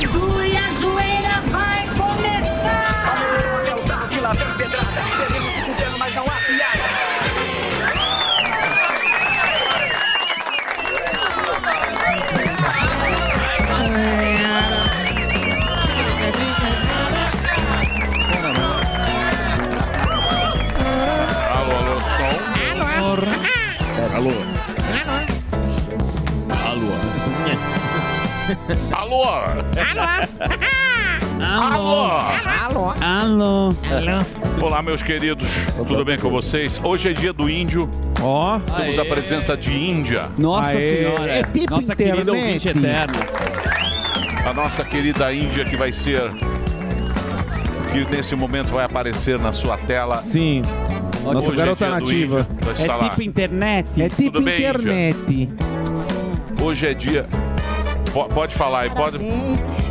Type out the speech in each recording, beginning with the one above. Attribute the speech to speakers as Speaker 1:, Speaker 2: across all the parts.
Speaker 1: tudo e a zoeira vai começar.
Speaker 2: É o Dark lá vem pedrada. Teremos se fudendo, mas não há piada.
Speaker 3: Alô, alô, som.
Speaker 4: Ah, é?
Speaker 3: Alô.
Speaker 4: é?
Speaker 3: Alô.
Speaker 4: Ah,
Speaker 3: Alô.
Speaker 5: Alô?
Speaker 6: Alô.
Speaker 3: Olá, meus queridos. Tudo bem com vocês? Hoje é dia do índio.
Speaker 6: Ó.
Speaker 3: Temos a presença de Índia.
Speaker 6: Nossa senhora.
Speaker 3: É tipo
Speaker 6: Nossa querida
Speaker 3: internet.
Speaker 6: ouvinte eterna.
Speaker 3: A nossa querida Índia que vai ser... Que nesse momento vai aparecer na sua tela.
Speaker 7: Sim. Nossa
Speaker 3: Hoje
Speaker 7: garota
Speaker 3: é dia do
Speaker 7: nativa.
Speaker 3: índio. Vai estar
Speaker 6: É
Speaker 3: lá.
Speaker 6: tipo internet. É
Speaker 3: tipo Tudo bem, Índia?
Speaker 7: internet.
Speaker 3: Hoje é dia... Po- Pode falar aí, pode...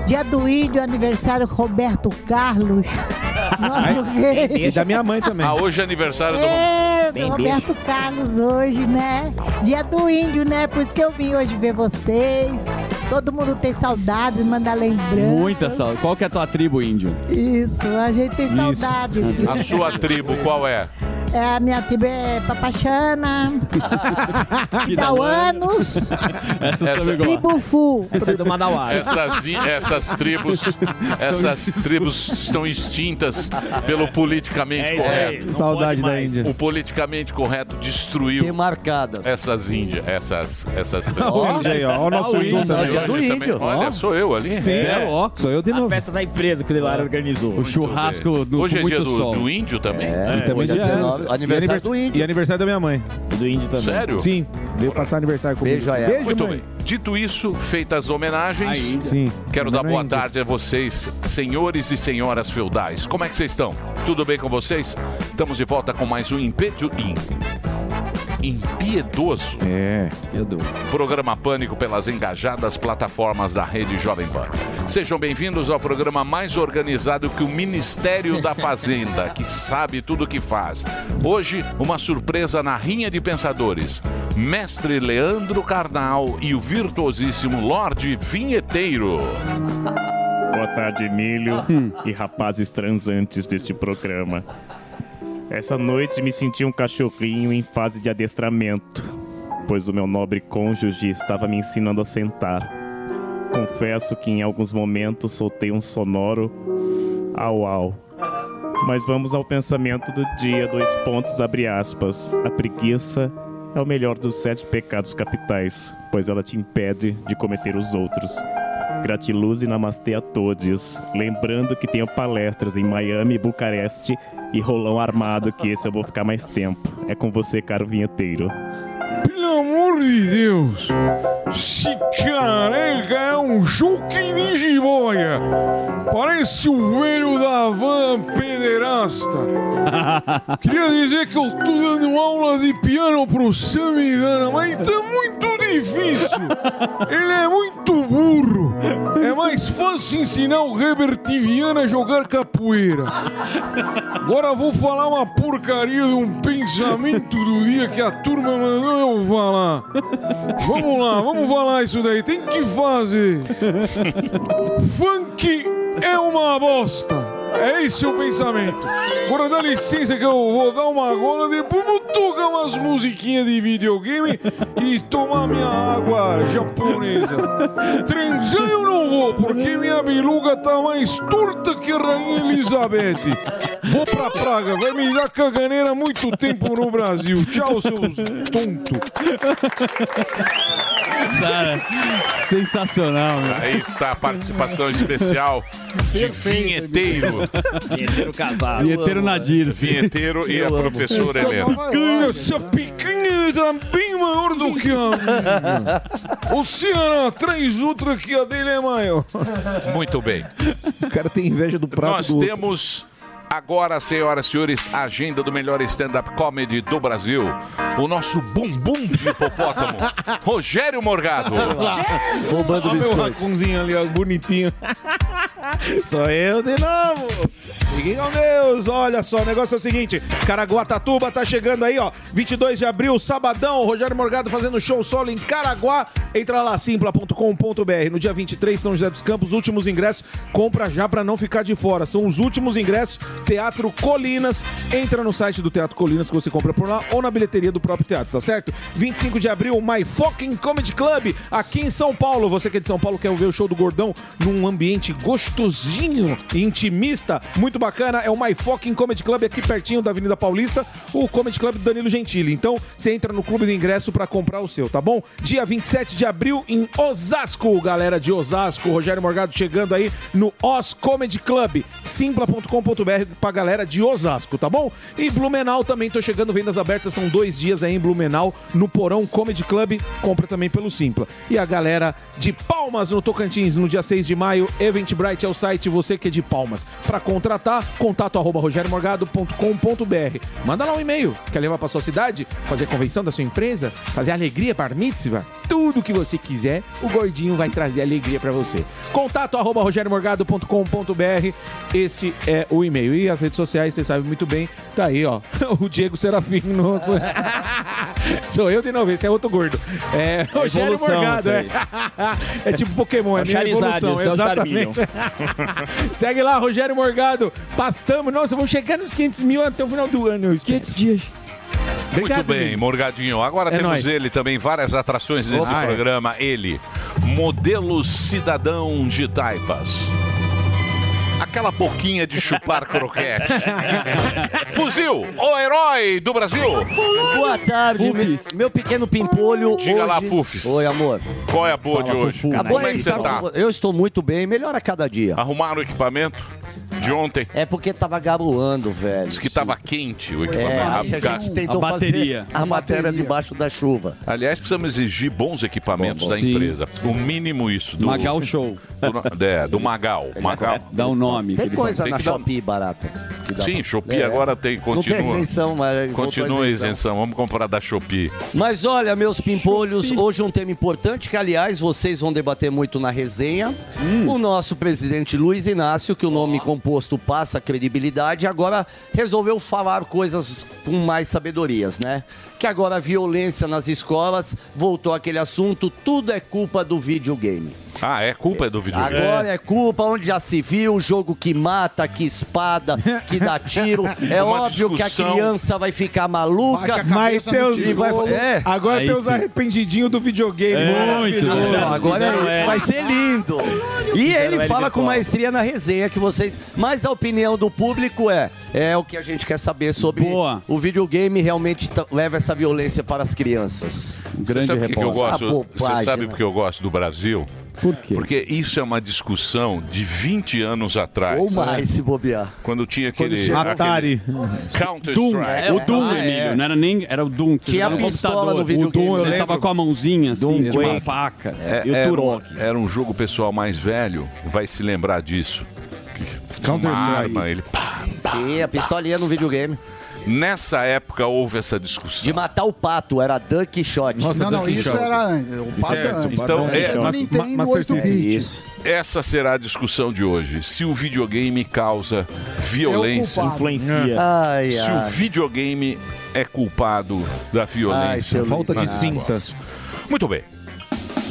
Speaker 8: Dia do índio, aniversário Roberto Carlos. Nosso rei.
Speaker 7: E da minha mãe também.
Speaker 3: Ah, hoje é aniversário do...
Speaker 8: É, do Roberto Carlos hoje, né? Dia do índio, né? Por isso que eu vim hoje ver vocês. Todo mundo tem saudades, manda lembrança.
Speaker 6: Muita saúde. Qual que é a tua tribo, índio?
Speaker 8: Isso, a gente tem saudade.
Speaker 3: A sua tribo, qual é?
Speaker 8: É, a minha tribo é Papachana, Dauanos,
Speaker 7: é
Speaker 3: Essa, é
Speaker 8: Tribo Fu.
Speaker 5: Essa é do Manauara.
Speaker 3: Essas, i- essas tribos, essas tribos estão extintas pelo politicamente
Speaker 5: É isso aí,
Speaker 3: correto.
Speaker 5: não Saudade pode da mais. Índia.
Speaker 3: O politicamente correto destruiu demarcadas essas índias, essas essas tribos.
Speaker 7: Ó, o índio aí, Tá ó.
Speaker 9: tá
Speaker 7: Ó o nosso
Speaker 3: Hoje
Speaker 7: índio também.
Speaker 3: também.
Speaker 7: Dia do
Speaker 3: Hoje
Speaker 7: índio,
Speaker 3: também. Olha,
Speaker 7: ó.
Speaker 3: sou eu ali.
Speaker 7: Sim, É, ó. sou eu de novo. É.
Speaker 5: A festa da empresa que o Delara organizou. O
Speaker 3: churrasco Hoje é dia do, do índio também.
Speaker 7: É, E também dia E anivers- E aniversário da minha mãe.
Speaker 5: Do índio
Speaker 3: também. Sério?
Speaker 7: Sim. Veio passar aniversário comigo.
Speaker 3: Muito
Speaker 7: mãe.
Speaker 3: bem. Dito isso, feitas as homenagens,
Speaker 7: Aí. Sim.
Speaker 3: quero dar boa tarde a vocês, senhores e senhoras feudais. Como é que vocês estão? Tudo bem com vocês? Estamos de volta com mais um Impedio... im- Impiedoso.
Speaker 7: É.
Speaker 3: Programa Pânico pelas engajadas plataformas da Rede Jovem Pan. Sejam bem-vindos ao programa mais organizado que o Ministério da Fazenda, que sabe tudo o que faz. Hoje, uma surpresa na Rinha de Pensadores. Mestre Leandro Carnal e o virtuosíssimo Lorde Vinheteiro.
Speaker 10: Boa tarde, milho e rapazes transantes deste programa. Essa noite me senti um cachorrinho em fase de adestramento, pois o meu nobre cônjuge estava me ensinando a sentar. Confesso que em alguns momentos soltei um sonoro au au. Mas vamos ao pensamento do dia, dois pontos, abre aspas. A preguiça é o melhor dos sete pecados capitais, pois ela te impede de cometer os outros. Gratiluz e namastê a todos. Lembrando que tenho palestras em Miami, Bucareste e Rolão Armado, que esse eu vou ficar mais tempo. É com você, caro vinheteiro.
Speaker 11: Pelo amor de Deus! Esse careca é um juque de jiboia! Parece o velho da van pederasta! Queria dizer que eu tô dando aula de piano pro Samidana, mas tá muito difícil! Ele é muito burro! É mais fácil ensinar o Herbert Viana a jogar capoeira! Agora vou falar uma porcaria de um pensamento do dia que a turma mandou eu falar. Vamos lá, vamos falar isso daí. Tem que fazer. Funk é uma bosta. É esse o pensamento. Agora dá licença que eu vou dar uma gola, depois vou tocar umas musiquinhas de videogame e tomar minha água japonesa. Transar eu não vou, porque minha biluga tá mais torta que a Rainha Elizabeth. Vou pra praga, vai me dar caganeira há muito tempo no Brasil. Tchau, seus tonto.
Speaker 6: Cara, sensacional, meu.
Speaker 3: Aí está a participação especial de vinheteiro.
Speaker 5: Vinheteiro casado.
Speaker 6: Vinheteiro Nadir. sim.
Speaker 3: Vinheteiro e a professora Helena.
Speaker 11: Picanha, essa picanha tá bem maior do que a minha. O Ceará, três outra que a dele é maior.
Speaker 3: Muito bem.
Speaker 7: O cara tem inveja do prato
Speaker 3: Nós
Speaker 7: do outro.
Speaker 3: temos Agora, senhoras e senhores, a agenda do melhor stand-up comedy do Brasil. O nosso bumbum de hipopótamo, Rogério Morgado.
Speaker 12: Roubando Olha o meu racunzinho ali, ó, bonitinho. Sou eu
Speaker 7: né,
Speaker 12: de novo. Fiquem com Deus. Olha só, o negócio é o seguinte. Caraguatatuba tá chegando aí, ó. 22 de abril, sabadão. Rogério Morgado fazendo show solo em Caraguá. Entra lá, simpla.com.br. No dia 23, São José dos Campos, últimos ingressos. Compra já pra não ficar de fora. São os últimos ingressos. Teatro Colinas. Entra no site do Teatro Colinas que você compra por lá ou na bilheteria do próprio teatro, tá certo? 25 de abril, My Fucking Comedy Club, aqui em São Paulo. Você que é de São Paulo quer ver o show do Gordão num ambiente gostosinho, intimista, muito bacana. É o My Fucking Comedy Club aqui pertinho da Avenida Paulista, o Comedy Club do Danilo Gentili. Então, você entra no clube do ingresso pra comprar o seu, tá bom? Dia 27 de abril em Osasco, galera de Osasco. Rogério Morgado chegando aí no Os Comedy Club, simpla.com.br pra galera de Osasco, tá bom? E Blumenau também tô chegando, vendas abertas, são dois dias aí em Blumenau, no Porão Comedy Club, compra também pelo Simpla. E a galera de Palmas no Tocantins, no dia 6 de maio, Eventbrite é o site, você que é de Palmas. Pra contratar, contato arroba rogeriomorgado.com.br. Manda lá um e-mail, quer levar pra sua cidade, fazer convenção da sua empresa, fazer alegria para mitzvah, tudo que você quiser, o gordinho vai trazer alegria pra você. Contato arroba rogeriomorgado.com.br, esse é o e-mail. E as redes sociais, vocês sabem muito bem, tá aí, ó, o Diego Serafim no... Sou eu de novo, esse é outro gordo. É, Rogério
Speaker 13: evolução,
Speaker 12: Morgado, é.
Speaker 13: isso
Speaker 12: É tipo Pokémon, é,
Speaker 13: É o
Speaker 12: minha
Speaker 13: Charizard,
Speaker 12: evolução,
Speaker 13: esse é o
Speaker 12: exatamente. Segue lá, Rogério Morgado. Passamos, nossa, vamos chegar nos 500 mil até o final do ano. 500 dias.
Speaker 3: Muito bem, Morgadinho. Agora
Speaker 12: É
Speaker 3: temos
Speaker 12: nóis.
Speaker 3: ele também, várias atrações nesse
Speaker 12: Opa.
Speaker 3: programa. Ele, modelo cidadão de taipas. Aquela boquinha de chupar croquete. Fuzil, o herói do Brasil.
Speaker 7: Boa tarde, me- meu pequeno pimpolho.
Speaker 3: Diga lá,
Speaker 7: hoje-
Speaker 3: Fufis.
Speaker 7: Oi, amor.
Speaker 3: Qual é a boa de hoje?
Speaker 7: A boa
Speaker 3: Como é que você
Speaker 7: tá-
Speaker 3: tá?
Speaker 7: Eu estou muito bem, melhor a cada dia.
Speaker 3: Arrumaram o equipamento de ontem?
Speaker 7: É porque tava garoando, velho.
Speaker 3: Diz que tava quente o equipamento.
Speaker 7: É,
Speaker 3: Ah,
Speaker 7: aí a
Speaker 3: ga-
Speaker 7: gente tentou fazer a matéria debaixo da chuva.
Speaker 3: Aliás, precisamos exigir bons equipamentos
Speaker 7: Bom, bom.
Speaker 3: da
Speaker 7: Sim.
Speaker 3: empresa. O mínimo isso. Do,
Speaker 6: Magal Show.
Speaker 3: Do, no- é, do Magal. Magal.
Speaker 6: Dá o nome.
Speaker 7: Né? é, Tem coisa
Speaker 3: Tem
Speaker 7: na
Speaker 3: um que dar- um-
Speaker 7: Shopee barata. que dá
Speaker 3: Sim,
Speaker 7: pra-
Speaker 3: Shopee
Speaker 7: É.
Speaker 3: agora tem, continua.
Speaker 7: Não tem isenção, mas... é
Speaker 3: Continua a isenção, vamos comprar da Shopee.
Speaker 7: Mas olha, meus pimpolhos, hoje um tema importante que, aliás, vocês vão debater muito na resenha. O nosso presidente Luiz Inácio, que o nome composto passa credibilidade, agora resolveu falar coisas com mais sabedorias, né? Que agora a violência nas escolas voltou aquele assunto, tudo é culpa do videogame.
Speaker 3: Ah, é culpa do videogame.
Speaker 7: Agora é culpa, onde já se viu, jogo que mata, que espada, que dá tiro. É
Speaker 3: Uma
Speaker 7: óbvio que a
Speaker 3: discussão.
Speaker 7: criança vai ficar maluca.
Speaker 14: Mas Deus,
Speaker 7: E vai- é.
Speaker 14: agora
Speaker 6: Aí
Speaker 14: tem os
Speaker 6: sim.
Speaker 14: arrependidinhos do videogame.
Speaker 6: Muito,
Speaker 14: maravilhoso.
Speaker 6: já.
Speaker 7: Agora
Speaker 13: Fizeram,
Speaker 7: é-
Speaker 13: é.
Speaker 7: vai ser lindo. E
Speaker 13: Fizeram
Speaker 7: ele
Speaker 13: ele
Speaker 7: fala
Speaker 13: de
Speaker 7: com
Speaker 13: fora.
Speaker 7: maestria na resenha que vocês. Mas a opinião do público é é o que a gente quer saber sobre
Speaker 6: Boa.
Speaker 7: o videogame realmente ta- leva essa violência para as crianças.
Speaker 6: Um
Speaker 3: Você
Speaker 6: grande
Speaker 3: sabe por que que eu
Speaker 6: repórter.
Speaker 7: resposta.
Speaker 3: gosto?
Speaker 7: Ah, bobagem,
Speaker 3: Você sabe
Speaker 7: né?
Speaker 3: porque eu gosto do Brasil?
Speaker 6: Por quê?
Speaker 3: Porque isso é uma discussão de 20 anos atrás. É.
Speaker 7: Ou mais né? se bobear.
Speaker 3: Quando tinha aquele. É, Ah,
Speaker 14: Atari.
Speaker 6: Doom, É,
Speaker 3: Counter-Strike.
Speaker 6: o Doom, Emílio. Não era nem. Era o Doom. que você
Speaker 7: Tinha
Speaker 6: jogava no
Speaker 7: pistola
Speaker 6: computador.
Speaker 7: no videogame,
Speaker 6: O
Speaker 7: eu
Speaker 6: Doom, você
Speaker 7: lembro.
Speaker 6: tava com a mãozinha assim, de uma
Speaker 13: Quake.
Speaker 6: faca.
Speaker 3: É,
Speaker 13: E o
Speaker 3: era, um,
Speaker 13: Turok.
Speaker 3: era um jogo pessoal mais velho, vai se lembrar disso. Que- Uma
Speaker 14: Counter-Strike.
Speaker 3: arma, ele pá.
Speaker 7: Sim, a pistolinha no videogame.
Speaker 3: Nessa época houve essa
Speaker 7: De
Speaker 3: discussão.
Speaker 7: matar o pato, era Duck Shot.
Speaker 14: Nossa,
Speaker 4: Não, não,
Speaker 14: Dunkin'
Speaker 4: isso
Speaker 14: Shop.
Speaker 4: era antes. O pato era antes.
Speaker 3: Então,
Speaker 14: Dunkin'
Speaker 3: é,
Speaker 14: Shop.
Speaker 4: O
Speaker 14: Ma-
Speaker 4: Nintendo
Speaker 14: Master System.
Speaker 4: 8-bit.
Speaker 3: Essa será a discussão de hoje. Se o videogame causa violência,
Speaker 4: É o culpado.
Speaker 13: Influencia.
Speaker 7: Ai,
Speaker 3: se o
Speaker 7: ai. videogame é culpado da Ai,
Speaker 3: violência.
Speaker 7: seu
Speaker 14: Falta de
Speaker 7: Luiz Inácio.
Speaker 14: cinta.
Speaker 3: Muito bem.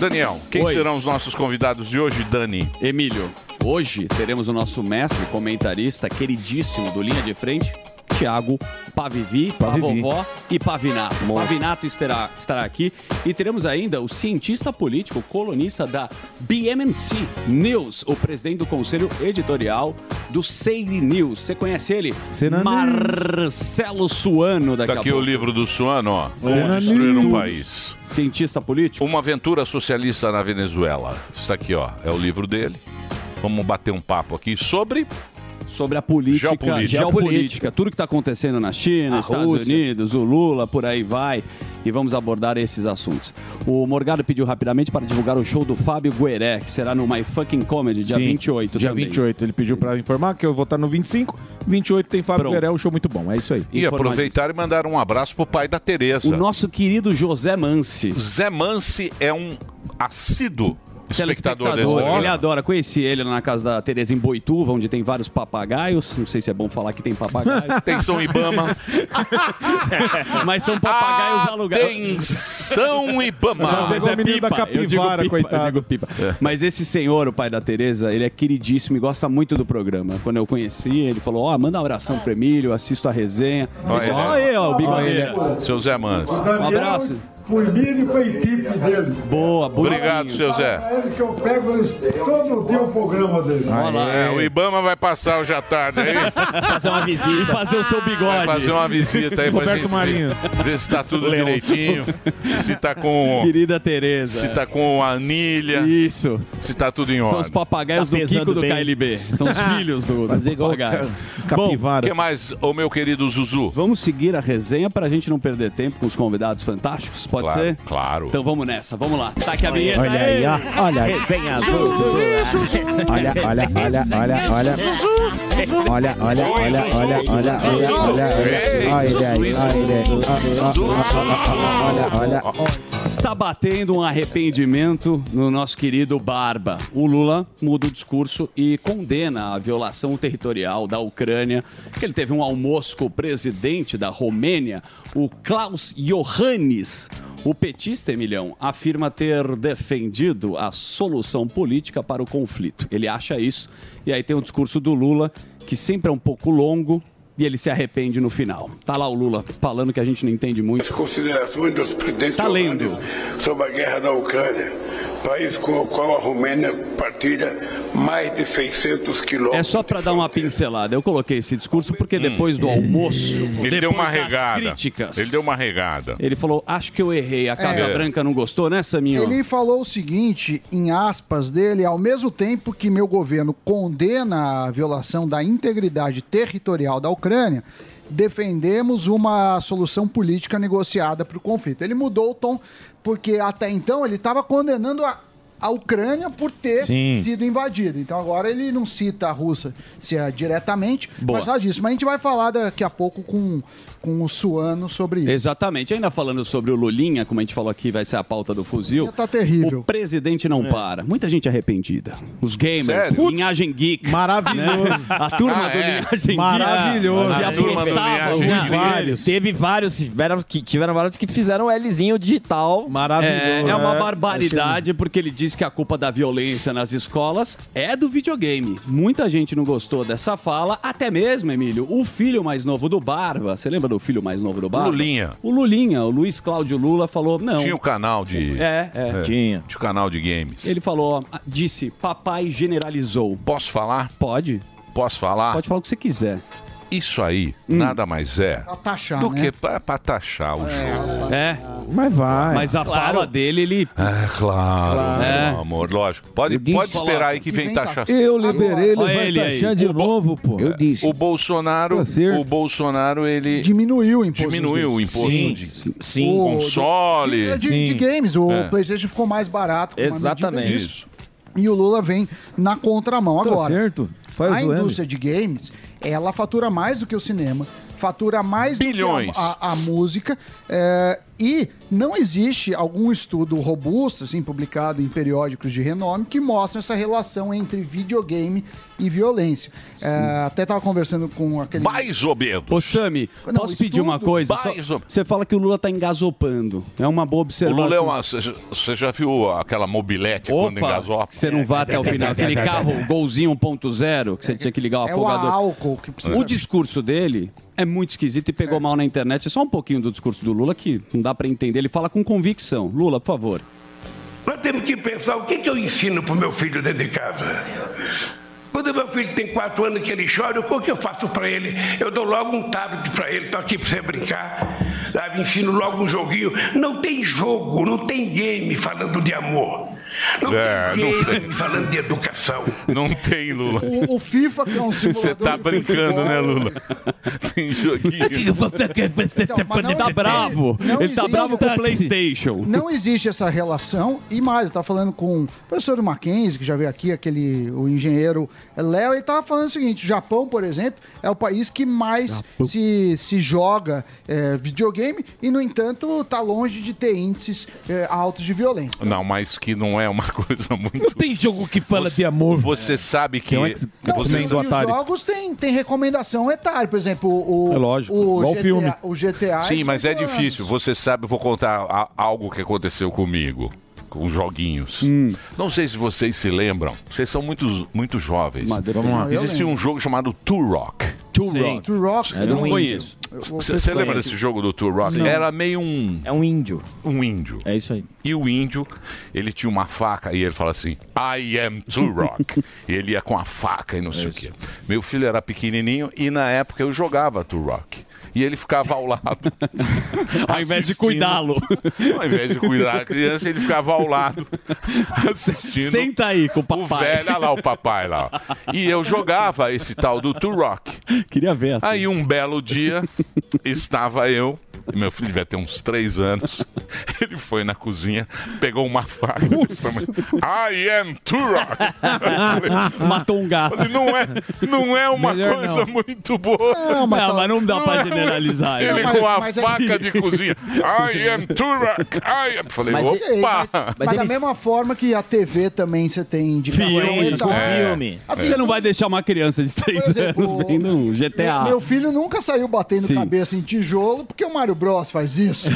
Speaker 3: Daniel, quem
Speaker 6: Oi.
Speaker 3: serão os nossos convidados de hoje, Dani?
Speaker 6: Emílio, hoje teremos o nosso mestre comentarista queridíssimo do Linha de Frente, Thiago Pavivi,
Speaker 14: Pavivi.
Speaker 6: Pavovó e Pavinato. Pavinato estará, estará aqui e teremos ainda o cientista político, colunista da BMNC News, o presidente do conselho editorial do Seire News. Você conhece ele?
Speaker 14: Senani.
Speaker 6: Marcelo Suano, daqui
Speaker 3: Tá
Speaker 6: a
Speaker 3: aqui o
Speaker 6: pouco.
Speaker 3: livro do Suano, ó. Como
Speaker 14: Será
Speaker 3: destruir um
Speaker 14: lindo.
Speaker 3: país.
Speaker 6: Cientista político.
Speaker 3: Uma aventura socialista na Venezuela. Está aqui, ó. É o livro dele. Vamos bater um papo aqui sobre
Speaker 6: sobre a política
Speaker 3: Geopolítica.
Speaker 6: geopolítica, tudo que está acontecendo na China,
Speaker 3: A
Speaker 6: Estados
Speaker 3: Rússia.
Speaker 6: Unidos, o Lula, por aí vai. E vamos abordar esses assuntos. O Morgado pediu rapidamente para divulgar o show do Fábio Gueré, que será no My Fucking Comedy, dia
Speaker 7: Sim,
Speaker 6: 28
Speaker 7: Dia
Speaker 6: também.
Speaker 7: 28. Ele pediu pra informar que eu vou estar no 25. 28 tem Fábio Guerel, um show muito bom. É isso aí.
Speaker 3: E aproveitar e mandar um abraço pro pai da Tereza.
Speaker 6: O nosso querido José Mansi.
Speaker 3: Zé Mansi é um assíduo espectador desse
Speaker 6: Telespectador, Ele
Speaker 3: programa.
Speaker 6: adora. Conheci ele lá na casa da Tereza em Boituva, onde tem vários papagaios. Não sei se é bom falar que tem papagaios.
Speaker 3: Tem São Ibama. Ah,
Speaker 6: Mas são papagaios alugados.
Speaker 3: Atenção, Ibama.
Speaker 6: Não, mas é pipa. eu digo pipa, Eu digo pipa. Mas esse senhor, o pai da Tereza, ele é queridíssimo e gosta muito do programa. Quando eu conheci, ele falou, ó, manda um abração pro Emílio, eu assisto a resenha.
Speaker 3: Olha
Speaker 6: Olha
Speaker 3: ele.
Speaker 6: aí, ó, o bigodeira.
Speaker 3: Olha, Seu Zé Mansi.
Speaker 6: Um abraço.
Speaker 15: Por mim e com a equipe dele.
Speaker 6: Boa, boa.
Speaker 3: Obrigado, seu Zé.
Speaker 15: É ele que eu pego eles, todo dia o programa dele.
Speaker 3: É, o Ibama vai passar hoje à tarde aí.
Speaker 15: Fazer uma visita.
Speaker 6: E fazer o seu bigode.
Speaker 3: Vai fazer uma visita aí pra
Speaker 6: Roberto
Speaker 3: gente ver-
Speaker 6: Marinho.
Speaker 3: Ver, se tá tudo
Speaker 6: Leonço.
Speaker 3: direitinho. Se tá com.
Speaker 6: Querida Tereza.
Speaker 3: Se tá com a anilha.
Speaker 6: Isso.
Speaker 3: Se tá tudo em ordem.
Speaker 6: São os papagaios do Kiko do KLB. São os filhos do, do papagaio.
Speaker 3: O que mais, o meu querido Zuzu?
Speaker 6: Vamos seguir a resenha pra gente não perder tempo com os convidados fantásticos? Pode
Speaker 3: Claro,
Speaker 6: ser?
Speaker 3: Claro.
Speaker 6: Então vamos nessa, vamos lá. Tá aqui a vinheta.
Speaker 5: Olha aí, ó. Olha aí.
Speaker 6: Resenha
Speaker 5: azul, Zuzu.
Speaker 7: Olha, olha, olha, olha, olha. Olha, olha, olha, olha, olha, olha, olha. Olha ele aí, olha ele aí. Ó, ó, ó, ó, ó, Olha, olha.
Speaker 6: Está batendo um arrependimento no nosso querido Barba. O Lula muda o discurso e condena a violação territorial da Ucrânia, que ele teve um almoço com o presidente da Romênia, o Klaus Iohannis. O petista, Emilhão, afirma ter defendido a solução política para o conflito. Ele acha isso. E aí tem o discurso do Lula, que sempre é um pouco longo, e ele se arrepende no final. Tá lá o Lula falando que a gente não entende muito.
Speaker 16: considerações dos presidentes Ucrânios sobre a guerra da Ucrânia, país com o qual a Romênia partilha mais de 600 quilômetros.
Speaker 6: É só para dar uma pincelada. Eu coloquei esse discurso porque depois do almoço,
Speaker 3: Hum. Ele deu uma
Speaker 6: depois das
Speaker 3: regada.
Speaker 6: críticas,
Speaker 3: Ele deu uma regada.
Speaker 6: ele falou: "Acho que eu errei. A Casa
Speaker 3: É.
Speaker 6: Branca não gostou, né, Saminho?"
Speaker 4: Ele falou o seguinte, em aspas dele, ao mesmo tempo que meu governo condena a violação da integridade territorial da Ucrânia, defendemos uma solução política negociada para o conflito. Ele mudou o tom, porque até então ele estava condenando a, a Ucrânia por ter
Speaker 7: Sim.
Speaker 4: sido invadida. Então agora ele não cita a Rússia é diretamente,
Speaker 6: Boa.
Speaker 4: mas fala disso. Mas a gente vai falar daqui a pouco com, com o Suano sobre isso.
Speaker 6: Exatamente. Ainda falando sobre o Lulinha, como a gente falou aqui, vai ser a pauta do fuzil.
Speaker 4: Tá terrível.
Speaker 6: O presidente
Speaker 3: É.
Speaker 6: não para. Muita gente arrependida. Os gamers,
Speaker 7: Sério?
Speaker 6: linhagem geek.
Speaker 7: Maravilhoso.
Speaker 6: Né? A turma
Speaker 7: Ah,
Speaker 6: do
Speaker 7: é.
Speaker 6: linhagem geek.
Speaker 9: né?
Speaker 7: Maravilhoso.
Speaker 6: Que
Speaker 7: A turma do
Speaker 6: apostava
Speaker 7: Linhagem
Speaker 6: muito
Speaker 7: Geek.
Speaker 6: nele.
Speaker 7: Vários.
Speaker 9: tá Teve vários, tiveram, que, tiveram vários que fizeram o Lzinho digital.
Speaker 6: É, é
Speaker 9: né?
Speaker 6: uma barbaridade, porque ele diz que a culpa da violência nas escolas é do videogame. Muita gente não gostou dessa fala, até mesmo, Emílio, o filho mais novo do Barba, você lembra do filho mais novo do Barba?
Speaker 3: Lulinha.
Speaker 6: O Lulinha, o Luiz Cláudio Lula, falou, não.
Speaker 3: Tinha o canal de.
Speaker 6: É, é.
Speaker 3: Tinha. Tinha o canal de games.
Speaker 6: Ele falou, ó, disse, papai generalizou.
Speaker 3: Posso falar?
Speaker 6: Pode.
Speaker 3: Posso falar?
Speaker 6: Pode falar o que você quiser. Hum.
Speaker 3: Isso aí nada mais é
Speaker 4: Pra taxar,
Speaker 3: do
Speaker 4: né?
Speaker 3: que pra, pra taxar o jogo.
Speaker 6: É.
Speaker 7: Mas vai.
Speaker 6: Mas a fala dele, ele...
Speaker 3: É, claro,
Speaker 6: Claro.
Speaker 3: meu amor, lógico. Pode, pode
Speaker 6: falar.
Speaker 3: esperar aí que vem taxar.
Speaker 9: Eu liberei, ele
Speaker 3: Olha
Speaker 9: vai
Speaker 3: ele aí.
Speaker 9: taxar de
Speaker 3: O bo-
Speaker 9: novo, pô. Eu disse.
Speaker 3: O Bolsonaro, o Bolsonaro, ele
Speaker 4: diminuiu o imposto.
Speaker 3: diminuiu o
Speaker 4: dos
Speaker 3: imposto
Speaker 4: games.
Speaker 3: de
Speaker 4: O-
Speaker 3: console.
Speaker 4: De, de- de games, o
Speaker 3: É.
Speaker 4: PlayStation ficou mais barato. com uma medida
Speaker 3: Exatamente.
Speaker 4: disso.
Speaker 3: Isso.
Speaker 4: E o Lula vem na contramão
Speaker 9: Tá
Speaker 4: agora.
Speaker 9: certo. Faz
Speaker 4: a
Speaker 9: o M.
Speaker 4: indústria de games, ela fatura mais do que o cinema, fatura mais do
Speaker 3: Bilhões.
Speaker 4: que a- a, a música. é, e não existe algum estudo robusto, assim, publicado em periódicos de renome, que mostra essa relação entre videogame e violência. É, até estava conversando com aquele.
Speaker 3: Mais ou menos.
Speaker 6: Ô, Sami,
Speaker 4: Não,
Speaker 6: posso pedir
Speaker 4: estudo.
Speaker 6: uma coisa? Só-
Speaker 3: Mais ou-
Speaker 6: Você fala que o Lula tá engasopando. É uma boa
Speaker 3: O
Speaker 6: observação.
Speaker 3: Lula é uma. Você já- você já viu aquela mobilete quando
Speaker 6: Opa,
Speaker 3: engasopa?
Speaker 6: que você não vá até o final. Aquele carro Golzinho 1.0, que você tinha que ligar o
Speaker 4: É o
Speaker 6: afogador.
Speaker 4: álcool que precisa.
Speaker 6: O discurso dele é muito esquisito e pegou mal na internet. É só um pouquinho do discurso do Lula que não dá pra entender. Ele fala com convicção. Lula, por favor.
Speaker 16: Nós temos que pensar o que, que eu ensino para o meu filho dentro de casa. Quando meu filho tem quatro anos que ele chora, o que eu faço para ele? Eu dou logo um tablet para ele, tô aqui para você brincar. Ah, Sabe? Ensino logo um joguinho. Não tem jogo, não tem game falando de amor. Não
Speaker 3: É,
Speaker 16: tem
Speaker 3: não
Speaker 16: ninguém
Speaker 3: tem.
Speaker 16: falando de educação.
Speaker 3: Não tem, Lula.
Speaker 4: O, o FIFA, que é um simulador.
Speaker 3: Você tá
Speaker 4: de
Speaker 3: brincando,
Speaker 4: futebol,
Speaker 3: né, Lula? Tem joguinho.
Speaker 4: Então, não
Speaker 6: tá
Speaker 4: existe-
Speaker 6: bravo.
Speaker 4: não
Speaker 6: Ele tá
Speaker 4: existe-
Speaker 6: bravo com o PlayStation.
Speaker 4: Não existe essa relação. E mais, eu tava falando com o professor do Mackenzie, que já veio aqui, aquele, o engenheiro Léo, ele tava falando o seguinte: o Japão, por exemplo, é o país que mais se, se joga é, videogame e, no entanto, tá longe de ter índices é, altos de violência.
Speaker 3: Não, mas que não é uma coisa muito. Não
Speaker 5: tem jogo que fala
Speaker 3: de amor. Você sabe que.
Speaker 4: Tem um
Speaker 3: você é
Speaker 4: Não, e os
Speaker 3: sabe-
Speaker 4: jogos tem, tem recomendação etária, por exemplo, o, o-
Speaker 3: É lógico,
Speaker 4: o,
Speaker 3: igual
Speaker 4: GTA,
Speaker 3: filme.
Speaker 4: o GTA.
Speaker 3: Sim, mas é
Speaker 4: tipo,
Speaker 3: difícil. Você sabe, vou contar a- algo que aconteceu comigo. Com joguinhos. Não sei se vocês se lembram. Vocês são muito, muito jovens.
Speaker 4: vamos lá.
Speaker 3: Existia
Speaker 4: Eu
Speaker 3: um jogo chamado Two Rock. Two
Speaker 4: Sim. Two Rock.
Speaker 3: Eu não
Speaker 4: é um
Speaker 3: conheço.
Speaker 4: índio. Eu- eu-
Speaker 3: Você lembra desse jogo do Two Rock?
Speaker 4: Não.
Speaker 3: Era meio um. É um índio. Um índio. É isso aí. E o índio, ele tinha uma faca e ele fala assim: I am Two Rock. e ele ia com a faca e não sei o quê. Meu filho era pequenininho e na época eu jogava Two Rock. E ele ficava ao lado.
Speaker 6: Ao invés de
Speaker 3: assistindo.
Speaker 6: cuidá-lo.
Speaker 3: Ao invés de cuidar a criança, ele ficava ao lado. Assistindo.
Speaker 6: Senta aí com o papai.
Speaker 3: Velho, olha lá o papai lá. ó. E eu jogava esse tal do Two Rock.
Speaker 6: Queria ver essa.
Speaker 3: Aí um belo dia estava eu, e meu filho devia ter uns três anos. Ele foi na cozinha, pegou uma faca. e falou, I am Turok.
Speaker 6: Matou um gato.
Speaker 3: não é, não é uma
Speaker 6: Melhor
Speaker 3: coisa
Speaker 6: não.
Speaker 3: muito boa.
Speaker 6: Não, mas Não, tá- mas não dá pra
Speaker 3: é uma-
Speaker 6: generalizar,
Speaker 3: Ele
Speaker 6: né? Mas-
Speaker 3: com a
Speaker 6: mas é-
Speaker 3: faca de cozinha. I am Turok. I am... Falei,
Speaker 4: Mas-
Speaker 3: opa.
Speaker 4: mas- Mas, da mesma forma que a TV também você tem indicação etária. Então, Assim,
Speaker 6: É. Você não vai deixar uma criança de 3 anos vendo um GTA.
Speaker 4: Meu, meu filho nunca saiu batendo
Speaker 6: Sim.
Speaker 4: cabeça em tijolo porque o Mario Bros faz isso.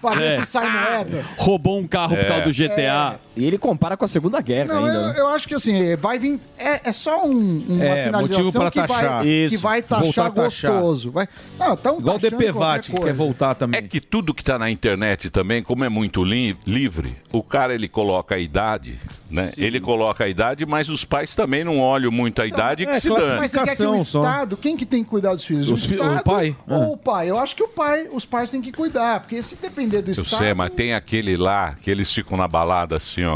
Speaker 4: pra ver
Speaker 6: É.
Speaker 4: se sai moeda.
Speaker 6: Roubou um carro
Speaker 9: É.
Speaker 6: por causa do GTA.
Speaker 9: E ele compara com a Segunda Guerra
Speaker 4: Não,
Speaker 9: ainda.
Speaker 4: eu,
Speaker 9: né?
Speaker 4: eu acho que assim, vai vir. É, é só um, uma
Speaker 9: É,
Speaker 4: sinalização
Speaker 9: motivo pra
Speaker 4: que,
Speaker 9: taxar.
Speaker 4: vai, que
Speaker 9: Isso.
Speaker 4: vai
Speaker 9: Voltar
Speaker 4: taxar
Speaker 9: a taxar.
Speaker 4: gostoso. Vai, não, tão
Speaker 3: Igual o
Speaker 4: taxando
Speaker 3: DPVAT,
Speaker 4: qualquer
Speaker 3: que quer
Speaker 4: coisa.
Speaker 3: voltar também. É que tudo que tá na internet também, como é muito li- livre, o cara ele coloca a idade, né? Ele coloca a idade, mas os pais também não olham muito a idade que se dane.
Speaker 4: É, tipo assim, Mas você quer que o Estado, quem que tem que cuidar dos filhos? O,
Speaker 3: Os fi- o
Speaker 4: Estado
Speaker 3: pai?
Speaker 4: ou
Speaker 3: Ah.
Speaker 4: o pai? Eu acho que o pai, os pais têm que cuidar, porque se depender do
Speaker 3: Eu
Speaker 4: Estado...
Speaker 3: sei, mas tem aquele lá que eles ficam na balada assim, ó.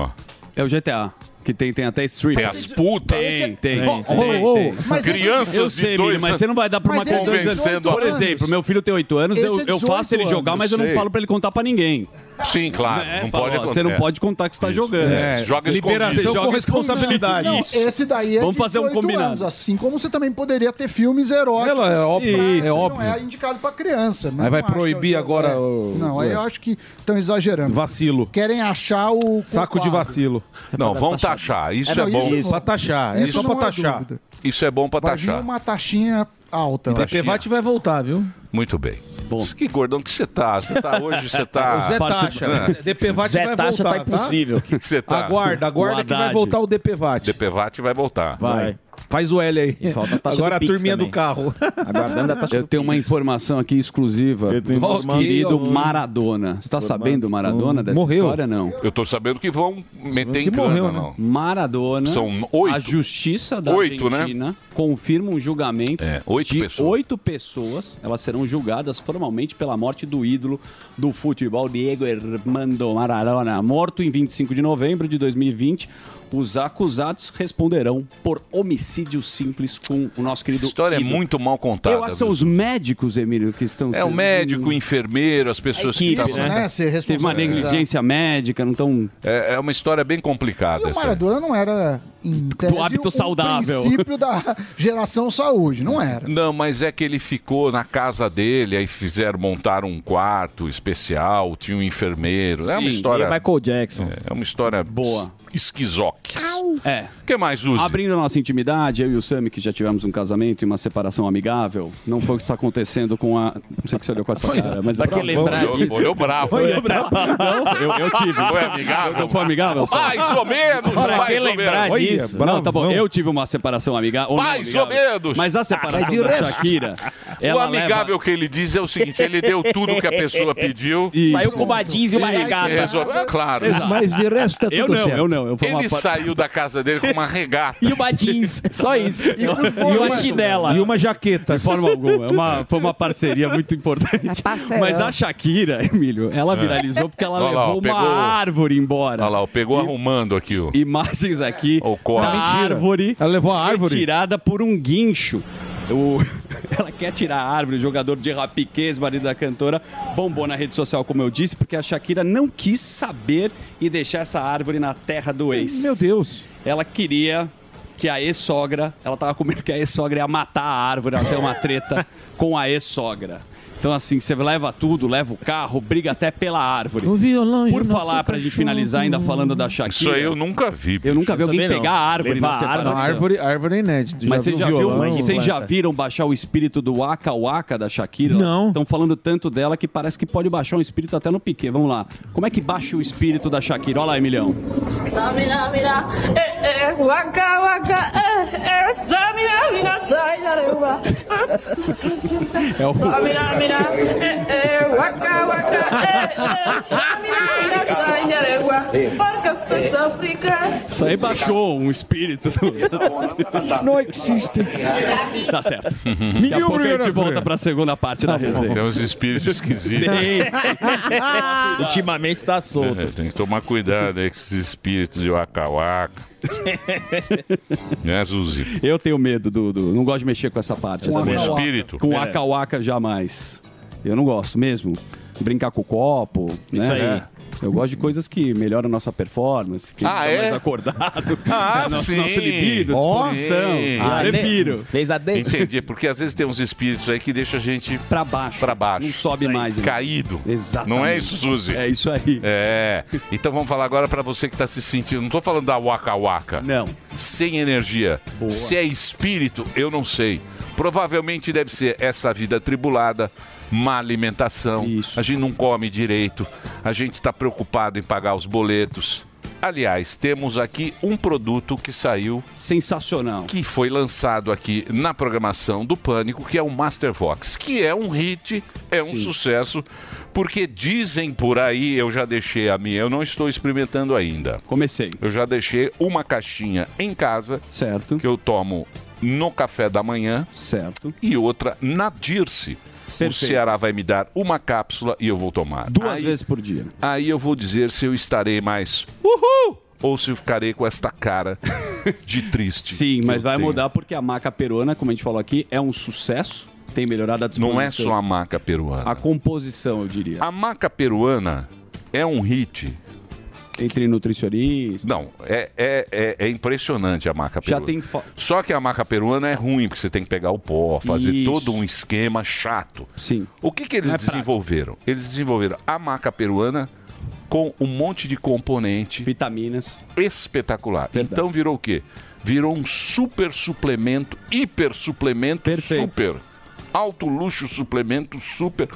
Speaker 6: É o GTA. Que tem, tem até street.
Speaker 3: Tem as putas.
Speaker 6: Tem, tem,
Speaker 3: Ô,
Speaker 6: tem,
Speaker 3: ô, ô,
Speaker 6: tem.
Speaker 3: mas esse- Crianças
Speaker 6: Eu
Speaker 3: de
Speaker 6: sei,
Speaker 3: dois
Speaker 6: Mili, mas
Speaker 3: anos-
Speaker 6: você não vai dar pra uma
Speaker 3: Mas esse é
Speaker 6: criança.
Speaker 3: 18
Speaker 6: Por
Speaker 3: anos.
Speaker 6: exemplo, meu filho tem 8 anos,
Speaker 3: Esse
Speaker 6: eu,
Speaker 3: é
Speaker 6: eu faço ele
Speaker 3: 18
Speaker 6: jogar,
Speaker 3: anos,
Speaker 6: mas eu não
Speaker 3: sei.
Speaker 6: falo pra ele contar pra ninguém.
Speaker 3: Sim, claro.
Speaker 6: É,
Speaker 3: não
Speaker 6: fala,
Speaker 3: pode
Speaker 6: ó, Você não
Speaker 3: acontecer.
Speaker 6: pode contar que você tá jogando.
Speaker 3: É, joga Liberação escondido. com
Speaker 6: responsabilidade.
Speaker 4: Não,
Speaker 6: Isso.
Speaker 4: Esse daí é
Speaker 6: Vamos fazer um
Speaker 4: 18
Speaker 6: combinado.
Speaker 4: anos, assim como você também poderia ter filmes eróticos.
Speaker 6: Ela é óbvio,
Speaker 4: pra-
Speaker 6: é
Speaker 4: isso
Speaker 6: óbvio.
Speaker 4: Não é indicado pra criança. mas
Speaker 12: Aí vai
Speaker 4: não acho
Speaker 12: proibir
Speaker 4: que é-
Speaker 12: agora
Speaker 4: é.
Speaker 12: o-
Speaker 4: Não, aí eu acho que estão exagerando.
Speaker 12: Vacilo.
Speaker 4: Querem achar o...
Speaker 12: Saco de
Speaker 4: culpado.
Speaker 12: vacilo.
Speaker 3: Não, vão taxar. Isso é,
Speaker 4: Não,
Speaker 3: bom.
Speaker 12: Pra taxar. É só pra taxar.
Speaker 3: Isso é bom pra
Speaker 4: Vai vir
Speaker 3: taxar.
Speaker 4: uma taxinha alta.
Speaker 12: E DPVAT vai voltar, viu?
Speaker 3: Muito bem. Bom. Que gordão que você tá? Você tá hoje, você tá.
Speaker 12: O Zé Taxa.
Speaker 6: né?
Speaker 12: DPVAT vai voltar, tá?
Speaker 3: O que que você tá?
Speaker 12: Aguarda, aguarda que vai voltar o DPVAT.
Speaker 3: DPVAT vai voltar.
Speaker 12: Vai. Faz o L aí. Agora a turminha do carro.
Speaker 6: Eu tenho uma informação aqui exclusiva do nosso
Speaker 3: informação.
Speaker 6: querido Maradona. Você tá sabendo, Maradona, dessa
Speaker 3: Morreu.
Speaker 6: história? Não.
Speaker 3: Eu tô sabendo que vão meter em
Speaker 6: Que
Speaker 3: grana,
Speaker 6: morreu, né?
Speaker 3: não.
Speaker 6: Maradona.
Speaker 3: São oito.
Speaker 6: A justiça da
Speaker 3: Oito, né? É,
Speaker 6: Argentina confirma um julgamento
Speaker 3: oito
Speaker 6: de
Speaker 3: pessoas.
Speaker 6: oito pessoas. Elas serão julgadas formalmente pela morte do ídolo do futebol Diego Armando Maradona, morto em 25 de novembro de 2020. Os acusados responderão por homicídio simples com o nosso querido.
Speaker 3: Essa história é
Speaker 6: ídolo.
Speaker 3: muito mal contada,
Speaker 6: Eu acho que são
Speaker 3: viu?
Speaker 6: os médicos, Emílio, que estão.
Speaker 3: É o
Speaker 6: sendo-
Speaker 3: médico, o enfermeiro, as pessoas que estavam.
Speaker 6: Teve né? uma negligência médica, não tão.
Speaker 3: É, é uma história bem complicada.
Speaker 4: O
Speaker 3: essa.
Speaker 4: Maradona não era, em tese,
Speaker 3: hábito
Speaker 4: um
Speaker 3: saudável.
Speaker 4: princípio da geração saúde, não era.
Speaker 3: Não, mas é que ele ficou na casa dele, aí fizeram montar um quarto especial, tinha um enfermeiro. é uma
Speaker 6: Sim,
Speaker 3: história.
Speaker 6: e é Michael Jackson.
Speaker 3: É, é uma história boa. Esquizoques.
Speaker 6: É.
Speaker 3: O que mais usa?
Speaker 6: Abrindo a nossa intimidade, eu e o Sami, que já tivemos um casamento e uma separação amigável, não foi o que está acontecendo com a. Não sei que você olhou com essa cara, mas.
Speaker 3: Pra que lembrar Olhou- disso? olhou bravo.
Speaker 6: Olhou bravo.
Speaker 3: Não,
Speaker 6: Eu, eu tive.
Speaker 3: Foi amigável?
Speaker 6: Não foi amigável? só?
Speaker 3: Mais ou menos, Pra mais que ou lembrar menos. disso?
Speaker 6: Não, tá bom. Eu tive uma separação amigável. não
Speaker 3: Mais ou
Speaker 6: amigável,
Speaker 3: menos.
Speaker 6: Mas a
Speaker 3: Mas
Speaker 6: separação
Speaker 3: de
Speaker 6: da
Speaker 3: resto-
Speaker 6: Shakira
Speaker 3: o
Speaker 5: Ela
Speaker 3: amigável que ele diz é o seguinte: ele deu tudo que a pessoa pediu.
Speaker 5: Isso. Saiu com uma jeans e uma
Speaker 3: Sim,
Speaker 5: regata.
Speaker 3: sim, resol- Claro.
Speaker 5: Exato. Mas de resto tá
Speaker 3: Eu
Speaker 5: tudo
Speaker 3: não,
Speaker 5: certo.
Speaker 3: Eu não, eu
Speaker 5: vou
Speaker 3: Ele
Speaker 5: uma parte-
Speaker 3: saiu da casa dele com uma regata.
Speaker 5: E uma jeans, só isso. E, uma chinela.
Speaker 12: E uma jaqueta.
Speaker 6: De forma alguma. É uma- foi uma parceria muito importante. Mas a Shakira, Emílio, ela
Speaker 3: É.
Speaker 6: viralizou porque ela
Speaker 3: Olha lá,
Speaker 6: levou
Speaker 3: ó,
Speaker 6: uma
Speaker 3: pegou-
Speaker 6: árvore embora.
Speaker 3: Olha lá, ó, pegou arrumando aqui o.
Speaker 6: Imagens aqui
Speaker 3: O
Speaker 6: da
Speaker 3: corte.
Speaker 6: árvore.
Speaker 12: Ela levou a árvore?
Speaker 6: Tirada por um guincho. O- Ela quer tirar a árvore, o jogador de Rapiquez, marido da cantora, bombou na rede social, como eu disse, porque a Shakira não quis saber e deixar essa árvore na terra do ex.
Speaker 12: Meu Deus.
Speaker 6: Ela queria que a ex-sogra, ela tava com medo que a ex-sogra ia matar a árvore, ela tem uma treta com a ex-sogra. Então, assim, você leva tudo, leva o carro, briga até pela árvore.
Speaker 12: O violão
Speaker 6: Por falar, pra gente finalizar, ainda falando da Shakira.
Speaker 3: Isso aí eu nunca vi.
Speaker 6: Eu nunca vi alguém
Speaker 12: Também não.
Speaker 6: pegar a árvore
Speaker 12: Levar
Speaker 6: na
Speaker 12: a árvore.
Speaker 6: separação.
Speaker 12: Não, árvore, árvore é inédito.
Speaker 6: Mas vocês já, viu,
Speaker 12: violão,
Speaker 6: vocês já
Speaker 12: planta.
Speaker 6: viram baixar o espírito do Waka Waka da Shakira?
Speaker 12: Não.
Speaker 6: Estão falando tanto dela que parece que pode baixar um espírito até no Piquet. Vamos lá. Como é que baixa o espírito da Shakira? Olha lá, Emilhão.
Speaker 1: Só mira, mira, eh, eh, waka, waka, eh, eh, só mira, mira, sai da rua.
Speaker 6: É o-
Speaker 1: Só mira, mira,
Speaker 14: é,
Speaker 1: eh, eh, waka, waka, eh, eh, só mira, mira, sai da rua. Porque estou sofrendo.
Speaker 6: Isso aí baixou um espírito.
Speaker 1: Não existe.
Speaker 6: tá certo. Daqui a pouco a gente volta pra segunda parte da resenha.
Speaker 3: Tem uns espíritos esquisitos.
Speaker 5: Ultimamente tá solto.
Speaker 3: É, tem que tomar cuidado aí com esses espíritos de waka-waka. Né, Zuzi?
Speaker 6: Eu tenho medo, Dudu. Não gosto de mexer com essa parte.
Speaker 3: Com
Speaker 6: assim.
Speaker 3: o espírito.
Speaker 6: Com o
Speaker 3: É.
Speaker 6: acauaca jamais. Eu não gosto mesmo. Brincar com o copo.
Speaker 3: Isso
Speaker 6: né?
Speaker 3: aí.
Speaker 6: É. Eu gosto de coisas que melhoram a nossa performance, que
Speaker 5: Ah,
Speaker 6: a gente tá
Speaker 5: é?
Speaker 6: mais acordado,
Speaker 5: Ah,
Speaker 6: a nosso,
Speaker 5: sim.
Speaker 6: nosso libido,
Speaker 5: Ó,
Speaker 6: disposição.
Speaker 3: sim.
Speaker 6: Eu
Speaker 3: Ah,
Speaker 6: prefiro.
Speaker 3: Entendi, porque às vezes tem uns espíritos aí que deixa a gente
Speaker 6: para baixo.
Speaker 3: Para baixo. Não
Speaker 6: sobe mais, né?
Speaker 3: Caído.
Speaker 6: Exatamente.
Speaker 3: Não é isso, Suzy? É
Speaker 6: isso aí.
Speaker 3: É. Então vamos falar agora para você que tá se sentindo, não tô falando da waka waka.
Speaker 6: Não.
Speaker 3: Sem energia. Se é espírito, eu não sei. Provavelmente deve ser essa vida tribulada. Má alimentação, a gente não come direito, a gente está preocupado em pagar os boletos. Aliás, temos aqui um produto que saiu
Speaker 6: sensacional,
Speaker 3: que foi lançado aqui na programação do Pânico, que é o Mastervox, que é um hit, é um sucesso, porque dizem por aí, eu já deixei a minha, eu não estou experimentando ainda.
Speaker 6: Comecei.
Speaker 3: Eu já deixei uma caixinha em casa.
Speaker 6: Certo.
Speaker 3: Que eu tomo no café da manhã.
Speaker 6: Certo.
Speaker 3: E outra na Dirce. O Ceará vai me dar uma cápsula e eu vou tomar.
Speaker 6: Duas vezes por dia.
Speaker 3: Aí eu vou dizer se eu estarei mais uhul ou se eu ficarei com esta cara de triste.
Speaker 6: Sim,
Speaker 3: que
Speaker 6: mas
Speaker 3: eu
Speaker 6: vai
Speaker 3: tenho.
Speaker 6: mudar porque a maca perona, como a gente falou aqui, é um sucesso. Tem melhorado a disposição.
Speaker 3: Não é só a maca peruana.
Speaker 6: A composição, eu diria.
Speaker 3: A maca peruana é um hit.
Speaker 6: Entre nutricionistas.
Speaker 3: Não, é, é, é, é impressionante a maca
Speaker 6: Já
Speaker 3: peruana.
Speaker 6: tem fo-
Speaker 3: Só que a maca peruana é ruim, porque você tem que pegar o pó, fazer
Speaker 6: Isso.
Speaker 3: todo um esquema chato.
Speaker 6: Sim.
Speaker 3: O que, que eles
Speaker 6: Não é prático.
Speaker 3: desenvolveram? Eles desenvolveram a maca peruana com um monte de componente.
Speaker 6: Vitaminas.
Speaker 3: Espetacular. Então virou o quê? Virou um super suplemento, hiper suplemento, super. Alto luxo suplemento, super.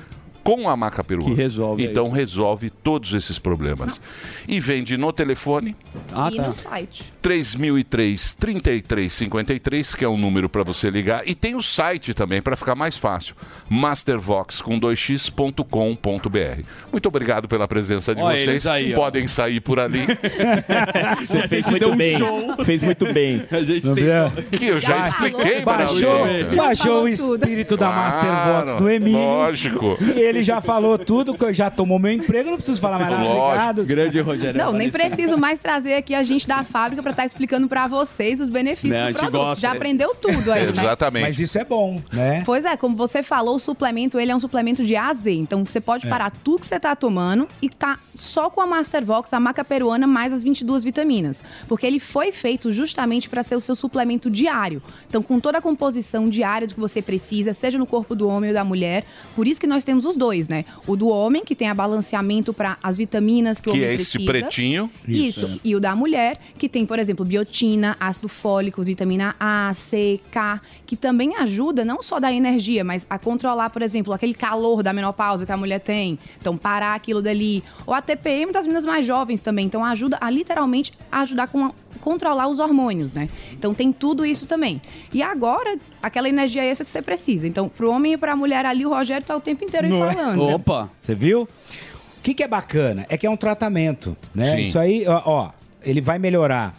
Speaker 3: Com a maca peruana.
Speaker 6: Que resolve, é
Speaker 3: Então
Speaker 6: isso.
Speaker 3: resolve todos esses problemas. E vende no telefone.
Speaker 6: Ah,
Speaker 17: E no site.
Speaker 3: 3003 3353, que é um número para você ligar. E tem o site também, para ficar mais fácil. Mastervox com 2x.com.br. Muito obrigado pela presença de
Speaker 6: Ó,
Speaker 3: vocês.
Speaker 6: eles aí, ó.
Speaker 3: Podem sair por ali.
Speaker 5: Você fez muito bem. Fez muito bem.
Speaker 6: A gente
Speaker 18: um-
Speaker 3: Que eu já expliquei,
Speaker 19: Baixou,
Speaker 3: Maravilha.
Speaker 19: baixou o espírito da
Speaker 3: Claro,
Speaker 19: Masterbox no
Speaker 18: um.
Speaker 19: Emílio.
Speaker 3: lógico.
Speaker 19: E ele já falou tudo, que eu já tomou meu emprego, não preciso falar mais nada. Obrigado.
Speaker 6: Grande Rogério. é
Speaker 17: Não, nem
Speaker 6: Aparecido.
Speaker 17: preciso mais trazer aqui a gente da fábrica pra estar explicando pra vocês os benefícios
Speaker 6: Né, a
Speaker 17: do
Speaker 6: gente
Speaker 17: produto.
Speaker 6: gosta,
Speaker 17: Já
Speaker 6: né?
Speaker 17: aprendeu tudo aí, né?
Speaker 19: Mas isso é bom, né?
Speaker 17: Pois é, como você falou, o suplemento ele é um suplemento de AZ. Então você pode
Speaker 19: É.
Speaker 17: parar tudo que você tá tomando e tá só com a Mastervox, a maca peruana, mais as 22 vitaminas. Porque ele foi feito justamente para ser o seu suplemento diário. Então, com toda a composição diária do que você precisa, seja no corpo do homem ou da mulher. Por isso que nós temos os dois, né? O do homem, que tem a balanceamento para as vitaminas que, o
Speaker 3: Que
Speaker 17: homem
Speaker 3: é esse
Speaker 17: precisa.
Speaker 3: pretinho.
Speaker 17: Isso.
Speaker 3: Isso.
Speaker 17: E o da mulher, que tem, por exemplo, biotina, ácido fólico, vitamina A, C, K, que também ajuda não só da energia, mas a controlar, por exemplo, aquele calor da menopausa que a mulher tem. Então, parar aquilo dali. Ou a TPM das meninas mais jovens também. Então, ajuda a literalmente ajudar com a controlar os hormônios, né? Então tem tudo isso também. E agora, aquela energia extra que você precisa. Então, pro homem e pra mulher ali, o Rogério tá o tempo inteiro
Speaker 18: é?
Speaker 17: me falando.
Speaker 18: Opa, você viu? O que, que é bacana? É que é um tratamento, né?
Speaker 19: Sim.
Speaker 18: Isso aí, ó, ó, ele vai melhorar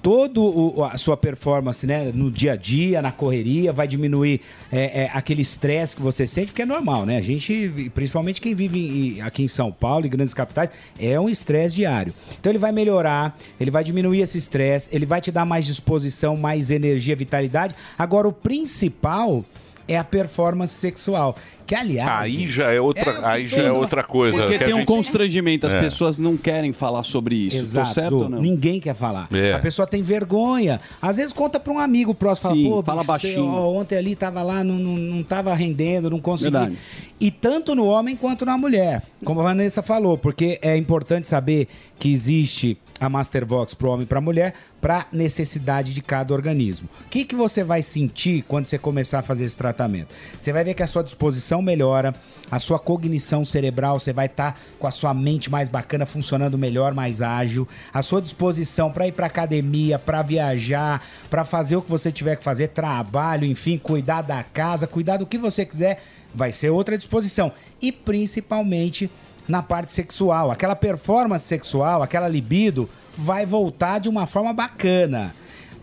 Speaker 18: todo o- a sua performance, né? No dia a dia, na correria, vai diminuir é, é, aquele estresse que você sente, porque é normal, né? A gente, principalmente quem vive em- aqui em São Paulo e grandes capitais, é um estresse diário. Então ele vai melhorar, ele vai diminuir esse estresse, ele vai te dar mais disposição, mais energia, vitalidade. Agora, o principal é a performance sexual, que aliás...
Speaker 3: Aí já é outra, aí já é outra coisa.
Speaker 6: Porque
Speaker 3: que a
Speaker 6: tem um
Speaker 3: gente-
Speaker 6: constrangimento, as
Speaker 3: É.
Speaker 6: pessoas não querem falar sobre isso.
Speaker 18: Exato.
Speaker 6: Tô certo ou não?
Speaker 18: Ninguém quer falar.
Speaker 6: É.
Speaker 18: A pessoa tem vergonha. Às vezes conta pra um amigo próximo,
Speaker 6: Sim,
Speaker 18: fala, pô,
Speaker 6: fala
Speaker 18: bicho, você,
Speaker 6: baixinho.
Speaker 18: ó, ontem ali tava lá, não, não, não tava rendendo, não consegui.
Speaker 6: Verdade.
Speaker 18: E tanto no homem quanto na mulher. Como a Vanessa falou, porque é importante saber que existe a Mastervox pro homem e pra mulher pra necessidade de cada organismo. O que, que você vai sentir quando você começar a fazer esse tratamento? Você vai ver que a sua disposição melhora, a sua cognição cerebral, você vai estar com a sua mente mais bacana, funcionando melhor, mais ágil, a sua disposição pra ir pra academia, pra viajar, pra fazer o que você tiver que fazer, trabalho, enfim, cuidar da casa, cuidar do que você quiser, vai ser outra disposição. E principalmente na parte sexual, aquela performance sexual, aquela libido vai voltar de uma forma bacana.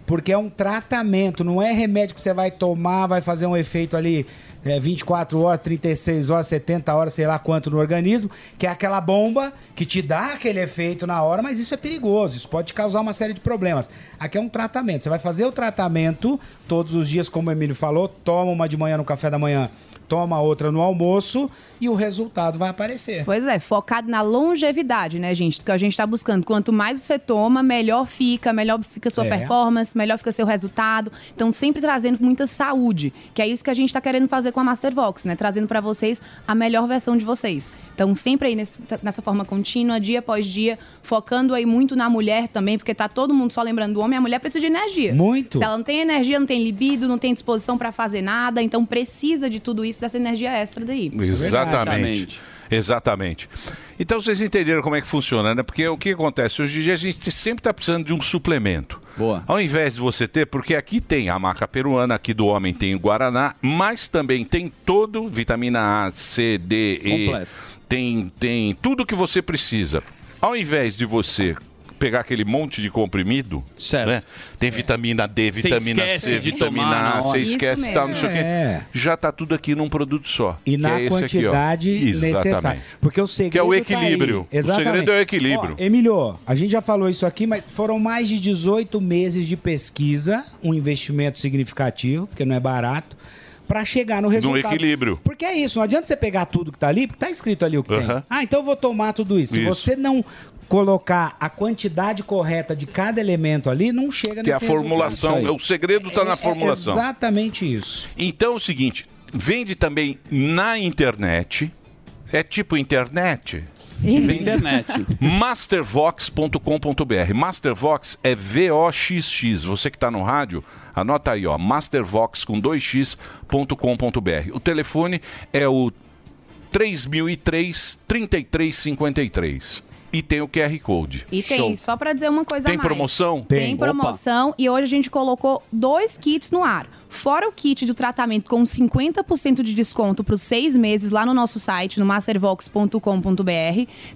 Speaker 18: Porque é um tratamento, não é remédio que você vai tomar, vai fazer um efeito ali é, 24 horas, 36 horas, 70 horas, sei lá quanto no organismo, que é aquela bomba que te dá aquele efeito na hora, mas isso é perigoso, isso pode te causar uma série de problemas. Aqui é um tratamento, você vai fazer o tratamento todos os dias, como o Emílio falou, toma uma de manhã no café da manhã, toma outra no almoço e o resultado vai aparecer.
Speaker 17: Pois é, focado na longevidade, né, gente? Que a gente tá buscando. Quanto mais você toma, melhor fica, melhor fica sua
Speaker 20: É.
Speaker 17: performance, melhor fica seu resultado. Então, sempre trazendo muita saúde, que é isso que a gente tá querendo fazer com a Mastervox, né? Trazendo pra vocês a melhor versão de vocês. Então, sempre aí nesse- nessa forma contínua, dia após dia, focando aí muito na mulher também, porque tá todo mundo só lembrando do homem, a mulher precisa de energia.
Speaker 18: Muito.
Speaker 17: Se ela não tem energia, não tem libido, não tem disposição pra fazer nada, então precisa de tudo isso, dessa energia extra daí.
Speaker 3: É Exatamente. Exatamente. Então vocês entenderam como é que funciona, né? Porque o que acontece? Hoje em dia a gente sempre está precisando de um suplemento. Boa. Ao invés de você ter, porque aqui tem a maca peruana, aqui do homem tem o Guaraná, mas também tem todo, vitamina A, C, D, E.
Speaker 6: Completo.
Speaker 3: Tem, tem tudo que você precisa. Ao invés de você pegar aquele monte de comprimido, certo. Tem vitamina D,
Speaker 6: Você
Speaker 3: vitamina
Speaker 6: esquece
Speaker 3: C,
Speaker 6: de
Speaker 3: vitamina
Speaker 6: tomar na
Speaker 3: A, você
Speaker 6: hora.
Speaker 3: esquece,
Speaker 6: Isso
Speaker 3: tal, não sei o quê.
Speaker 6: mesmo.
Speaker 18: É.
Speaker 3: Já tá tudo aqui num produto só.
Speaker 18: E
Speaker 3: que
Speaker 18: na
Speaker 3: é esse aqui, ó.
Speaker 18: quantidade necessária.
Speaker 3: Exatamente.
Speaker 18: Porque o segredo
Speaker 3: Que é o
Speaker 18: tá
Speaker 3: equilíbrio.
Speaker 18: aí.
Speaker 3: O segredo é o equilíbrio.
Speaker 18: Ó, Emílio, a gente já falou isso aqui, mas foram mais de 18 meses de pesquisa, um investimento significativo, porque não é barato, para chegar no
Speaker 3: No
Speaker 18: resultado.
Speaker 3: um equilíbrio.
Speaker 18: Porque é isso, não adianta você pegar tudo que tá ali, porque tá escrito ali o que tem.
Speaker 3: Aham.
Speaker 18: Ah, então eu vou tomar tudo isso. Se
Speaker 3: Isso.
Speaker 18: você não colocar a quantidade correta de cada elemento ali, não chega
Speaker 3: Que é a
Speaker 18: nesse resultado.
Speaker 3: formulação.
Speaker 18: Isso aí.
Speaker 3: O segredo está
Speaker 18: É-
Speaker 3: na
Speaker 18: é
Speaker 3: formulação.
Speaker 18: exatamente isso.
Speaker 3: Então é o seguinte, vende também na internet. É tipo internet.
Speaker 6: Isso.
Speaker 3: Vende-
Speaker 6: Internet.
Speaker 3: Mastervox.com.br. Mastervox é V-O-X-X. Você que está no rádio, anota aí, ó. Mastervox com 2x.com.br. O telefone é o 3003 3353. E tem o QR Code.
Speaker 17: E tem,
Speaker 3: Show.
Speaker 17: só pra dizer uma coisa
Speaker 3: Tem
Speaker 17: a mais.
Speaker 3: promoção?
Speaker 17: Tem,
Speaker 3: Tem.
Speaker 17: promoção e hoje a gente colocou dois kits no ar. Fora o kit do tratamento com 50% de desconto para os seis meses lá no nosso site, no mastervox.com.br.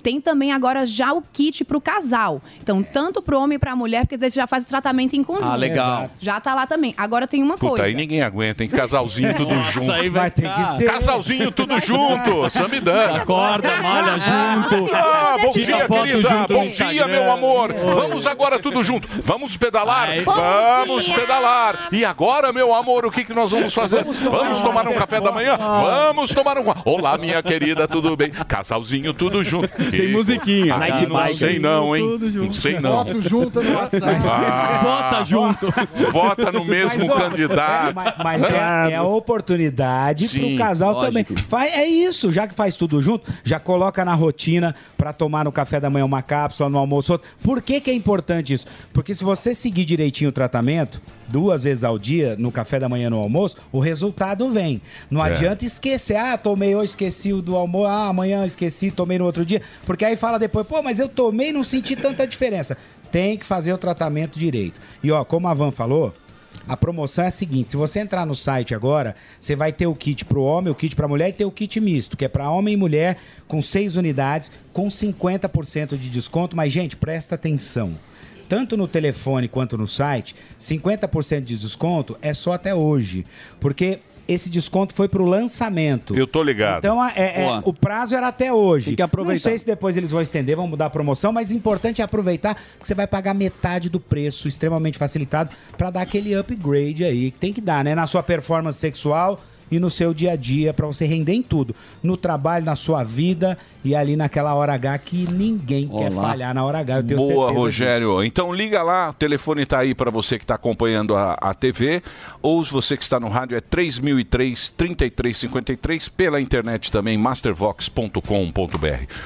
Speaker 17: Tem também agora já o kit para o casal. Então, tanto para homem e para mulher, porque daí você já faz o tratamento em conjunto.
Speaker 3: Ah, legal. Exato.
Speaker 17: Já tá lá também. Agora tem uma
Speaker 3: Puta,
Speaker 17: coisa.
Speaker 3: aí ninguém aguenta, hein? Casalzinho tudo
Speaker 6: Nossa,
Speaker 3: junto.
Speaker 6: aí vai ter que ser.
Speaker 3: Casalzinho tudo junto. Samidana.
Speaker 6: Acorda, malha junto.
Speaker 3: Ah, bom
Speaker 6: Tira
Speaker 3: dia,
Speaker 6: foto
Speaker 3: querida.
Speaker 6: junto no
Speaker 3: bom dia,
Speaker 6: Instagram.
Speaker 3: meu amor. Vamos agora tudo junto. Vamos pedalar?
Speaker 6: Ai.
Speaker 3: Vamos
Speaker 6: Bom dia.
Speaker 3: pedalar. E agora, meu amor, o que, que nós vamos fazer? Vamos tomar, um café da manhã? Vamos tomar um. Olá, minha querida, tudo bem? Casalzinho, tudo junto. Tem
Speaker 14: musiquinha. Night
Speaker 3: não
Speaker 14: bike.
Speaker 3: sei não, hein?
Speaker 14: Tudo junto.
Speaker 3: Não sei não.
Speaker 14: Voto junto
Speaker 21: no
Speaker 14: WhatsApp.
Speaker 3: Ah,
Speaker 14: Vota junto.
Speaker 3: Vota no mesmo
Speaker 18: Mas, ó,
Speaker 3: candidato.
Speaker 18: Mas, mas é, é a oportunidade
Speaker 3: Sim,
Speaker 18: pro casal
Speaker 3: lógico.
Speaker 18: também. Faz, é isso, já que faz tudo junto, já coloca na rotina pra tomar no café da manhã uma cápsula, no almoço outra. Por que, que é importante isso? Porque se você seguir direitinho o tratamento, duas vezes ao dia, no café da manhã no almoço, o resultado vem. Não
Speaker 14: É.
Speaker 18: adianta esquecer, ah, tomei hoje, esqueci o do almoço, ah, amanhã esqueci, tomei no outro dia. Porque aí fala depois, pô, mas eu tomei e não senti tanta diferença. Tem que fazer o tratamento direito. E ó, como a Van falou, a promoção é a seguinte: se você entrar no site agora, você vai ter o kit pro homem, o kit pra mulher e ter o kit misto, que é pra homem e mulher, com seis unidades, com 50% de desconto. Mas, gente, presta atenção tanto no telefone quanto no site, 50% de desconto é só até hoje. Porque esse desconto foi pro lançamento.
Speaker 3: Eu tô ligado.
Speaker 18: Então a- é- é-
Speaker 3: Boa.
Speaker 18: o prazo era até hoje.
Speaker 3: Tá Tem que aproveitar.
Speaker 18: Não sei se depois eles vão estender, vão mudar a promoção, mas o importante é aproveitar que você vai pagar metade do preço, extremamente facilitado, para dar aquele upgrade aí que tem que dar, né? Na sua performance sexual e no seu dia a dia, para você render em tudo. No trabalho, na sua vida e ali naquela hora H que ninguém quer
Speaker 3: Olá.
Speaker 18: falhar na hora H. Eu tenho
Speaker 3: Boa,
Speaker 18: certeza disso.
Speaker 3: Rogério. Então liga lá, o telefone está aí para você que está acompanhando a, a TV, ou se você que está no rádio é 3003 3353, pela internet também, mastervox.com.br.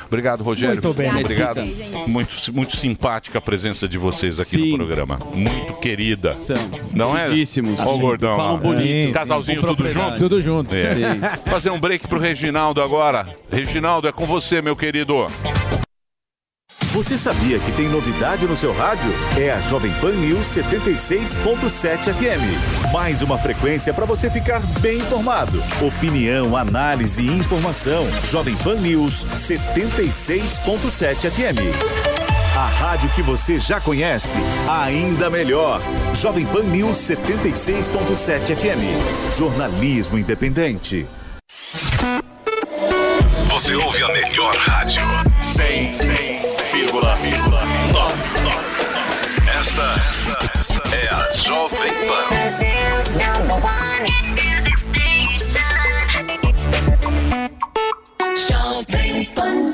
Speaker 3: Obrigado, Rogério.
Speaker 14: Muito bem.
Speaker 3: Obrigado.
Speaker 14: Obrigada.
Speaker 3: Muito, muito simpática a presença de vocês aqui no programa. Muito querida. São. Não é?
Speaker 2: queridíssimos.
Speaker 3: Ó, o gordão.
Speaker 2: Falam
Speaker 3: lá. É.
Speaker 2: bonito, sim,
Speaker 3: Casalzinho
Speaker 2: com
Speaker 3: tudo
Speaker 2: propriedade.
Speaker 3: junto?
Speaker 2: Tudo junto.
Speaker 3: É.
Speaker 2: Sim.
Speaker 3: Fazer um break pro Reginaldo agora. Reginaldo, é com você, meu querido.
Speaker 22: Você sabia que tem novidade no seu rádio? É a Jovem Pan News 76.7 FM. Mais uma frequência para você ficar bem informado. Opinião, análise e informação. Jovem Pan News 76.7 FM. A rádio que você já conhece, ainda melhor. Jovem Pan News 76.7 FM. Jornalismo independente.
Speaker 14: Você ouve a melhor rádio. 100,9. Esta é a Jovem Pan.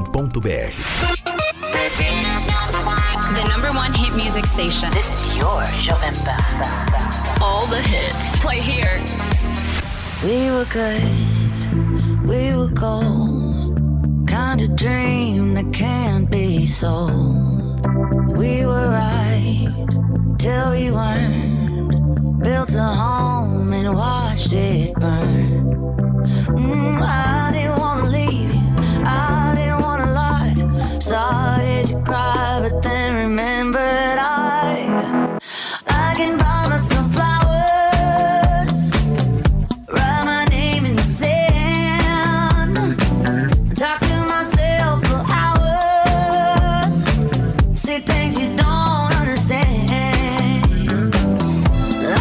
Speaker 13: The number one hit music station. This is your Jovem Pan. All the hits. Play here.
Speaker 23: We were good, we were gold. Kind of dream that can't be sold. We were right till we weren't. Built a home and watched it burn. Mm, I didn't wanna leave you, I didn't wanna lie. Started to cry, but then remembered I. I can buy myself flowers. Write my name in the sand. Talk to myself for hours. See things you don't understand.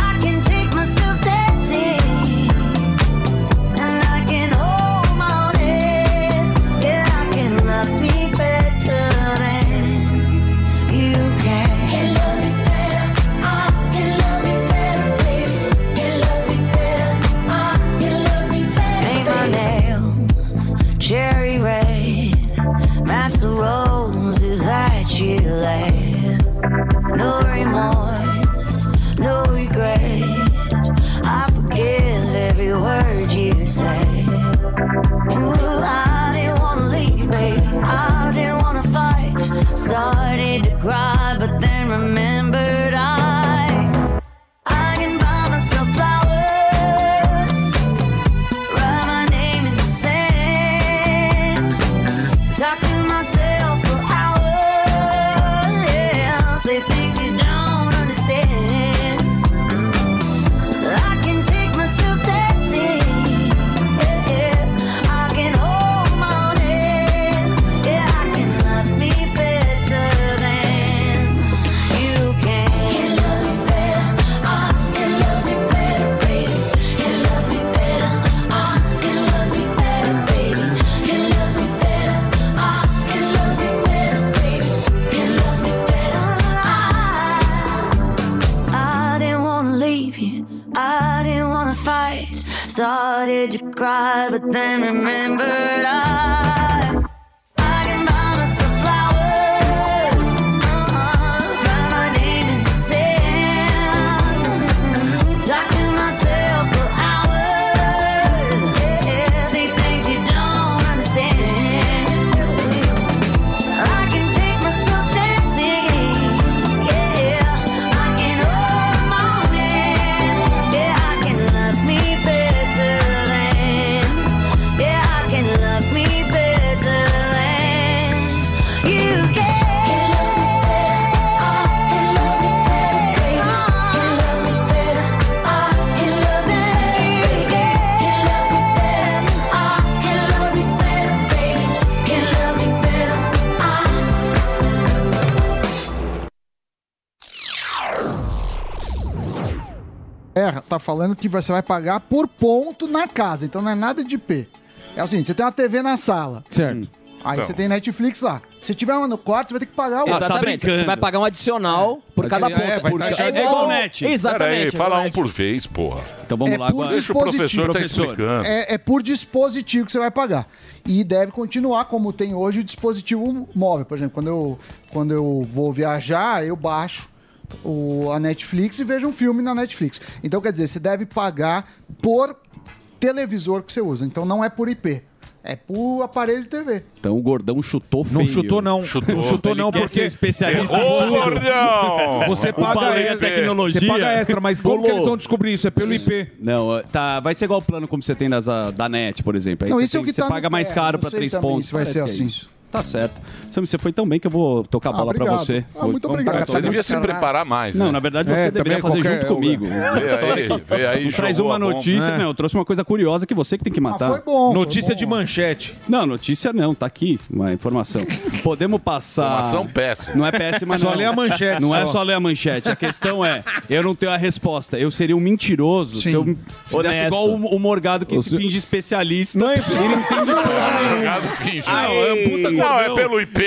Speaker 23: I can take myself dancing. And I can hold my own head. Yeah, I can love me better than you can. Can love me better. I can love me better, baby. Can love me better. I can love me better. Paint my nails cherry red. Match the roses that you laid. No remorse, no regret. I forgive every word you say. Ooh, I didn't wanna leave, babe. I didn't wanna fight. Started to cry, but then remembered I. I can buy myself flowers. Write my name in the sand. Talk to myself for hours. Yeah, say things you don't understand. I can take myself dancing. Yeah, yeah. I can hold my own head. Yeah, I can love me better than you can. Can love me better. I can love me better, baby. Can love me better. I can love me better, baby. Can love me better. I can love me better, baby. Can love me better. I didn't wanna leave you. I didn't wanna fight. Started to cry, but then remembered I. I can buy myself flowers. I
Speaker 4: Terra tá falando que você vai pagar por ponto na casa, então não é nada de P. É o seguinte, você tem uma TV na sala.
Speaker 9: Certo.
Speaker 4: Aí
Speaker 9: Então.
Speaker 4: você tem Netflix lá. Se tiver uma no quarto, você vai ter que pagar o
Speaker 9: Exatamente. você vai pagar um adicional por cada
Speaker 4: Vai ter-
Speaker 9: ponto.
Speaker 4: é, vai
Speaker 6: tá
Speaker 9: Por-
Speaker 4: taxar
Speaker 9: é igual net.
Speaker 3: Peraí,
Speaker 9: Exatamente.
Speaker 3: fala um por vez, porra.
Speaker 6: Então
Speaker 4: É por
Speaker 3: Deixa o professor
Speaker 4: dispositivo.
Speaker 3: tá explicando.
Speaker 4: É, é por dispositivo que você vai pagar. E deve continuar como tem hoje o dispositivo móvel. Por exemplo, quando eu, quando eu vou viajar, eu baixo o, a Netflix e vejo um filme na Netflix. Então, quer dizer, você deve pagar por televisor que você usa. Então, não é por IP. É por aparelho de TV.
Speaker 6: Então o
Speaker 3: um
Speaker 6: gordão chutou feio.
Speaker 4: Não chutou, não.
Speaker 6: Chutou,
Speaker 4: Não chutou,
Speaker 6: Ele
Speaker 4: não,
Speaker 6: quer
Speaker 4: porque-
Speaker 6: ser especialista. em
Speaker 4: Errou,
Speaker 6: tudo.
Speaker 4: gordão!
Speaker 12: Você
Speaker 6: O
Speaker 12: paga,
Speaker 6: Paulinho é
Speaker 12: extra,
Speaker 6: tecnologia.
Speaker 12: você paga extra, mas como
Speaker 6: Bolou.
Speaker 12: que eles vão descobrir isso? É pelo IP.
Speaker 6: Não, eh, tá, vai ser igual o plano como você tem das, ah, da NET, por exemplo. Aí
Speaker 12: Não,
Speaker 6: você
Speaker 12: isso é o
Speaker 6: tem-
Speaker 12: que
Speaker 6: você
Speaker 12: tá no-
Speaker 6: paga mais
Speaker 12: é,
Speaker 6: caro
Speaker 12: não
Speaker 6: pra
Speaker 12: sei
Speaker 6: três
Speaker 12: também
Speaker 6: pontos.
Speaker 12: se vai
Speaker 6: parece
Speaker 12: ser
Speaker 6: que é
Speaker 12: assim.
Speaker 6: isso. Tá certo. Sam, você foi tão bem que eu vou tocar a bola pra
Speaker 3: obrigado.
Speaker 6: você.
Speaker 3: Ah, muito
Speaker 6: Vou-
Speaker 3: obrigado.
Speaker 6: vou-
Speaker 3: Você devia se preparar mais, né?
Speaker 6: Não, na verdade você
Speaker 3: É,
Speaker 6: deveria fazer
Speaker 3: também qualquer-
Speaker 6: junto comigo.
Speaker 3: Vê aí, vê aí,
Speaker 6: Traz
Speaker 3: jogou
Speaker 6: uma
Speaker 3: a bomba.
Speaker 6: notícia.
Speaker 3: É.
Speaker 6: Não, eu trouxe uma coisa curiosa que você que tem que matar.
Speaker 3: Ah, foi bom, foi
Speaker 6: Notícia de manchete. Não, notícia não. Tá aqui uma informação. Podemos passar...
Speaker 3: Informação péssima.
Speaker 6: Não é péssima, não.
Speaker 3: Só lê a manchete,
Speaker 6: Não é
Speaker 3: só.
Speaker 6: só ler a manchete. A questão é, eu não tenho a resposta. Eu seria um mentiroso se eu fizesse
Speaker 12: Honesto.
Speaker 6: igual o, o Morgado que se finge especialista. Não, ele não tem
Speaker 3: Obrigado, finge. é né? Não, é pelo IP.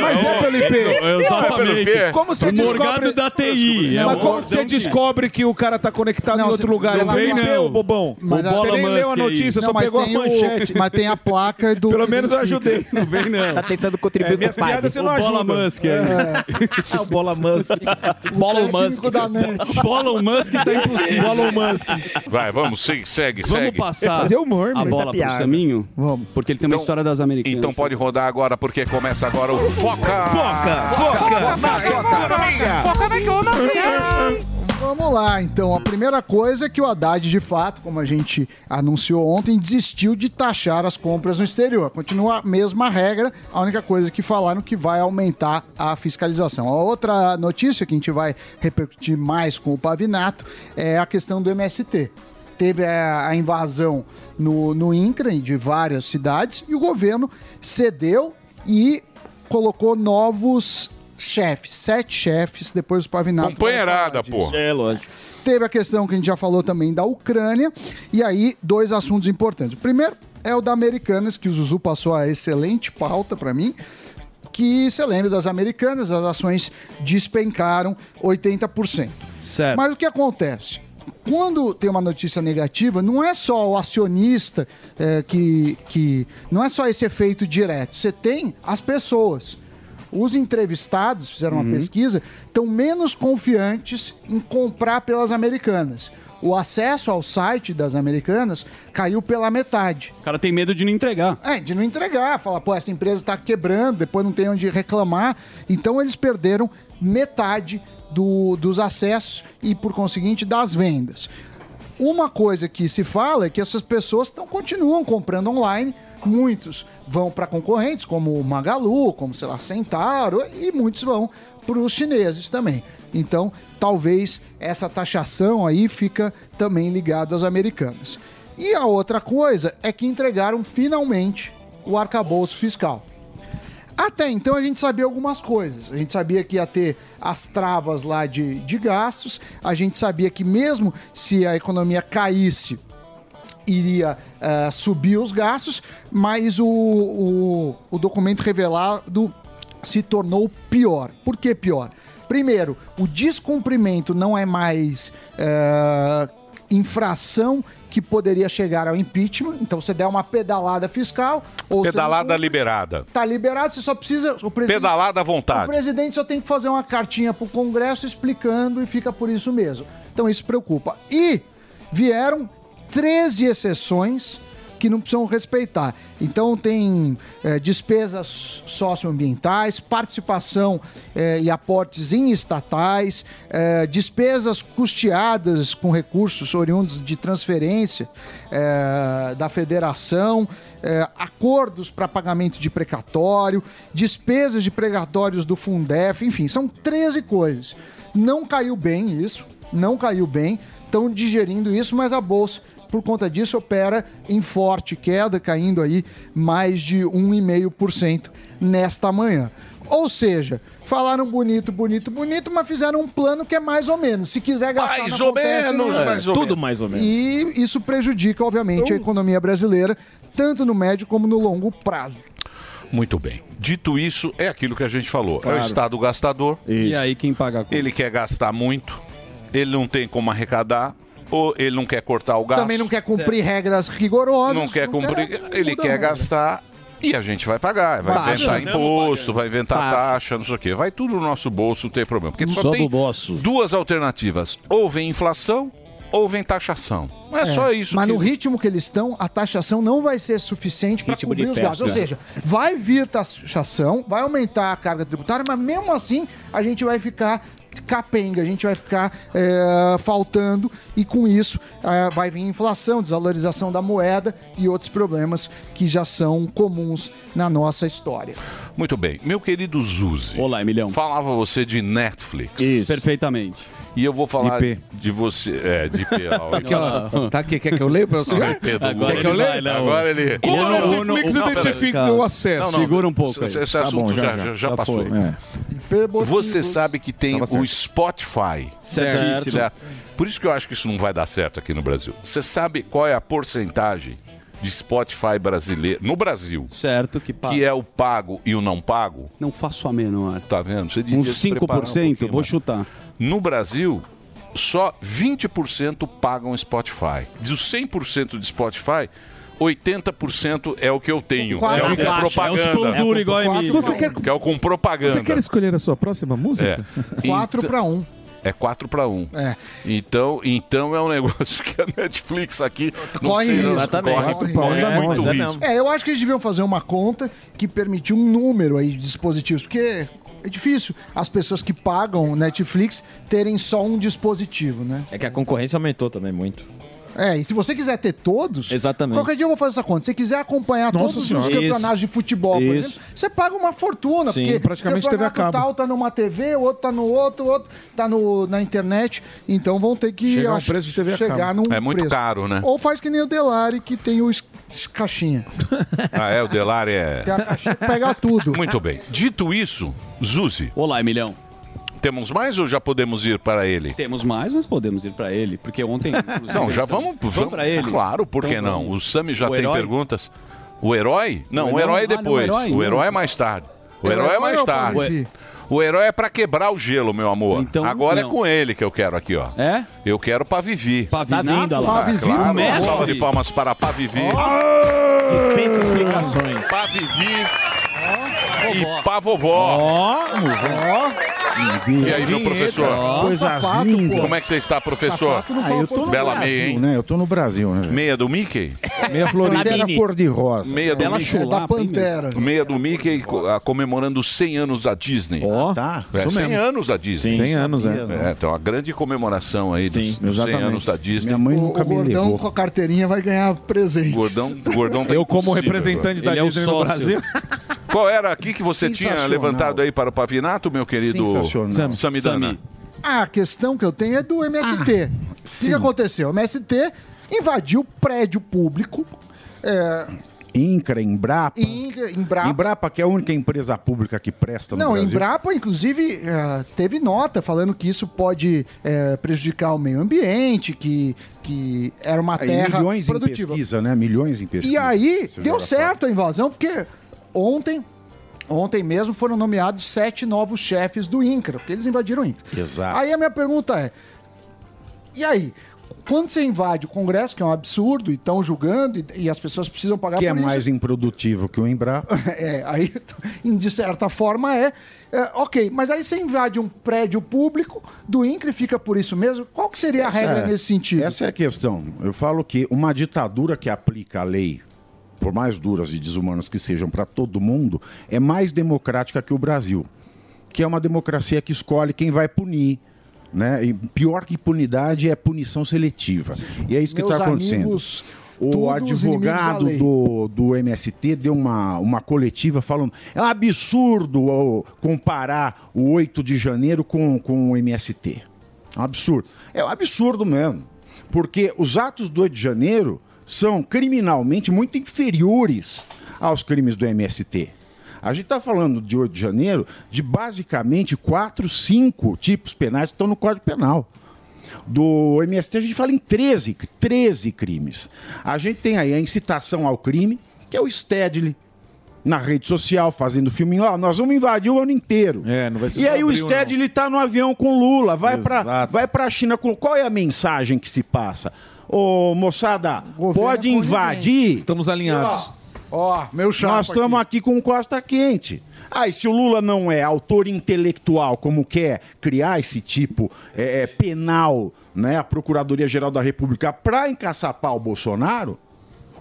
Speaker 12: Mas é pelo IP. Como você
Speaker 6: O
Speaker 12: descobre...
Speaker 6: Morgado da TI. É
Speaker 12: Mas
Speaker 6: um
Speaker 12: como que você
Speaker 6: gordão que-
Speaker 12: descobre que o cara tá conectado
Speaker 4: Não,
Speaker 12: em outro
Speaker 4: você-
Speaker 12: lugar?
Speaker 4: pela
Speaker 12: Não vem
Speaker 4: manchete.
Speaker 12: não, bobão.
Speaker 4: Mas a-
Speaker 12: você nem leu a notícia,
Speaker 4: Não,
Speaker 12: só
Speaker 4: mas
Speaker 12: pegou a
Speaker 4: tem o-
Speaker 12: manchete.
Speaker 4: mas tem a placa do.
Speaker 12: Pelo menos eu
Speaker 4: identifica.
Speaker 12: ajudei. Não vem não.
Speaker 4: Tá tentando contribuir
Speaker 12: é, minhas
Speaker 4: com o pai.
Speaker 12: piadas você
Speaker 4: O
Speaker 12: não
Speaker 4: Bola
Speaker 12: ajuda.
Speaker 4: Musk aí.
Speaker 12: É. o Bola Musk.
Speaker 4: Bola Musk. da
Speaker 6: net. Bola Musk tá impossível.
Speaker 12: Bola Musk.
Speaker 3: Vai, vamos, segue, segue,
Speaker 6: Vamos
Speaker 3: segue.
Speaker 6: passar a bola pro Saminho? Vamos. Porque ele tem uma história das americanas.
Speaker 3: Então pode rodar agora, porque é começa agora o Foca!
Speaker 4: Foca, Vamos lá, então. A primeira coisa é que o Haddad, de fato, como a gente anunciou ontem, desistiu de taxar as compras no exterior. Continua a mesma regra, a única coisa que falaram que vai aumentar a fiscalização. A outra notícia que a gente vai repercutir mais com o Pavinato é a questão do MST teve a, a invasão no, no INCRA de várias cidades e o governo cedeu e colocou novos chefes, sete chefes, depois o Pavinato.
Speaker 3: Companheirada, pô. É, lógico.
Speaker 4: Teve a questão que a gente já falou também da Ucrânia. E aí, dois assuntos importantes. O primeiro é o da Americanas, que o Zuzu passou a excelente pauta para mim. Que você lembra das Americanas, as ações despencaram 80%.
Speaker 6: Certo.
Speaker 4: Mas o que acontece? Quando tem uma notícia negativa, não é só o acionista eh, que, que. Não é só esse efeito direto. Você tem as pessoas. Os entrevistados, fizeram uma pesquisa, estão menos confiantes em comprar pelas americanas. O acesso ao site das americanas caiu pela metade.
Speaker 6: O cara tem medo de não entregar.
Speaker 4: É, de não entregar, falar, pô, essa empresa está quebrando, depois não tem onde reclamar. Então eles perderam metade do- dos acessos e, por conseguinte, das vendas. Uma coisa que se fala é que essas pessoas tão, continuam comprando online, muitos vão para concorrentes, como o Magalu, como, sei lá, Centauro, e muitos vão para os chineses também. Então, talvez essa taxação aí fica também ligado às americanas. E a outra coisa é que entregaram finalmente o arcabouço fiscal. Até então a gente sabia algumas coisas. A gente sabia que ia ter as travas lá de, de gastos, a gente sabia que mesmo se a economia caísse, iria eh, subir os gastos, mas o, o, o documento revelado se tornou pior. Por que pior? Primeiro, o descumprimento não é mais eh, infração que poderia chegar ao impeachment. Então você der uma pedalada fiscal ou você não
Speaker 3: Pedalada
Speaker 4: cumpre,
Speaker 3: liberada.
Speaker 4: Tá liberado, você só precisa. O presidente,
Speaker 3: Pedalada à
Speaker 4: O
Speaker 3: vontade.
Speaker 4: presidente só tem que fazer uma cartinha pro Congresso explicando e fica por isso mesmo. Então isso preocupa. E vieram 13 exceções que não precisam respeitar. Então tem eh, despesas socioambientais, participação eh, e aportes em estatais, eh, despesas custeadas com recursos oriundos de transferência eh, da federação, eh, acordos para pagamento de precatório, despesas de precatórios do Fundef, enfim, são 13 coisas. Não caiu bem isso, não caiu bem, estão digerindo isso, mas a bolsa, por conta disso, opera em um forte queda, caindo aí mais de 1,5% nesta manhã. Ou seja, falaram bonito, bonito, bonito, mas fizeram um plano que é mais ou menos. Se quiser gastar
Speaker 3: Mais
Speaker 4: não
Speaker 3: ou
Speaker 4: acontece, não é.
Speaker 3: menos,
Speaker 4: vai.
Speaker 3: mais ou Tudo menos.
Speaker 12: É, mais ou menos.
Speaker 4: E isso prejudica, obviamente, a economia brasileira, tanto no médio como no longo prazo.
Speaker 3: Muito bem. Dito isso, é aquilo que a gente falou. É
Speaker 6: Claro.
Speaker 3: o Estado gastador.
Speaker 6: E aí quem paga a conta?
Speaker 3: Ele quer gastar muito, ele não tem como arrecadar, ou ele não quer cortar o gasto.
Speaker 4: Também não quer cumprir regras rigorosas.
Speaker 3: Não quer cumprir, ele
Speaker 4: muda
Speaker 3: quer
Speaker 4: a regra.
Speaker 3: gastar e a gente vai pagar. Vai
Speaker 4: Taxa.
Speaker 3: inventar
Speaker 4: Não,
Speaker 3: imposto, vai inventar taxa, não sei o quê. Vai tudo no nosso bolso, não tem problema. Porque só
Speaker 2: Só
Speaker 3: tem
Speaker 2: do bolso.
Speaker 3: duas alternativas. Ou vem inflação, ou vem taxação. Não é, só isso.
Speaker 4: Mas
Speaker 3: que-
Speaker 4: no ritmo que eles estão, a taxação não vai ser suficiente para
Speaker 3: Ritmo
Speaker 4: cobrir
Speaker 3: de
Speaker 4: os
Speaker 3: festa,
Speaker 4: gastos. Ou
Speaker 3: né?
Speaker 4: seja, vai vir taxação, vai aumentar a carga tributária, mas mesmo assim a gente vai ficar capenga, a gente vai ficar é, faltando e com isso é, vai vir inflação, desvalorização da moeda e outros problemas que já são comuns na nossa história.
Speaker 3: Muito bem. Meu querido Zuzi.
Speaker 6: Olá, Emilhão.
Speaker 3: Falava você de Netflix.
Speaker 6: Isso. Perfeitamente.
Speaker 3: E eu vou falar
Speaker 6: IP.
Speaker 3: de você. É, de IP. ó.
Speaker 6: Tá aqui, ó.
Speaker 12: Tá aqui, quer que eu leia pra você?
Speaker 3: IP do
Speaker 12: Agora
Speaker 3: Google.
Speaker 12: ele vai, não.
Speaker 3: Agora ele.
Speaker 12: Como
Speaker 3: Ele
Speaker 12: a
Speaker 3: não-
Speaker 12: Netflix
Speaker 3: não- não,
Speaker 12: identifica
Speaker 3: peraí.
Speaker 12: é o acesso?
Speaker 3: Não, não,
Speaker 12: Segura um pouco
Speaker 3: Esse,
Speaker 12: aí.
Speaker 3: esse
Speaker 12: Tá
Speaker 3: assunto
Speaker 12: bom, já,
Speaker 3: já,
Speaker 12: já.
Speaker 3: já
Speaker 12: Já
Speaker 3: passou.
Speaker 12: foi, é.
Speaker 3: Você sabe que tem
Speaker 12: Tava
Speaker 3: o
Speaker 12: certo.
Speaker 3: Spotify.
Speaker 12: Certíssimo.
Speaker 3: Por isso que eu acho que isso não vai dar certo aqui no Brasil. Você sabe qual é a porcentagem de Spotify brasileiro no Brasil?
Speaker 6: Certo, que paga.
Speaker 3: é o pago e o não pago?
Speaker 6: Não faço a menor.
Speaker 3: Tá vendo? Você devia
Speaker 6: Uns
Speaker 3: se preparar um
Speaker 6: 5%,
Speaker 3: pouquinho
Speaker 6: vou
Speaker 3: mais.
Speaker 6: chutar.
Speaker 3: No Brasil, só 20% pagam Spotify. Dos 100% de Spotify, 80% é o que eu tenho.
Speaker 12: Quatro
Speaker 3: é o que é
Speaker 12: faixas,
Speaker 3: propaganda.
Speaker 12: é os pão duro igual a Emílio.
Speaker 3: Você
Speaker 12: Você
Speaker 3: quer...
Speaker 12: quer-
Speaker 3: Que é o com propaganda.
Speaker 12: Você quer escolher a sua próxima música?
Speaker 3: É.
Speaker 4: Quatro
Speaker 3: Então-
Speaker 4: para um.
Speaker 3: É 4 para 1.
Speaker 4: É.
Speaker 3: Então, então é um negócio que a Netflix aqui não
Speaker 4: Corre
Speaker 3: sei,
Speaker 4: risco.
Speaker 3: Exatamente. Corre, corre, muito risco.
Speaker 4: É, eu acho que eles deviam fazer uma conta que permitiu um número aí de dispositivos, porque é difícil as pessoas que pagam Netflix terem só um dispositivo, né?
Speaker 2: É que a concorrência aumentou também muito.
Speaker 4: É, e se você quiser ter todos, é
Speaker 2: Exatamente.
Speaker 4: qualquer dia eu vou fazer essa conta. Se você quiser acompanhar
Speaker 2: Nossa
Speaker 4: todos
Speaker 2: Senhora.
Speaker 4: os campeonatos de futebol, por
Speaker 2: Isso.
Speaker 4: exemplo, você paga uma fortuna,
Speaker 2: Sim,
Speaker 4: porque
Speaker 2: praticamente
Speaker 4: o
Speaker 2: TV a
Speaker 4: campeonato
Speaker 2: cabo.
Speaker 4: tal tá numa TV, o outro tá no outro, o outro tá no, na internet, então vão ter que
Speaker 3: Chegar ao
Speaker 4: acho,
Speaker 3: preço de TV a
Speaker 4: chegar
Speaker 3: cabo.
Speaker 4: num
Speaker 3: É muito
Speaker 4: preço.
Speaker 3: caro, né?
Speaker 4: Ou faz que nem o Delari, que tem o es- es- caixinha.
Speaker 3: Ah, é, o Delari é.
Speaker 4: Tem a caixinha que pega tudo.
Speaker 3: Muito bem. Dito isso, Zuzi.
Speaker 6: Olá, Emilhão.
Speaker 3: Temos mais ou já podemos ir para ele?
Speaker 6: Temos mais, mas podemos ir pra ele, porque ontem. inclusive,
Speaker 3: Não, já
Speaker 6: eles
Speaker 3: vamos,
Speaker 6: tão-
Speaker 3: vamos
Speaker 6: tão pra ele.
Speaker 3: Claro, por
Speaker 6: Tão
Speaker 3: que
Speaker 6: pra
Speaker 3: não?
Speaker 6: ele.
Speaker 3: O Sami já
Speaker 6: O
Speaker 3: tem
Speaker 6: herói?
Speaker 3: perguntas. O herói? Não, o
Speaker 6: O
Speaker 3: herói
Speaker 6: herói?
Speaker 3: é
Speaker 6: Ah, não, o
Speaker 3: depois.
Speaker 6: herói,
Speaker 3: O
Speaker 6: não.
Speaker 3: herói é mais tarde. O
Speaker 6: O
Speaker 3: herói é
Speaker 6: herói
Speaker 3: mais
Speaker 6: eu
Speaker 3: tarde.
Speaker 6: falei.
Speaker 3: O herói é pra quebrar o gelo, meu amor. Agora é
Speaker 6: Então, não.
Speaker 3: com ele que eu quero aqui, ó.
Speaker 6: É?
Speaker 3: Eu quero pra Vivi.
Speaker 6: Tá vindo, olha lá.
Speaker 3: Ah,
Speaker 6: Pavivi,
Speaker 3: claro.
Speaker 6: o mestre.
Speaker 3: Salva de palmas para Pavivi.
Speaker 2: Dispensa explicações.
Speaker 3: Pavivi. E pra vovó. E aí, meu professor?
Speaker 2: Coisas
Speaker 3: Sapato,
Speaker 2: lindas.
Speaker 3: pô. Como é que você está, professor?
Speaker 2: Ah, eu tô no
Speaker 3: Bela
Speaker 2: Brasil,
Speaker 3: meia, hein?
Speaker 2: né? Eu tô no Brasil, né?
Speaker 3: Meia do Mickey?
Speaker 2: Meia florida
Speaker 3: Labini.
Speaker 2: cor de rosa.
Speaker 3: Meia do
Speaker 2: Bela
Speaker 3: Mickey.
Speaker 2: chulapa, Da
Speaker 4: Pantera.
Speaker 3: Meia do Mickey co- ah, comemorando os 100 anos da Disney. Ó, tá. É,
Speaker 2: isso
Speaker 3: 100
Speaker 2: mesmo.
Speaker 3: anos da Disney.
Speaker 2: Sim, 100 anos, é.
Speaker 3: é. Então, a grande comemoração aí dos, dos 100
Speaker 2: exatamente.
Speaker 3: anos da Disney.
Speaker 2: Minha mãe
Speaker 4: O gordão com a carteirinha vai ganhar presente.
Speaker 3: Gordão, gordão tá
Speaker 4: Eu como
Speaker 3: impossível
Speaker 4: representante
Speaker 3: agora.
Speaker 4: da Ele é o Disney no sócio. Brasil.
Speaker 3: Qual era aqui que você tinha
Speaker 4: Sensacional.
Speaker 3: levantado aí para o Pavinato, meu querido
Speaker 4: Sensacional.
Speaker 3: Sam-
Speaker 4: Sami.
Speaker 3: Samidana?
Speaker 4: Ah, A questão que eu tenho é do
Speaker 2: Ah,
Speaker 4: MST. o que aconteceu? O MST invadiu prédio público. É,
Speaker 2: Incra, Embrapa.
Speaker 4: Inca, Embrapa.
Speaker 2: Embrapa, que é a única empresa pública que presta Tá no
Speaker 4: não,
Speaker 2: Brasil.
Speaker 4: Embrapa, inclusive, eh, teve nota falando que isso pode eh, prejudicar o meio ambiente, que, que era uma
Speaker 2: Aí,
Speaker 4: terra
Speaker 2: milhões em
Speaker 4: produtiva.
Speaker 2: pesquisa, né? Milhões em pesquisa.
Speaker 4: E aí,
Speaker 2: Você
Speaker 4: deu
Speaker 2: joga
Speaker 4: certo a invasão, porque ontem, ontem mesmo foram nomeados sete novos chefes do INCRA, porque eles invadiram o INCRA.
Speaker 2: fora. Exato.
Speaker 4: Aí a minha pergunta é: e aí? Quando você invade o Congresso, que é um absurdo, e estão julgando, e, e as pessoas precisam pagar
Speaker 2: que é
Speaker 4: por isso.
Speaker 2: mais improdutivo que o Embrapa.
Speaker 4: É, aí, de certa forma, é. É, Ok, mas aí você invade um prédio público do INCRE e fica por isso mesmo? Qual que seria a regra
Speaker 2: é-
Speaker 4: nesse sentido?
Speaker 2: Essa é a questão. Eu falo que uma ditadura que aplica a lei, por mais duras e desumanas que sejam para todo mundo, é mais democrática que o Brasil, que é uma democracia que escolhe quem vai punir. Né? E pior que impunidade é punição seletiva. E é isso que
Speaker 4: Meus
Speaker 2: está acontecendo.
Speaker 4: amigos,
Speaker 2: o
Speaker 4: todos inimigos à
Speaker 2: advogado
Speaker 4: lei.
Speaker 2: do, do MST deu uma, uma coletiva falando é um absurdo ó, comparar o 8 de janeiro com, com o MST. É um absurdo. É um absurdo mesmo. Porque os atos do 8 de janeiro são criminalmente muito inferiores aos crimes do MST. A gente está falando de 8 de janeiro de basicamente quatro, cinco tipos penais que estão no Código Penal. Do MST a gente fala em 13, 13 crimes. A gente tem aí a incitação ao crime, que é o Stedley. Na rede social, fazendo filminho, ó, nós vamos invadir o ano inteiro. É, não vai
Speaker 8: ser
Speaker 2: e
Speaker 8: só
Speaker 2: aí o
Speaker 8: abril, não.
Speaker 2: Stedley ele tá no avião com Lula, vai pra
Speaker 8: Exato.
Speaker 2: vai pra China com qual é a mensagem que se passa? Ô, moçada, pode invadir? Estamos alinhados.
Speaker 4: Ó, meu chapa
Speaker 2: Nós estamos aqui. com Costa Quente. Aí, se o Lula não é autor intelectual, como quer criar esse tipo é, é, penal, né, a Procuradoria-Geral da República, para encaçapar o Bolsonaro,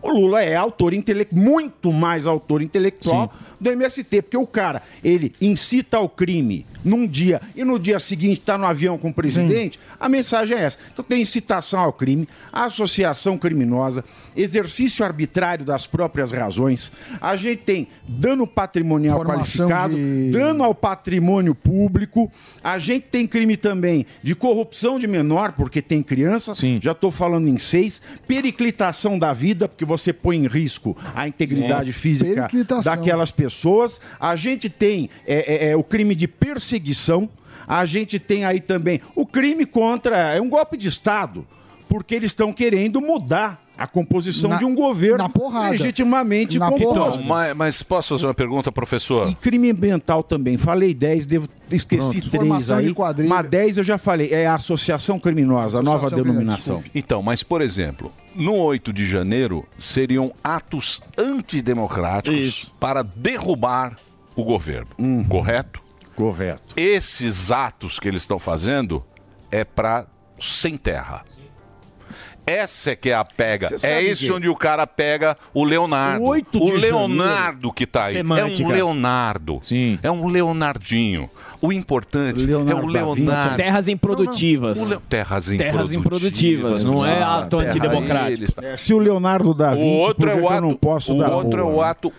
Speaker 2: o Lula é autor intelectual, muito mais autor intelectual do MST, porque o cara, ele incita ao crime num dia e no dia seguinte está no avião com o presidente, a mensagem é essa. Então tem incitação ao crime, associação criminosa, exercício arbitrário das próprias razões, a gente tem dano patrimonial
Speaker 4: Formação
Speaker 2: qualificado, dano ao patrimônio público, a gente tem crime também de corrupção de menor, porque tem criança, já estou falando em seis, periclitação da vida, porque você põe em risco a integridade
Speaker 4: Sim.
Speaker 2: física
Speaker 4: É. Periclitação.
Speaker 2: daquelas pessoas, a gente tem é, é, é, o crime de perseguição, a gente tem aí também o crime contra, é um golpe de Estado, porque eles estão querendo mudar a composição
Speaker 4: Na-
Speaker 2: de um governo
Speaker 4: na porrada.
Speaker 2: legitimamente
Speaker 4: Na
Speaker 2: composto.
Speaker 3: Então, mas, mas posso fazer uma pergunta, professor?
Speaker 2: Crime ambiental também. Falei 10, devo esqueci
Speaker 3: Pronto.
Speaker 2: três
Speaker 3: Formação
Speaker 2: aí.
Speaker 3: de
Speaker 2: Mas 10 eu já falei. É a associação criminosa, a nova
Speaker 3: Associação
Speaker 2: denominação.
Speaker 3: criminosa. Então, mas por exemplo, no 8 de janeiro seriam atos antidemocráticos para derrubar o governo, correto?
Speaker 2: Correto.
Speaker 3: Esses atos que eles estão fazendo é para sem terra. Essa é que é a pega.
Speaker 8: Você
Speaker 3: É
Speaker 8: sabe
Speaker 3: esse
Speaker 8: que-
Speaker 3: onde o cara pega o Leonardo.
Speaker 8: O 8 de
Speaker 3: Leonardo
Speaker 8: janeiro.
Speaker 3: que tá aí. É um
Speaker 8: Semântica.
Speaker 3: Leonardo. Sim. É um Leonardinho. O importante é o
Speaker 8: da Vinci.
Speaker 3: Leonardo.
Speaker 8: Terras
Speaker 2: improdutivas.
Speaker 3: Não, não. O Le- Terras improdutivas.
Speaker 8: Terras improdutivas, não é ato
Speaker 3: Terra
Speaker 8: antidemocrático.
Speaker 3: eles, tá?
Speaker 2: É, se o Leonardo da Vinci,
Speaker 3: O outro
Speaker 2: por
Speaker 3: é
Speaker 2: que
Speaker 3: o
Speaker 2: que eu
Speaker 3: ato,
Speaker 2: não posso
Speaker 3: o
Speaker 2: dar
Speaker 3: outro é
Speaker 2: boa?
Speaker 3: o ato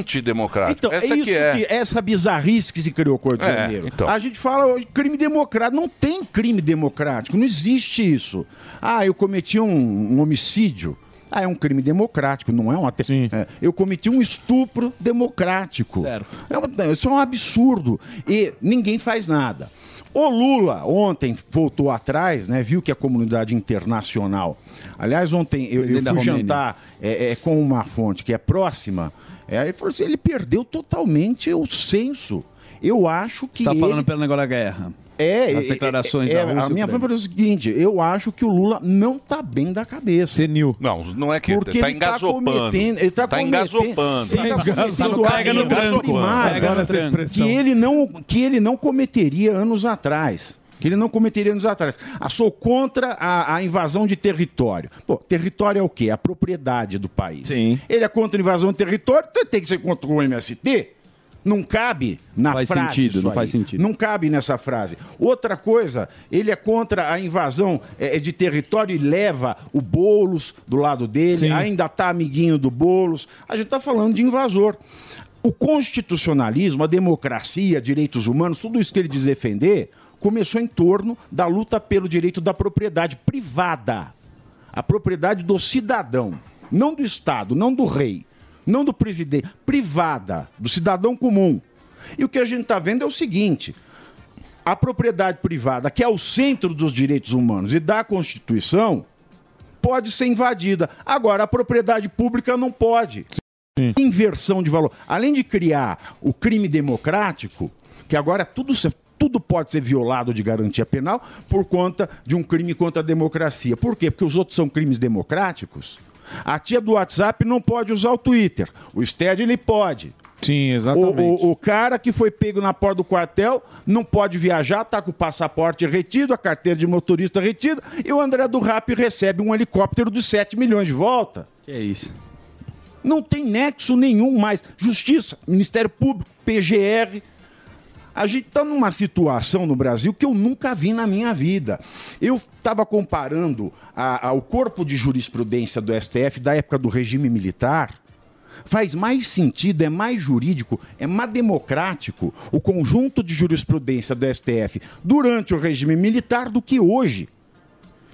Speaker 3: antidemocrático.
Speaker 2: Então,
Speaker 3: Essa
Speaker 2: é isso
Speaker 3: que é.
Speaker 2: que- essa bizarrice que se criou com o 8 de
Speaker 3: É,
Speaker 2: janeiro.
Speaker 3: então.
Speaker 2: A gente fala "Ó, crime democrático. Não tem crime democrático, não existe isso. Ah, eu cometi um, um homicídio. Ah, é um crime democrático, não é um até. é, eu cometi um estupro democrático. É um- isso é um absurdo. E ninguém faz nada. O Lula ontem voltou atrás, né? Viu que a comunidade internacional. Aliás, ontem eu, eu
Speaker 6: Presidente da
Speaker 2: fui
Speaker 6: Romênia.
Speaker 2: jantar tá, é, é, com uma fonte que é próxima, é, ele falou assim, ele perdeu totalmente o senso. Eu acho que.
Speaker 6: Você tá falando
Speaker 2: ele-
Speaker 6: pelo negócio da guerra.
Speaker 2: é,
Speaker 6: As
Speaker 2: é,
Speaker 6: declarações
Speaker 2: é,
Speaker 6: da
Speaker 2: é,
Speaker 6: Rússia,
Speaker 2: A minha
Speaker 6: Ucrânia.
Speaker 2: foi o seguinte: eu acho que o Lula não tá bem da cabeça.
Speaker 8: Senil.
Speaker 3: Não, não é que
Speaker 2: Porque
Speaker 3: tá
Speaker 2: ele
Speaker 3: engasopando.
Speaker 2: Tá cometendo, ele tá,
Speaker 3: Tá
Speaker 2: cometendo-
Speaker 3: engasopando.
Speaker 2: Sim,
Speaker 3: Tá
Speaker 2: tá
Speaker 3: engasopando.
Speaker 2: cometendo
Speaker 3: Pega no
Speaker 2: atos
Speaker 3: tranco,
Speaker 2: primários
Speaker 3: pega no tranco.
Speaker 2: Que ele, não, que ele não cometeria anos atrás. Que ele não cometeria anos atrás. Ah, sou contra a, a invasão de território. Pô, território é o quê? A propriedade do país. Sim. Ele é contra a invasão de território, então ele tem que ser contra o MST. Não cabe na
Speaker 6: Faz
Speaker 2: frase.
Speaker 6: sentido,
Speaker 2: isso
Speaker 6: não faz
Speaker 2: aí.
Speaker 6: sentido.
Speaker 2: Não cabe nessa frase. Outra coisa, ele é contra a invasão eh, de território e leva o Boulos do lado dele,
Speaker 8: Sim.
Speaker 2: ainda tá amiguinho do Boulos. A gente tá falando de invasor. O constitucionalismo, a democracia, direitos humanos, tudo isso que ele diz defender, começou em torno da luta pelo direito da propriedade privada. A propriedade do cidadão, não do Estado, não do rei, não do presidente, privada, do cidadão comum. E o que a gente está vendo é o seguinte: a propriedade privada, que é o centro dos direitos humanos e da Constituição, pode ser invadida. Agora, a propriedade pública não pode. Inversão de valor. Além de criar o crime democrático, que agora tudo, se- tudo pode ser violado de garantia penal por conta de um crime contra a democracia. Por quê? Porque os outros são crimes democráticos. A tia do WhatsApp não pode usar o Twitter. O Stead ele pode.
Speaker 8: Sim, exatamente.
Speaker 2: O, o- o cara que foi pego na porta do quartel não pode viajar, tá com o passaporte retido, a carteira de motorista retida, e o André do Rap recebe um helicóptero dos 7 milhões de volta.
Speaker 6: Que é isso.
Speaker 2: Não tem nexo nenhum mais. Justiça, Ministério Público, PGR. A gente está numa situação no Brasil que eu nunca vi na minha vida. Eu estava comparando a- ao corpo de jurisprudência do STF da época do regime militar. Faz mais sentido, é mais jurídico, é mais democrático o conjunto de jurisprudência do STF durante o regime militar do que hoje.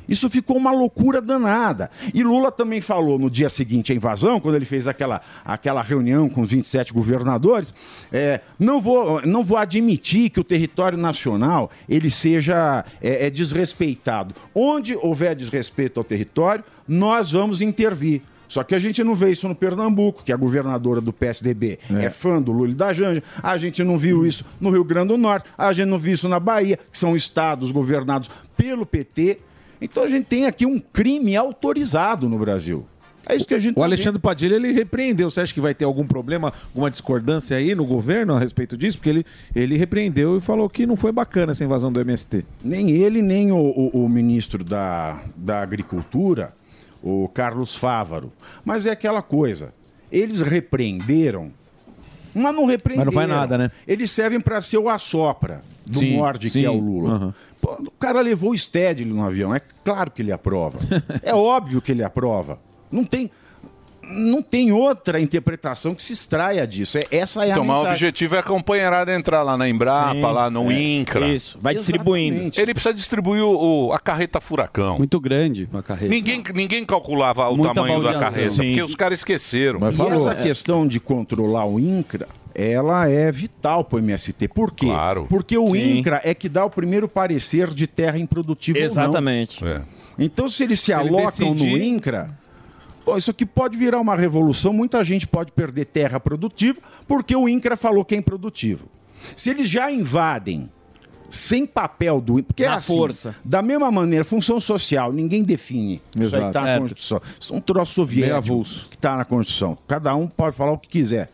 Speaker 2: Isso ficou uma loucura danada. E Lula também falou no dia seguinte à invasão, quando ele fez aquela, aquela reunião com os 27 governadores, é, não, vou, não vou admitir que o território nacional ele seja é, é, desrespeitado. Onde houver desrespeito ao território, nós vamos intervir. Só que a gente não vê isso no Pernambuco, que a governadora do PSDB é, fã do Lula e da Janja. A gente não viu isso no Rio Grande do Norte. A gente não viu isso na Bahia, que são estados governados pelo PT. Então a gente tem aqui um crime autorizado no Brasil. É isso que a gente
Speaker 8: O Alexandre Padilha, ele repreendeu. Você acha que vai ter algum problema, alguma discordância aí no governo a respeito disso? Porque ele, ele repreendeu e falou que não foi bacana essa invasão do MST.
Speaker 2: Nem ele, nem o, o- o ministro da, da Agricultura, o Carlos Fávaro. Mas é aquela coisa. Eles repreenderam, mas não repreenderam.
Speaker 8: Mas não faz nada, né?
Speaker 2: Eles servem para ser o assopra do
Speaker 8: Sim,
Speaker 2: morde
Speaker 8: sim,
Speaker 2: que é o Lula.
Speaker 8: aham.
Speaker 2: Pô, o cara levou o Stédile no avião. É claro que ele aprova. é óbvio que ele aprova. Não tem... Não tem outra interpretação que se extraia disso. É, essa é a
Speaker 3: Então, o maior
Speaker 2: mensagem.
Speaker 3: objetivo é a companheirada entrar lá na Embrapa,
Speaker 2: Sim,
Speaker 3: lá no
Speaker 2: é.
Speaker 3: INCRA.
Speaker 2: Isso, vai distribuindo. Exatamente.
Speaker 3: Ele precisa distribuir o, o- a carreta furacão.
Speaker 6: Muito grande a carreta.
Speaker 3: Ninguém, ninguém calculava o
Speaker 6: Muita
Speaker 3: tamanho da
Speaker 6: baldeação.
Speaker 3: carreta,
Speaker 6: Sim.
Speaker 3: porque os caras esqueceram.
Speaker 2: Mas e essa questão de controlar o INCRA, ela é vital para o MST. Por quê? Porque o
Speaker 9: Sim.
Speaker 2: INCRA é que dá o primeiro parecer de terra improdutiva
Speaker 9: Exatamente.
Speaker 2: ou não. Então, se eles
Speaker 9: Se
Speaker 2: se,
Speaker 9: ele
Speaker 2: alocam no
Speaker 9: decidir-
Speaker 2: INCRA, pô, isso aqui pode virar uma revolução. Muita gente pode perder terra produtiva porque o INCRA falou que é improdutivo. Se eles já invadem sem papel do INCRA, porque é
Speaker 9: Na
Speaker 2: assim,
Speaker 9: força.
Speaker 2: da mesma maneira, função social, ninguém define. Isso aí
Speaker 9: Exato.
Speaker 2: tá na
Speaker 9: Certo.
Speaker 2: Constituição. Isso é um troço soviético que está na Constituição. Cada um pode falar o que quiser.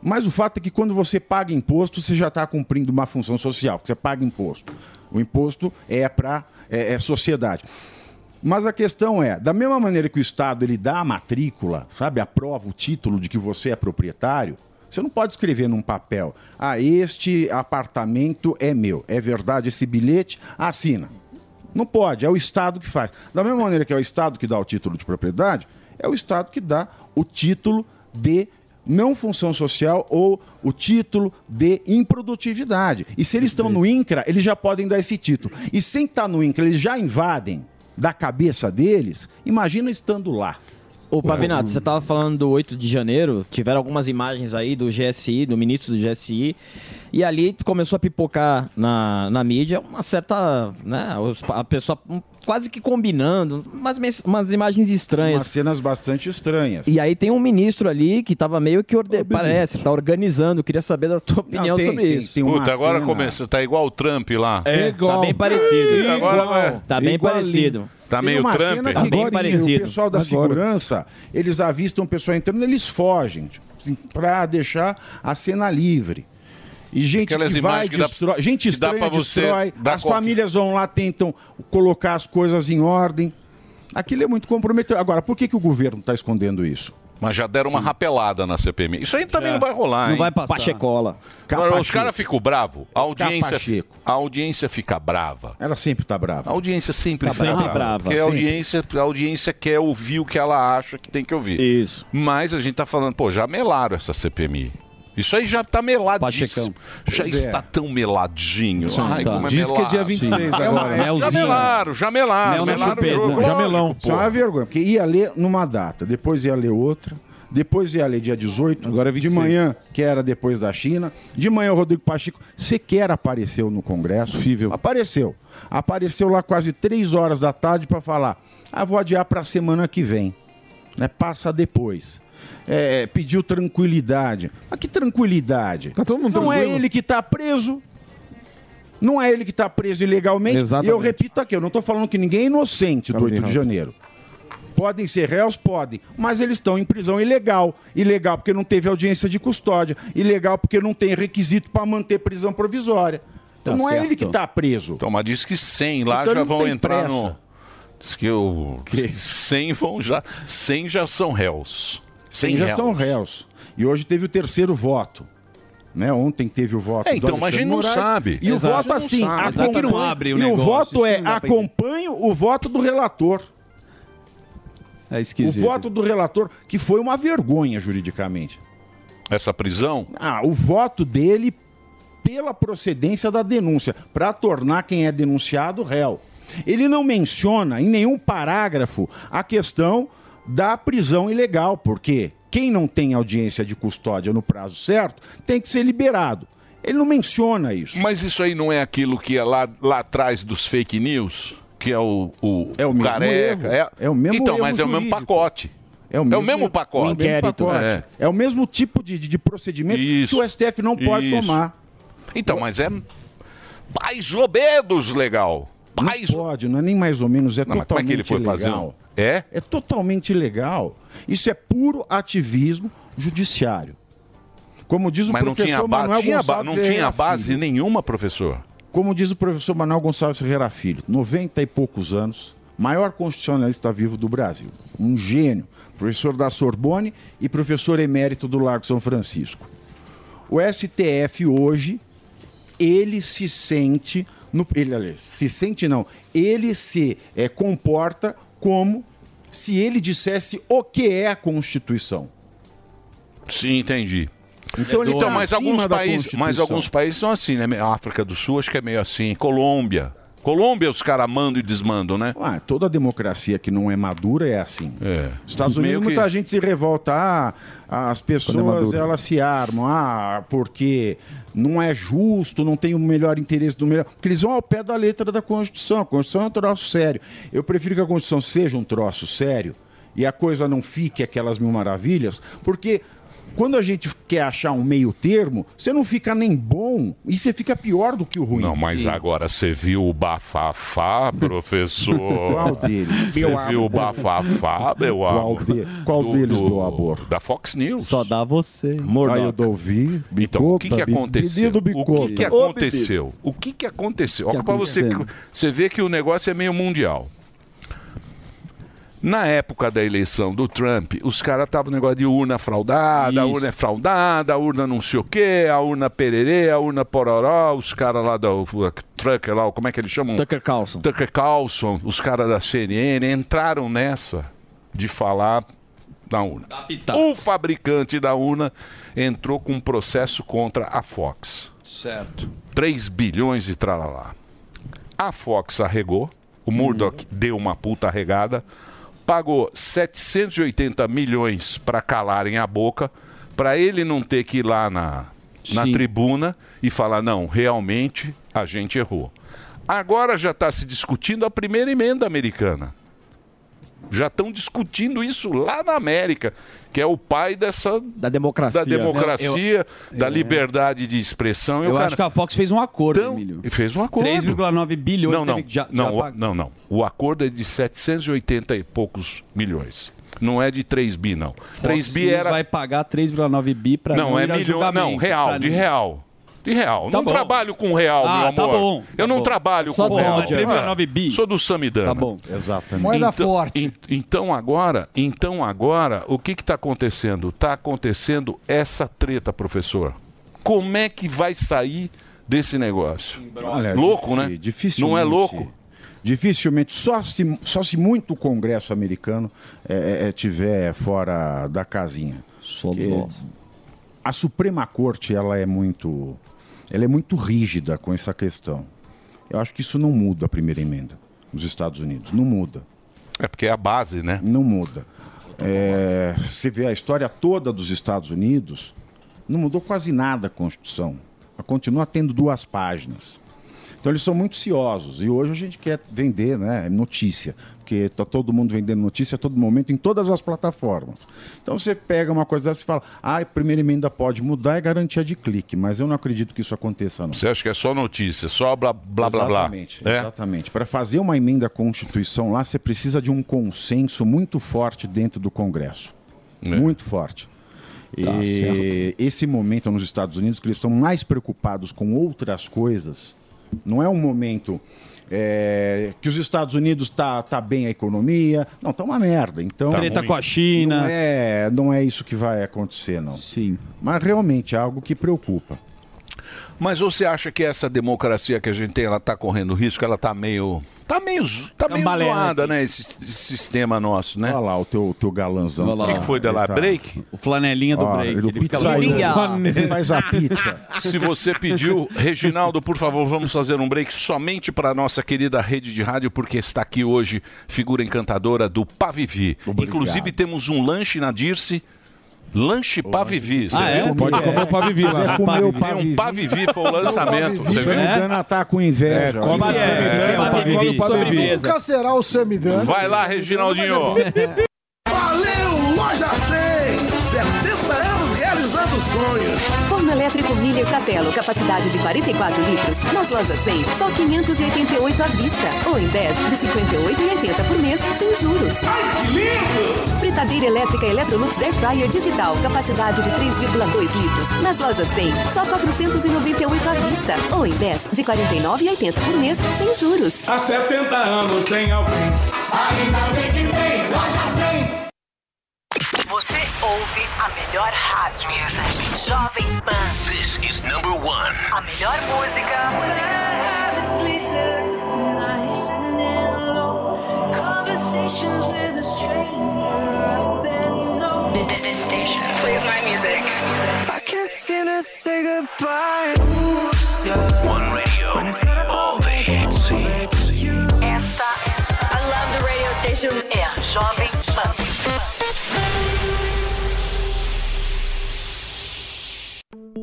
Speaker 2: Mas o fato é que quando você paga imposto, você já está cumprindo uma função social, que você paga imposto. O imposto é para é, é sociedade. Mas a questão é, da mesma maneira que o Estado ele dá a matrícula, sabe, aprova o título de que você é proprietário, você não pode escrever num papel, ah, este apartamento é meu, é verdade esse bilhete, assina. Não pode, é o Estado que faz. Da mesma maneira que é o Estado que dá o título de propriedade, é o Estado que dá o título de não função social ou o título de improdutividade. E se eles estão no INCRA, eles já podem dar esse título. E sem estar no INCRA, eles já invadem da cabeça deles, imagina estando lá.
Speaker 9: Ô, Pavinato, você tá tava falando do 8 de janeiro, tiveram algumas imagens aí do GSI, do ministro do GSI, e ali começou a pipocar na, na mídia uma certa, né, os- a pessoa hum, quase que combinando, umas, mes- umas imagens estranhas.
Speaker 2: Umas cenas bastante estranhas.
Speaker 9: E aí tem um ministro ali que tava meio que, orde... parece, tá organizando, queria saber da tua opinião
Speaker 3: tem-
Speaker 9: É sobre
Speaker 3: tem-
Speaker 9: isso.
Speaker 3: Puta, agora começa, tá igual o Trump lá.
Speaker 9: É, tá bem parecido.
Speaker 2: É,
Speaker 3: Ih, É, agora vai.
Speaker 9: Tá bem
Speaker 2: Igualinho.
Speaker 9: parecido.
Speaker 3: Tá meio
Speaker 2: uma
Speaker 3: Trump?
Speaker 2: cena
Speaker 3: Tá
Speaker 2: que
Speaker 3: bem
Speaker 2: agora
Speaker 3: parecido.
Speaker 2: O pessoal da
Speaker 3: Agora.
Speaker 2: segurança, eles avistam o pessoal entrando, eles fogem para deixar a cena livre. E gente
Speaker 3: Aquelas
Speaker 2: que vai
Speaker 3: imagens que dá-
Speaker 2: destrói, gente
Speaker 3: que dá
Speaker 2: estranha
Speaker 3: pra você
Speaker 2: destrói,
Speaker 3: dar
Speaker 2: as
Speaker 3: qualquer-
Speaker 2: famílias vão lá tentam colocar as coisas em ordem. Aquilo é muito comprometedor. Agora, por que, que o governo está escondendo isso?
Speaker 3: Mas já deram uma rapelada na CPMI. Isso aí também
Speaker 2: É.
Speaker 3: não vai rolar,
Speaker 2: Não
Speaker 3: hein?
Speaker 2: vai passar. Pachecola.
Speaker 3: Agora, os
Speaker 2: Capacheco.
Speaker 3: caras ficam bravos. A audiência,
Speaker 2: Capacheco.
Speaker 3: a audiência fica brava.
Speaker 2: Ela sempre está brava.
Speaker 3: A audiência sempre
Speaker 2: Tá
Speaker 3: fica
Speaker 2: brava.
Speaker 3: Porque a
Speaker 2: Sempre.
Speaker 3: audiência, a audiência quer ouvir o que ela acha que tem que ouvir.
Speaker 9: Isso.
Speaker 3: Mas a gente tá falando, pô, já melaram essa CPMI. Isso aí já tá meladíssimo.
Speaker 2: Pachecão.
Speaker 3: Já
Speaker 2: Pois é.
Speaker 3: está tão meladinho.
Speaker 2: Sim,
Speaker 3: Ai,
Speaker 2: tá.
Speaker 3: como é
Speaker 2: Diz que é
Speaker 3: melado.
Speaker 2: dia 26 Sim. agora. É uma
Speaker 3: Já
Speaker 2: melzinha.
Speaker 3: melaram, já melaram. melaram o jogo. Lógico,
Speaker 2: Isso é
Speaker 3: pô.
Speaker 2: uma vergonha, porque ia ler numa data, depois ia ler outra, depois ia ler dia 18, agora é de manhã, que era depois da China. De manhã o Rodrigo Pacheco sequer apareceu no Congresso. Apareceu. Apareceu lá quase 3 horas da tarde para falar: ah, vou adiar para a semana que vem. Né? Passa depois. É, pediu tranquilidade. Mas que tranquilidade? Não é
Speaker 8: tranquilo.
Speaker 2: ele que está preso. Não é ele que está preso ilegalmente.
Speaker 8: Exatamente.
Speaker 2: E eu repito aqui, eu não estou falando que ninguém é inocente do 8 de janeiro. Podem ser réus? Podem. Mas eles estão em prisão ilegal. Ilegal porque não teve audiência de custódia. Ilegal porque não tem requisito para manter prisão provisória. Então
Speaker 3: Tá
Speaker 2: não é
Speaker 3: certo.
Speaker 2: ele que está preso.
Speaker 3: Então, mas diz que 100 lá
Speaker 2: Então
Speaker 3: já
Speaker 2: não
Speaker 3: vão
Speaker 2: tem
Speaker 3: entrar no.
Speaker 2: pressa.
Speaker 3: Diz que o. 100 vão já. 100 já são réus.
Speaker 2: 100 já são réus. E hoje teve o terceiro voto. Né? Ontem teve o voto.
Speaker 3: É, então,
Speaker 2: do
Speaker 3: mas a gente
Speaker 2: Alexandre
Speaker 3: não
Speaker 2: Moraes.
Speaker 3: sabe.
Speaker 2: E
Speaker 3: Exato.
Speaker 2: o voto
Speaker 3: Não
Speaker 2: assim,
Speaker 3: sabe. Exato.
Speaker 2: acompanho-
Speaker 3: Não abre o
Speaker 2: E o
Speaker 3: negócio,
Speaker 2: voto
Speaker 3: isso
Speaker 2: é
Speaker 3: não dá pra
Speaker 2: acompanho o voto do relator.
Speaker 6: É
Speaker 2: O
Speaker 6: esquisito.
Speaker 2: voto do relator, que foi uma vergonha juridicamente.
Speaker 3: Essa prisão?
Speaker 2: Ah, o voto dele pela procedência da denúncia, para tornar quem é denunciado réu. Ele não menciona em nenhum parágrafo a questão da prisão ilegal, porque quem não tem audiência de custódia no prazo certo tem que ser liberado. Ele não menciona isso.
Speaker 3: Mas isso aí não é aquilo que é lá, lá atrás dos fake news, que é o, o, é o
Speaker 2: mesmo
Speaker 3: careca.
Speaker 2: erro. É o mesmo
Speaker 3: Então,
Speaker 2: erro
Speaker 3: mas é o mesmo
Speaker 2: jurídico.
Speaker 3: pacote.
Speaker 2: É o mesmo,
Speaker 3: pacote.
Speaker 2: O inquérito. É. É o mesmo tipo de, de- de procedimento que o STF não pode
Speaker 3: Isso.
Speaker 2: tomar.
Speaker 3: Então, mas é mais ou menos legal.
Speaker 2: Não pode, não é nem mais ou menos, é
Speaker 3: um. Não, mas como é
Speaker 2: totalmente
Speaker 3: que ele foi fazer um-
Speaker 2: ilegal.
Speaker 3: É?
Speaker 2: É totalmente ilegal. Isso é puro ativismo judiciário. Como diz o
Speaker 3: Mas não
Speaker 2: professor
Speaker 3: tinha, ba
Speaker 2: Manuel
Speaker 3: tinha, ba-
Speaker 2: Gonçalves
Speaker 3: não
Speaker 2: Ferreira
Speaker 3: tinha
Speaker 2: Filho.
Speaker 3: base nenhuma, professor.
Speaker 2: Como diz o professor Manuel Gonçalves Ferreira Filho, 90 e poucos anos, maior constitucionalista vivo do Brasil. Um gênio, professor da Sorbonne e professor emérito do Largo São Francisco. O STF hoje, ele se sente, no, ele aliás, se sente não, ele se eh, comporta como se ele dissesse o que é a Constituição.
Speaker 3: Sim, entendi.
Speaker 2: Então ele tá
Speaker 3: mas
Speaker 2: acima
Speaker 3: alguns
Speaker 2: da
Speaker 3: países,
Speaker 2: Constituição.
Speaker 3: mas alguns países são assim, né? A África do Sul acho que é meio assim, Colômbia. Colômbia os caras mandam e desmandam, né?
Speaker 2: Ah, toda democracia que não é madura é assim. Estados
Speaker 3: Meio
Speaker 2: Unidos,
Speaker 3: que-
Speaker 2: muita gente se revolta. Ah, as
Speaker 3: Quando é
Speaker 2: pessoas
Speaker 3: maduro.
Speaker 2: elas se armam. Ah, porque não é justo, não tem o melhor interesse do melhor. Porque eles vão ao pé da letra da Constituição. A Constituição é um troço sério. Eu prefiro que a Constituição seja um troço sério e a coisa não fique aquelas mil maravilhas, porque. Quando a gente quer achar um meio termo, você não fica nem bom e você fica pior do que o ruim.
Speaker 3: Não, mas agora você viu o bafafá, professor?
Speaker 2: Qual deles?
Speaker 3: Você
Speaker 2: Meu
Speaker 3: viu o
Speaker 2: amor.
Speaker 3: bafafá, meu
Speaker 2: Qual
Speaker 3: amor?
Speaker 2: de- qual deles, meu amor?
Speaker 3: Da Fox News.
Speaker 2: Só dá você. Aí eu ouvi.
Speaker 3: Então, o que, que aconteceu? O que, que aconteceu? O que, que aconteceu?
Speaker 2: Que
Speaker 3: Olha para você,
Speaker 2: aconteceu?
Speaker 3: você vê que o negócio é meio mundial. Na época da eleição do Trump, os caras estavam no negócio de urna fraudada, a urna é fraudada, a urna não sei o quê, a urna pererê, a urna pororó, os caras lá da o Trucker lá, como é que eles chamam? Tucker Carlson. Tucker Carlson, os caras da CNN entraram nessa de falar da urna. O fabricante da urna entrou com um processo contra a Fox. Certo. 3 bilhões e tralalá. A Fox arregou, o Murdoch deu uma puta regada, pagou 780 milhões para calarem a boca, para ele não ter que ir lá na, na tribuna e falar: não, realmente a gente errou. Agora já está se discutindo a primeira emenda americana. Já estão discutindo isso lá na América, que é o pai dessa. Da democracia. Da democracia, da liberdade de expressão. E
Speaker 6: Eu
Speaker 3: o
Speaker 6: acho que
Speaker 3: cara-
Speaker 6: a Fox fez um acordo, Emílio.
Speaker 3: E fez um acordo.
Speaker 6: 3,9 bilhões
Speaker 3: Não, não,
Speaker 6: teve que já-
Speaker 3: não,
Speaker 6: já
Speaker 3: o-
Speaker 6: pagar.
Speaker 3: não, não. O acordo é de 780 e poucos milhões. Não é de 3 bi, não. 3
Speaker 6: Fox
Speaker 3: bi
Speaker 6: News
Speaker 3: era...
Speaker 6: vai pagar 3,9 bi para
Speaker 3: Não, é milhão- não, real, de real. De real.
Speaker 6: Tá
Speaker 3: não
Speaker 6: bom.
Speaker 3: trabalho com real,
Speaker 6: Ah,
Speaker 3: meu amor.
Speaker 6: tá bom, tá
Speaker 3: Eu não
Speaker 6: bom.
Speaker 3: trabalho
Speaker 6: Só
Speaker 3: com
Speaker 6: bom,
Speaker 3: real.
Speaker 6: é 3,9
Speaker 3: bi. Sou do Samidana. Tá bom.
Speaker 2: Exatamente.
Speaker 4: Moeda
Speaker 3: forte. então agora, então agora, o que está acontecendo? Está acontecendo essa treta, professor. Como é que vai sair desse negócio?
Speaker 2: Olha,
Speaker 3: louco,
Speaker 2: difi-
Speaker 3: né?
Speaker 2: Dificilmente.
Speaker 3: Não é louco?
Speaker 2: Dificilmente, só se, só se muito Congresso americano é, é, é, tiver fora da casinha. Porque A Suprema Corte ela é muito, ela é muito rígida com essa questão. Eu acho que isso não muda a primeira emenda nos Estados Unidos, não muda.
Speaker 3: É porque é a base, né?
Speaker 2: Não muda. É, você vê a história toda dos Estados Unidos, não mudou quase nada a Constituição. Ela continua tendo duas páginas. Então eles são muito ciosos e hoje a gente quer vender né, notícia, porque tá todo mundo vendendo notícia a todo momento em todas as plataformas. Então você pega uma coisa dessa e fala, ah, a primeira emenda pode mudar, é garantia de clique, mas eu não acredito que isso aconteça não.
Speaker 3: Você acha que é só notícia, só blá blá blá blá?
Speaker 2: Exatamente, exatamente. Para fazer uma emenda à Constituição lá, você precisa de um consenso muito forte dentro do Congresso. Muito forte.
Speaker 22: Tá
Speaker 2: e esse momento nos Estados Unidos, que eles estão mais preocupados com outras coisas, não é um momento é, que os Estados Unidos tá, tá bem a economia. Não, tá uma merda. Então,
Speaker 6: Tá Treta ruim. com a China.
Speaker 2: Não é, não é isso que vai acontecer, não. Sim. Mas realmente é algo que preocupa.
Speaker 3: Mas você acha que essa democracia que a gente tem, ela tá correndo risco? Ela tá meio. Tá meio, zo- tá meio
Speaker 2: Cambalena
Speaker 3: zoada, né? Esse, esse sistema nosso, né?
Speaker 2: Olha lá o teu, teu galanzão.
Speaker 3: O que, que foi dela?
Speaker 2: Ele tá-
Speaker 3: Break?
Speaker 24: O
Speaker 3: É
Speaker 24: flanelinha
Speaker 2: do Ó, break. ele Ele fica pizzaiolo. lá- Ele faz a pizza.
Speaker 3: Se você pediu, Reginaldo, por favor, vamos fazer um break somente para nossa querida rede de rádio, porque está aqui hoje figura encantadora do Pavivi. Inclusive, temos um lanche na Dirce. Lanche Pavivi. Você
Speaker 2: Ah, é?
Speaker 3: viu?
Speaker 2: Pode comer o Pavivi lá. Você
Speaker 3: Tem
Speaker 2: comeu o
Speaker 3: um
Speaker 2: Pavivi.
Speaker 3: Pavivi, foi o lançamento. Você viu?
Speaker 2: Samidana tá com inveja.
Speaker 3: Né? É, come
Speaker 2: Olha.
Speaker 3: o Samidana,
Speaker 2: É,
Speaker 3: o
Speaker 2: come
Speaker 3: Pavivi.
Speaker 2: o Pavivi.
Speaker 3: Sobremesa.
Speaker 4: Nunca será o Samidana.
Speaker 3: Vai lá, Reginaldinho.
Speaker 13: Valeu, Loja 100! 70 anos realizando sonhos.
Speaker 5: Forno elétrico Miller Fratello, capacidade de 44 litros. Nas lojas 100, só 588 à vista. Ou em 10, de 58,80 por mês, sem juros. Ai, que lindo! Fritadeira elétrica Electrolux Air Fryer Digital, capacidade de 3,2 litros. Nas lojas 100, só 498 à vista. Ou em 10, de 49,80 por mês, sem juros.
Speaker 13: Há 70 anos tem alguém. Ainda bem que tem Loja
Speaker 16: Você ouve a melhor rádio. Jovem Pan.
Speaker 13: 100. This is number one.
Speaker 16: A melhor música.
Speaker 13: Plays my music. I can't seem to say goodbye. One radio, all the hits.
Speaker 16: Esta. I love the radio station. É a Jovem Pan.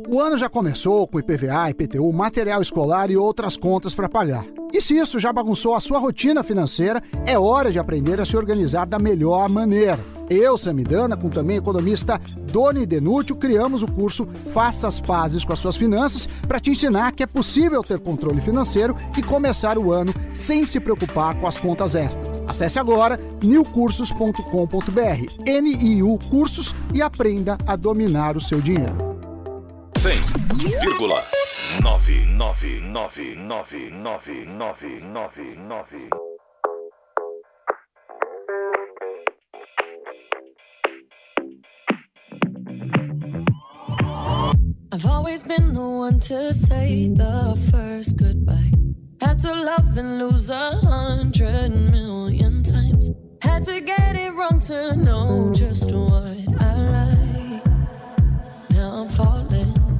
Speaker 4: O ano já começou com IPVA, IPTU, material escolar e outras contas para pagar. E se isso já bagunçou a sua rotina financeira, é hora de aprender a se organizar da melhor maneira. Eu, Samidana, com também economista Doni Denútil, criamos o curso Faça as Pazes com as Suas Finanças para te ensinar que é possível ter controle financeiro e começar o ano sem se preocupar com as contas extras. Acesse agora newcursos.com.br, N-I-U Cursos e aprenda a dominar o seu dinheiro.
Speaker 13: 100,999999999.
Speaker 25: I've always been the one to say the first goodbye. Had to love and lose a hundred million times. Had to get it wrong to know just what I like. Now I'm falling.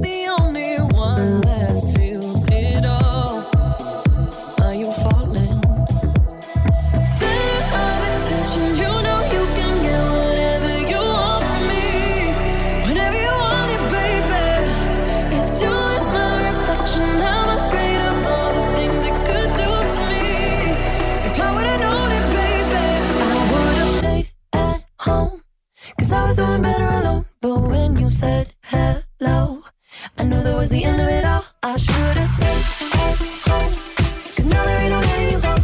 Speaker 25: the only one that feels it all. Are you falling? Center of attention, you know you can get whatever you want from me. Whenever you want it, baby. It's you and my reflection. I'm afraid of all the things it could do to me. If I would've known it, baby, I would've stayed at home. Cause I was doing better alone. But when you said hello, I knew that was the end of it all. I should've stayed at home. Cause now there ain't no letting you go.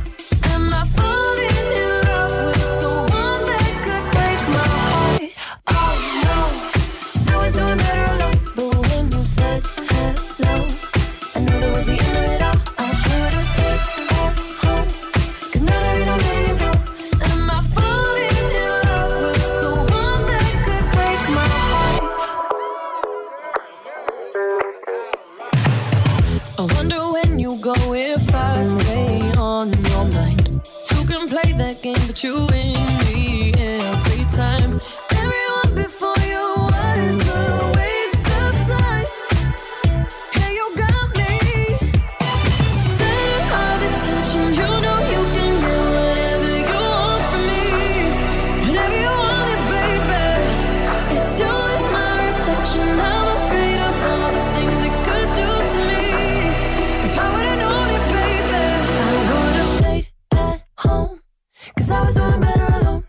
Speaker 25: Am I falling in love with the one that could break my heart? Oh no, I was doing better alone. But when you said hello, I knew that was the end of it all. I should have stayed at home. Cause now there ain't no letting you go. Am I falling in love with the one that could break my heart? I wonder when you go if I stay on your mind. Two can play that game, but you win me every time. Everyone before you was a waste of time. Hey, you got me. Center of attention, you know you can get whatever you want from me. Whenever you want it, baby. It's you and my reflection. I'm afraid of all the things it could do to me. If I would've known it, baby, I would've stayed at home. Cause I was doing better alone.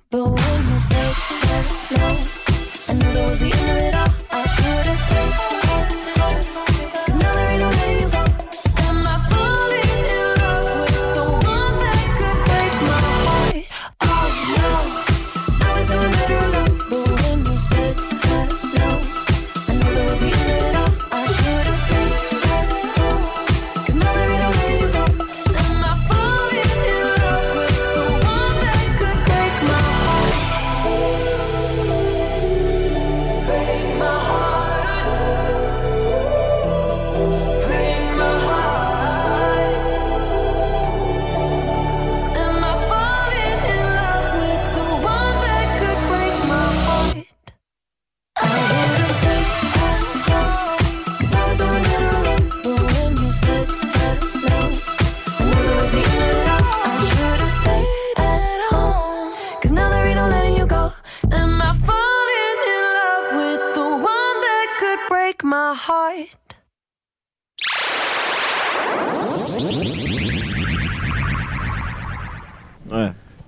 Speaker 23: break my heart.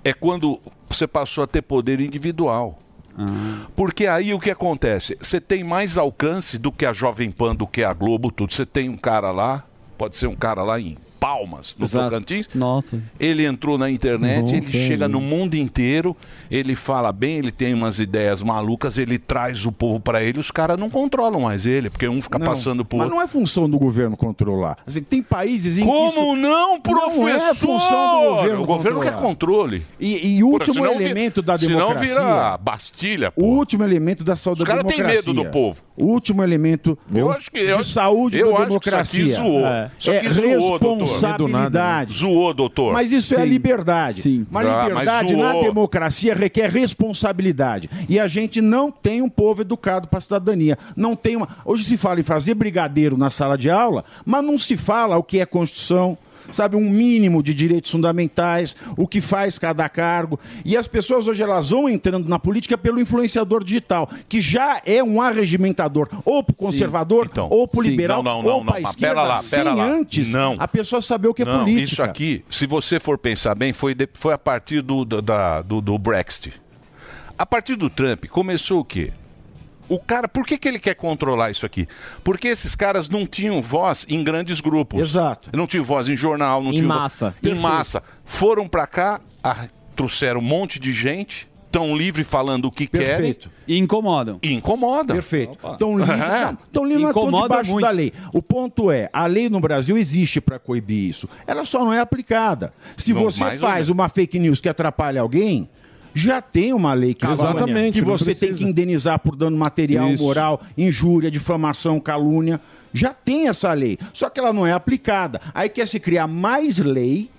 Speaker 3: É. quando você passou a ter poder individual.
Speaker 2: Ah.
Speaker 3: Porque aí o que acontece? Você tem mais alcance do que a Jovem Pan, do que a Globo, tudo. Você tem um cara lá, pode ser um cara lá em Palmas, no
Speaker 6: Exato.
Speaker 3: Tocantins.
Speaker 6: Nossa.
Speaker 3: Ele entrou na internet,
Speaker 6: Não,
Speaker 3: ele
Speaker 6: sim.
Speaker 3: chega no mundo inteiro, ele fala bem, ele tem umas ideias malucas, ele traz o povo pra ele, os caras não controlam mais ele, porque um fica
Speaker 2: Não,
Speaker 3: passando por
Speaker 2: Mas não é função do governo controlar. Assim, tem países em
Speaker 3: Como
Speaker 2: que isso...
Speaker 3: não, professor?
Speaker 2: Não é função do governo
Speaker 3: O governo
Speaker 2: controlar.
Speaker 3: quer controle.
Speaker 2: E, e o último
Speaker 3: senão vi-
Speaker 2: elemento da democracia...
Speaker 3: Senão vira Bastilha.
Speaker 2: O último elemento da saúde
Speaker 3: Os
Speaker 2: da
Speaker 3: caras têm
Speaker 2: democracia.
Speaker 3: medo do povo.
Speaker 2: O último elemento
Speaker 3: Eu acho que- eu
Speaker 2: de
Speaker 3: acho-
Speaker 2: saúde
Speaker 3: eu
Speaker 2: da
Speaker 3: acho que isso aqui
Speaker 2: democracia.
Speaker 3: zoou.
Speaker 2: É,
Speaker 3: Isso aqui
Speaker 2: É
Speaker 3: zoou, doutor.
Speaker 2: responsabilidade.
Speaker 3: Zoou, doutor.
Speaker 2: Mas isso é
Speaker 3: Sim.
Speaker 2: liberdade.
Speaker 3: Sim.
Speaker 2: Mas
Speaker 3: Ah, mas
Speaker 2: liberdade na
Speaker 3: zoou.
Speaker 2: democracia requer responsabilidade. E a gente não tem um povo educado para a cidadania. Não tem uma... Hoje se fala em fazer brigadeiro na sala de aula, mas não se fala o que é Constituição. Sabe, um mínimo de direitos fundamentais, o que faz cada cargo. E as pessoas hoje elas vão entrando na política pelo influenciador digital, que já é um arregimentador, ou pro conservador, ou pro
Speaker 3: Então. Sim.
Speaker 2: liberal,
Speaker 3: Não, não, não,
Speaker 2: ou pra
Speaker 3: não, mas
Speaker 2: esquerda,
Speaker 3: pera lá,
Speaker 2: sem
Speaker 3: pera lá.
Speaker 2: antes
Speaker 3: Não.
Speaker 2: a pessoa saber o que é
Speaker 3: Não,
Speaker 2: política.
Speaker 3: isso aqui, se você for pensar bem, foi, de- foi a partir do, do- da, do, do Brexit. A partir do Trump, começou o quê? O cara, por que, que ele quer controlar isso aqui? Porque esses caras não tinham voz em grandes grupos. Exato. Não tinham voz em jornal, não
Speaker 9: Em
Speaker 3: tinham...
Speaker 9: massa.
Speaker 3: Em
Speaker 9: Perfeito.
Speaker 3: massa. Foram pra cá, ah, trouxeram um monte de gente, tão livre falando o que
Speaker 2: Perfeito.
Speaker 3: querem. E incomodam. E incomodam.
Speaker 2: Perfeito. Estão livres,
Speaker 8: É.
Speaker 2: não, tão livres não estão debaixo da lei. O ponto é, a lei no Brasil existe para coibir isso. Ela só não é aplicada. Se
Speaker 3: Não,
Speaker 2: você
Speaker 3: mais ou
Speaker 2: faz uma fake news que atrapalha alguém, já tem uma lei que fala
Speaker 8: Exatamente,
Speaker 2: que
Speaker 8: não
Speaker 2: você tem
Speaker 8: precisa.
Speaker 2: que indenizar por dano material,
Speaker 8: Isso.
Speaker 2: moral, injúria, difamação, calúnia. Já tem essa lei, só que ela não é aplicada. Aí quer se criar mais lei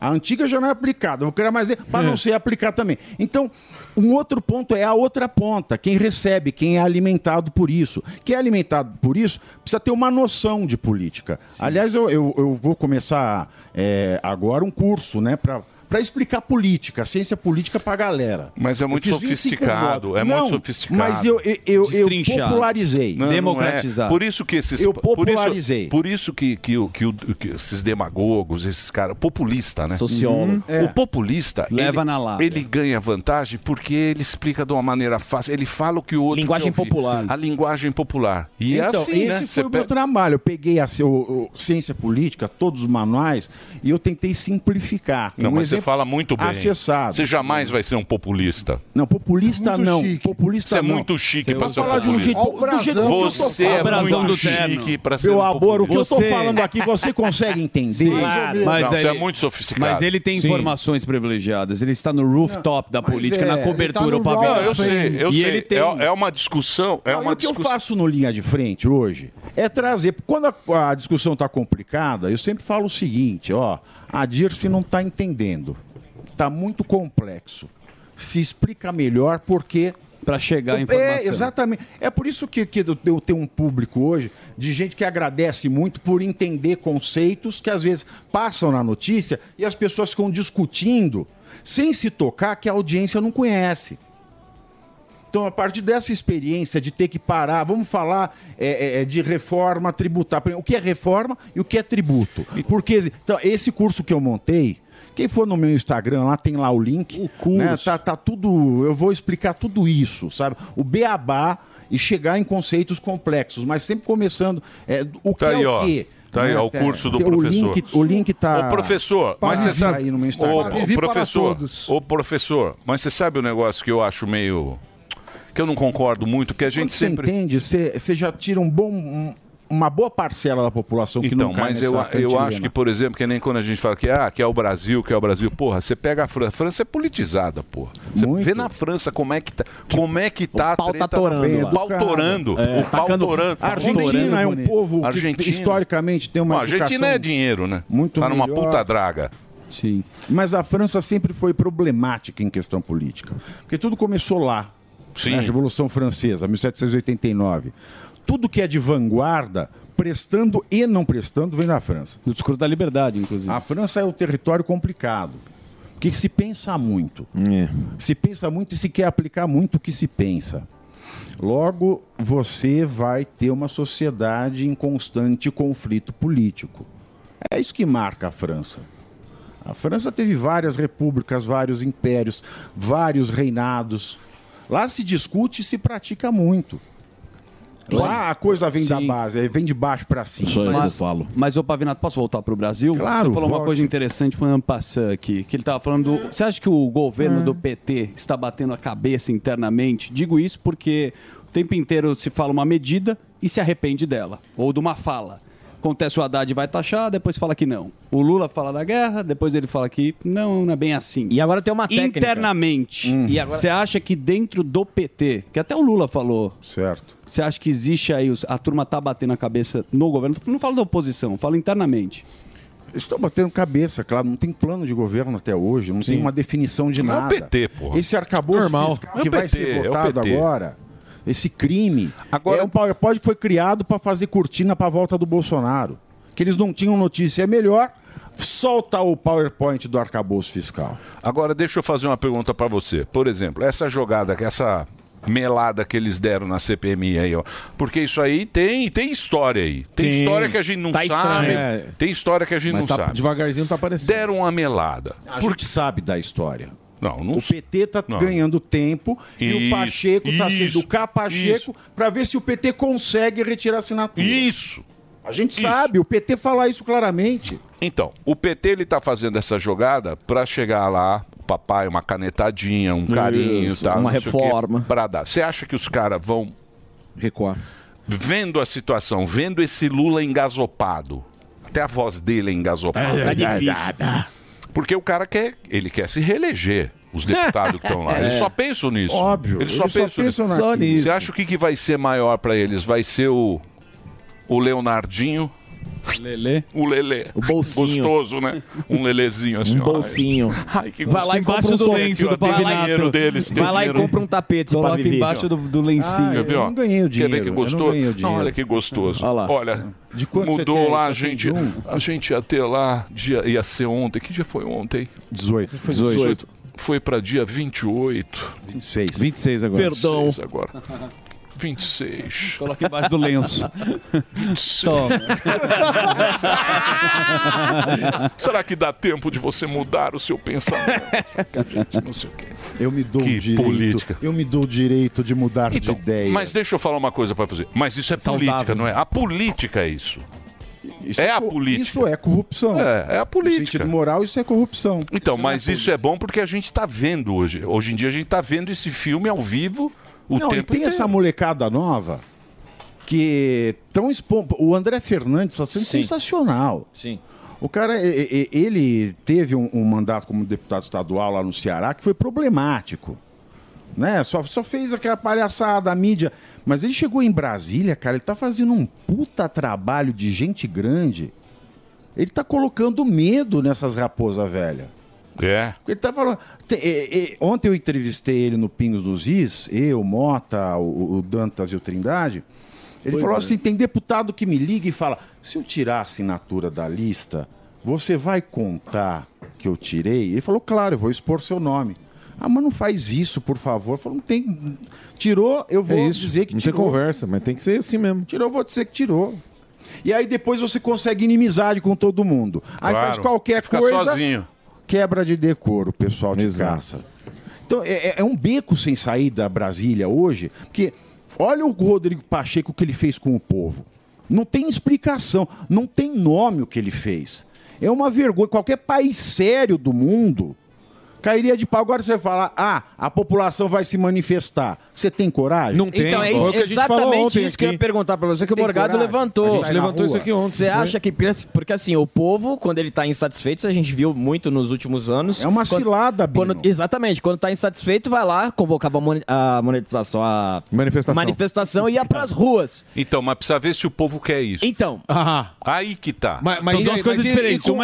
Speaker 2: a antiga já não é aplicada, vou criar mais para
Speaker 3: É.
Speaker 2: não ser aplicada também. Então, um outro ponto é a outra ponta, quem recebe, quem é alimentado por isso. Quem é alimentado por isso precisa ter uma noção de política. Aliás, eu, eu, eu vou começar é, agora um curso, né, para para explicar política, ciência política para a galera.
Speaker 3: Mas é
Speaker 2: Eu
Speaker 3: muito
Speaker 2: fiz 25
Speaker 3: sofisticado,
Speaker 2: modos.
Speaker 3: é muito
Speaker 2: Não,
Speaker 3: sofisticado.
Speaker 2: Mas eu, eu, eu, eu
Speaker 3: Destrinchado.
Speaker 2: popularizei.
Speaker 3: Não, não é. Por isso que esses.
Speaker 2: Eu
Speaker 3: por isso-
Speaker 2: popularizei.
Speaker 3: Por isso, que, que, o- que, o- que esses demagogos, esses caras. Populista, né?
Speaker 6: Sociólogo.
Speaker 3: Uhum.
Speaker 6: É.
Speaker 3: O populista.
Speaker 6: Leva
Speaker 3: ele,
Speaker 6: na lábia.
Speaker 3: Ele ganha vantagem porque ele explica de uma maneira fácil. Ele fala o que o outro.
Speaker 2: Linguagem
Speaker 3: quer ouvir.
Speaker 2: popular.
Speaker 3: A linguagem popular. E é
Speaker 2: então,
Speaker 3: assim,
Speaker 2: esse
Speaker 3: né?
Speaker 2: foi
Speaker 3: Você
Speaker 2: o meu
Speaker 3: pega-
Speaker 2: trabalho. Eu peguei a ci- o- o ciência política, todos os manuais, e eu tentei simplificar.
Speaker 3: Não,
Speaker 2: Um
Speaker 3: mas você
Speaker 2: exemplo
Speaker 3: fala muito bem.
Speaker 2: Acessado.
Speaker 3: Você jamais vai ser um populista.
Speaker 2: Não, populista
Speaker 3: Muito
Speaker 2: não.
Speaker 3: chique.
Speaker 2: Populista
Speaker 3: Você é
Speaker 2: não.
Speaker 3: muito chique
Speaker 2: Eu
Speaker 3: pra
Speaker 2: vou
Speaker 3: ser
Speaker 2: falar de um jeito,
Speaker 3: populista. Olha o
Speaker 2: do jeito que
Speaker 3: brasão.
Speaker 2: eu tô
Speaker 3: Você
Speaker 2: falando.
Speaker 3: é Olha o brasão muito do terno. chique pra ser
Speaker 2: Meu
Speaker 3: um
Speaker 2: amor, o que eu
Speaker 3: populista.
Speaker 2: tô falando aqui, você consegue entender?
Speaker 6: Sim,
Speaker 2: Mais ou menos.
Speaker 6: mas
Speaker 3: Não,
Speaker 6: ele,
Speaker 3: você é muito sofisticado.
Speaker 6: Mas ele tem
Speaker 3: Sim.
Speaker 6: informações privilegiadas. Ele está no rooftop da política,
Speaker 2: é,
Speaker 6: na
Speaker 2: ele tá
Speaker 6: cobertura,
Speaker 2: no
Speaker 6: o pavilhão.
Speaker 2: Não, eu sei, eu
Speaker 6: e
Speaker 2: sei.
Speaker 6: ele tem.
Speaker 3: É, é uma discussão. É
Speaker 2: Não, e
Speaker 3: uma
Speaker 2: o que eu
Speaker 3: discussão.
Speaker 2: faço no Linha de Frente hoje é trazer. Quando a, a discussão está complicada, eu sempre falo o seguinte: ó, a Dirce não está entendendo. Está muito complexo. Se explica melhor porque.
Speaker 6: Para chegar à
Speaker 2: É,
Speaker 6: informação.
Speaker 2: exatamente. É por isso que, que eu- eu tenho um público hoje de gente que agradece muito por entender conceitos que às vezes passam na notícia e as pessoas ficam discutindo sem se tocar que a audiência não conhece. Então, a partir dessa experiência de ter que parar, vamos falar é, é, é, de reforma tributária. Por exemplo, O que é reforma e o que é tributo? Porque esse- então, esse curso que eu montei, quem for no meu Instagram, lá tem lá o link. O curso. Tá, tá tudo. Eu vou explicar tudo isso, sabe? O beabá e chegar em conceitos complexos, mas sempre começando. é, o que
Speaker 3: Tá aí,
Speaker 2: é o
Speaker 3: ó.
Speaker 2: quê?
Speaker 3: Tá aí,
Speaker 2: Né?
Speaker 3: ó, o curso do
Speaker 2: Tem
Speaker 3: professor.
Speaker 2: Link, o link tá.
Speaker 3: Ô, professor, mas
Speaker 2: Pavivi
Speaker 3: você sabe.
Speaker 2: Aí no meu
Speaker 3: Ô,
Speaker 2: Instagram.
Speaker 3: ô, professor, ô, professor, mas você sabe o negócio que eu acho meio. que eu não concordo muito, que a gente
Speaker 2: Quando você
Speaker 3: sempre.
Speaker 2: entende, você você já tira um bom, um- uma boa parcela da população que
Speaker 3: Então,
Speaker 2: não cai
Speaker 3: mas
Speaker 2: nessa
Speaker 3: eu, eu
Speaker 2: cantilena.
Speaker 3: acho que, por exemplo, que nem quando a gente fala que, ah, que é o Brasil, que é o Brasil, porra, você pega a França. A França é politizada, porra. Você vê na França como é que tá. Como é que tá
Speaker 2: o pau
Speaker 3: a
Speaker 2: tá
Speaker 3: treta
Speaker 2: torando
Speaker 3: na França.
Speaker 2: lá.
Speaker 3: O pau torando.
Speaker 2: É,
Speaker 3: o pau
Speaker 2: tacando-
Speaker 3: torando.
Speaker 2: A Argentina
Speaker 3: Torando
Speaker 2: é um
Speaker 3: bonito.
Speaker 2: povo que
Speaker 3: Argentina.
Speaker 2: historicamente tem uma
Speaker 3: Bom, a Argentina
Speaker 2: educação
Speaker 3: é dinheiro, né?
Speaker 2: muito
Speaker 3: tá numa
Speaker 2: melhor.
Speaker 3: puta draga.
Speaker 6: Sim.
Speaker 2: Mas a França sempre foi problemática em questão política. Porque tudo começou lá.
Speaker 3: Sim.
Speaker 2: Na Revolução Francesa, 1789. Tudo que é de vanguarda, prestando e não prestando, vem da França.
Speaker 6: No discurso da liberdade, inclusive.
Speaker 2: A França é um território complicado. Porque se pensa muito. Se pensa muito e se quer aplicar muito o que se pensa. Logo, você vai ter uma sociedade em constante conflito político. É isso que marca a França. A França teve várias repúblicas, vários impérios, vários reinados. Lá se discute e se pratica muito. Lá a coisa vem da base, é, vem de baixo para cima.
Speaker 6: mas, Mas, ô Pavinato, posso voltar pro Brasil?
Speaker 2: Claro,
Speaker 6: Você falou uma
Speaker 2: volte.
Speaker 6: coisa interessante, foi um passant aqui, que ele tava falando... do- Você acha que o governo
Speaker 9: Ah.
Speaker 6: do PT está batendo a cabeça internamente? Digo isso porque o tempo inteiro se fala uma medida e se arrepende dela, ou de uma fala. Acontece o Haddad vai taxar, depois fala que não. O Lula fala da guerra, depois ele fala que não, não é bem assim. E
Speaker 9: agora tem uma técnica.
Speaker 6: Internamente,
Speaker 3: Uhum.
Speaker 9: E
Speaker 6: e
Speaker 9: agora-
Speaker 6: agora... você acha que dentro do PT, que até o Lula falou...
Speaker 2: Certo.
Speaker 6: Você acha que existe aí, os- a turma tá batendo a cabeça no governo? Não falo da oposição, falo internamente.
Speaker 2: Eles estão batendo cabeça, claro, não tem plano de governo até hoje, não tem uma definição de
Speaker 3: Mas é o
Speaker 2: nada.
Speaker 3: PT, porra.
Speaker 2: Esse arcabouço
Speaker 3: Normal.
Speaker 2: fiscal
Speaker 3: É o
Speaker 2: que vai
Speaker 3: PT, é
Speaker 2: ser
Speaker 3: o
Speaker 2: votado
Speaker 3: PT.
Speaker 2: agora, esse crime, é um PowerPoint que foi criado para fazer cortina para a volta do Bolsonaro. Que eles não tinham notícia, é melhor solta o PowerPoint do arcabouço fiscal.
Speaker 3: Agora, deixa eu fazer uma pergunta pra você. Por exemplo, essa jogada, que essa melada que eles deram na CPMI aí, ó. Porque isso aí tem, tem história aí. Tem
Speaker 8: Sim.
Speaker 3: história que a gente não
Speaker 8: Tá
Speaker 3: sabe.
Speaker 8: estranho. É.
Speaker 3: Tem história que a gente
Speaker 8: Mas
Speaker 3: não
Speaker 8: tá-
Speaker 3: sabe.
Speaker 2: Devagarzinho tá aparecendo.
Speaker 3: Deram uma melada.
Speaker 2: A gente sabe da história.
Speaker 3: Não, não
Speaker 2: O PT tá ganhando tempo e o
Speaker 3: Isso,
Speaker 2: Pacheco está
Speaker 3: isso,
Speaker 2: sendo capacheco
Speaker 3: isso.
Speaker 2: para ver se o PT consegue retirar a assinatura.
Speaker 3: Isso.
Speaker 2: A gente sabe, o PT falar isso claramente.
Speaker 3: Então, o PT ele tá fazendo essa jogada pra chegar lá, o papai, uma canetadinha, um carinho,
Speaker 6: Isso,
Speaker 3: tá,
Speaker 6: uma
Speaker 3: não sei o quê,
Speaker 6: reforma.
Speaker 3: pra dar. Você acha que os caras vão
Speaker 8: recuar?
Speaker 3: Vendo a situação, vendo esse Lula engasopado. Até a voz dele é engasopada.
Speaker 6: Tá difícil.
Speaker 3: Porque o cara quer, ele quer se reeleger. Os deputados que estão lá,
Speaker 6: É.
Speaker 3: eles só pensam nisso.
Speaker 6: Óbvio,
Speaker 3: eles só
Speaker 6: eles só
Speaker 3: pensam,
Speaker 6: pensam
Speaker 3: nisso.
Speaker 6: naquilo. Só nisso.
Speaker 3: Você acha o que, que vai ser maior pra eles? Vai ser o o Leonardinho,
Speaker 6: Lelê.
Speaker 3: o Lelê. O bolsinho. Gostoso, né? Um lelezinho assim. ó. Ai, que
Speaker 9: Vai lá e compra
Speaker 3: gostoso.
Speaker 9: um
Speaker 3: Aqui, ó,
Speaker 9: lenço
Speaker 3: tem
Speaker 9: do Pavinato.
Speaker 3: dinheiro deles, tem
Speaker 9: Vai lá e
Speaker 3: dinheiro.
Speaker 9: compra um tapete pra
Speaker 3: Coloca
Speaker 9: Vivi.
Speaker 3: embaixo do- do lencinho. Ah, Quer ver, eu ó? não ganhei o Quer dinheiro, ver que eu não gostoso? ganhei o Não, dinheiro. olha que gostoso. Olha,
Speaker 2: quanto você
Speaker 3: mudou
Speaker 2: tem?
Speaker 3: lá,
Speaker 2: Só tem
Speaker 3: a gente.
Speaker 2: um?
Speaker 3: A gente ia ter lá, dia, ia ser ontem. Que dia foi ontem?
Speaker 2: 18.
Speaker 3: Foi
Speaker 2: 18.
Speaker 3: Foi pra dia 28.
Speaker 2: 26.
Speaker 8: 26
Speaker 2: agora.
Speaker 3: Perdão.
Speaker 2: 26
Speaker 3: agora. 26.
Speaker 6: Coloca embaixo do lenço. Toma.
Speaker 3: Será que dá tempo de você mudar o seu pensamento? Não sei o quê.
Speaker 2: Eu me dou
Speaker 3: Que
Speaker 2: o direito.
Speaker 3: política.
Speaker 2: Eu me dou o direito de mudar
Speaker 3: Então,
Speaker 2: de ideia.
Speaker 3: Mas deixa eu falar uma coisa pra você. Mas isso é
Speaker 2: Saudável.
Speaker 3: política, não é? A política é isso. é a política.
Speaker 2: Isso é corrupção.
Speaker 3: É, é a política.
Speaker 2: No sentido moral, isso é corrupção.
Speaker 3: Então, mas isso é bom porque a gente está vendo hoje. Hoje em dia a gente está vendo esse filme ao vivo o
Speaker 2: Não, e
Speaker 3: tempo
Speaker 2: tem essa molecada nova que tão expo... O André Fernandes está sendo
Speaker 9: Sim.
Speaker 2: sensacional.
Speaker 9: Sim.
Speaker 2: O cara, e- e- ele teve um, um mandato como deputado estadual lá no Ceará que foi problemático. Né? Só, só fez aquela palhaçada, a mídia. Mas ele chegou em Brasília, cara, ele tá fazendo um puta trabalho de gente grande. Ele tá colocando medo nessas raposas velhas.
Speaker 3: É.
Speaker 2: Ele tá falando. te- é, é, ontem eu entrevistei ele no Pingos dos Is, eu, Mota, o, o Dantas e o Trindade. Ele
Speaker 14: Pois
Speaker 2: falou
Speaker 14: é.
Speaker 2: assim: tem deputado que me liga e fala: se eu tirar a assinatura da lista, você vai contar que eu tirei? Ele falou: claro, eu vou expor seu nome. Ah, mas não faz isso, por favor. Falou, não tem. Tirou, eu vou
Speaker 8: É isso,
Speaker 2: dizer que
Speaker 8: não tem
Speaker 2: tirou.
Speaker 8: conversa, mas tem que ser assim mesmo.
Speaker 2: Tirou, vou dizer que tirou. E aí depois você consegue inimizade com todo mundo. Aí faz
Speaker 3: Claro.
Speaker 2: qualquer
Speaker 3: Fica
Speaker 2: coisa.
Speaker 3: sozinho.
Speaker 2: Quebra de decoro, pessoal de caça. Então é, é- é um beco sem saída Brasília hoje, porque olha o Rodrigo Pacheco que ele fez com o povo. Não tem explicação, não tem nome o que ele fez. É uma vergonha. Qualquer país sério do mundo cairia de pau. Agora você fala, ah, a população vai se manifestar. Você tem coragem? Não
Speaker 9: Então é isso- exatamente isso que eu ia perguntar pra você, que o
Speaker 2: Tem
Speaker 9: Morgado
Speaker 2: coragem?
Speaker 9: levantou.
Speaker 2: A gente Sai na levantou isso rua. aqui ontem,
Speaker 9: Você
Speaker 2: não foi?
Speaker 9: acha que... Porque assim, o povo, quando ele tá insatisfeito, isso a gente viu muito nos últimos anos... É uma
Speaker 2: cilada,
Speaker 9: quando, Exatamente. Quando tá insatisfeito, vai lá, convocava a moni- a monetização, a... Manifestação. Manifestação e ia pras ruas.
Speaker 3: Então, mas precisa ver se o povo quer isso.
Speaker 9: Então.
Speaker 3: Aí que tá.
Speaker 8: mas e aí, mas e- e
Speaker 2: Um é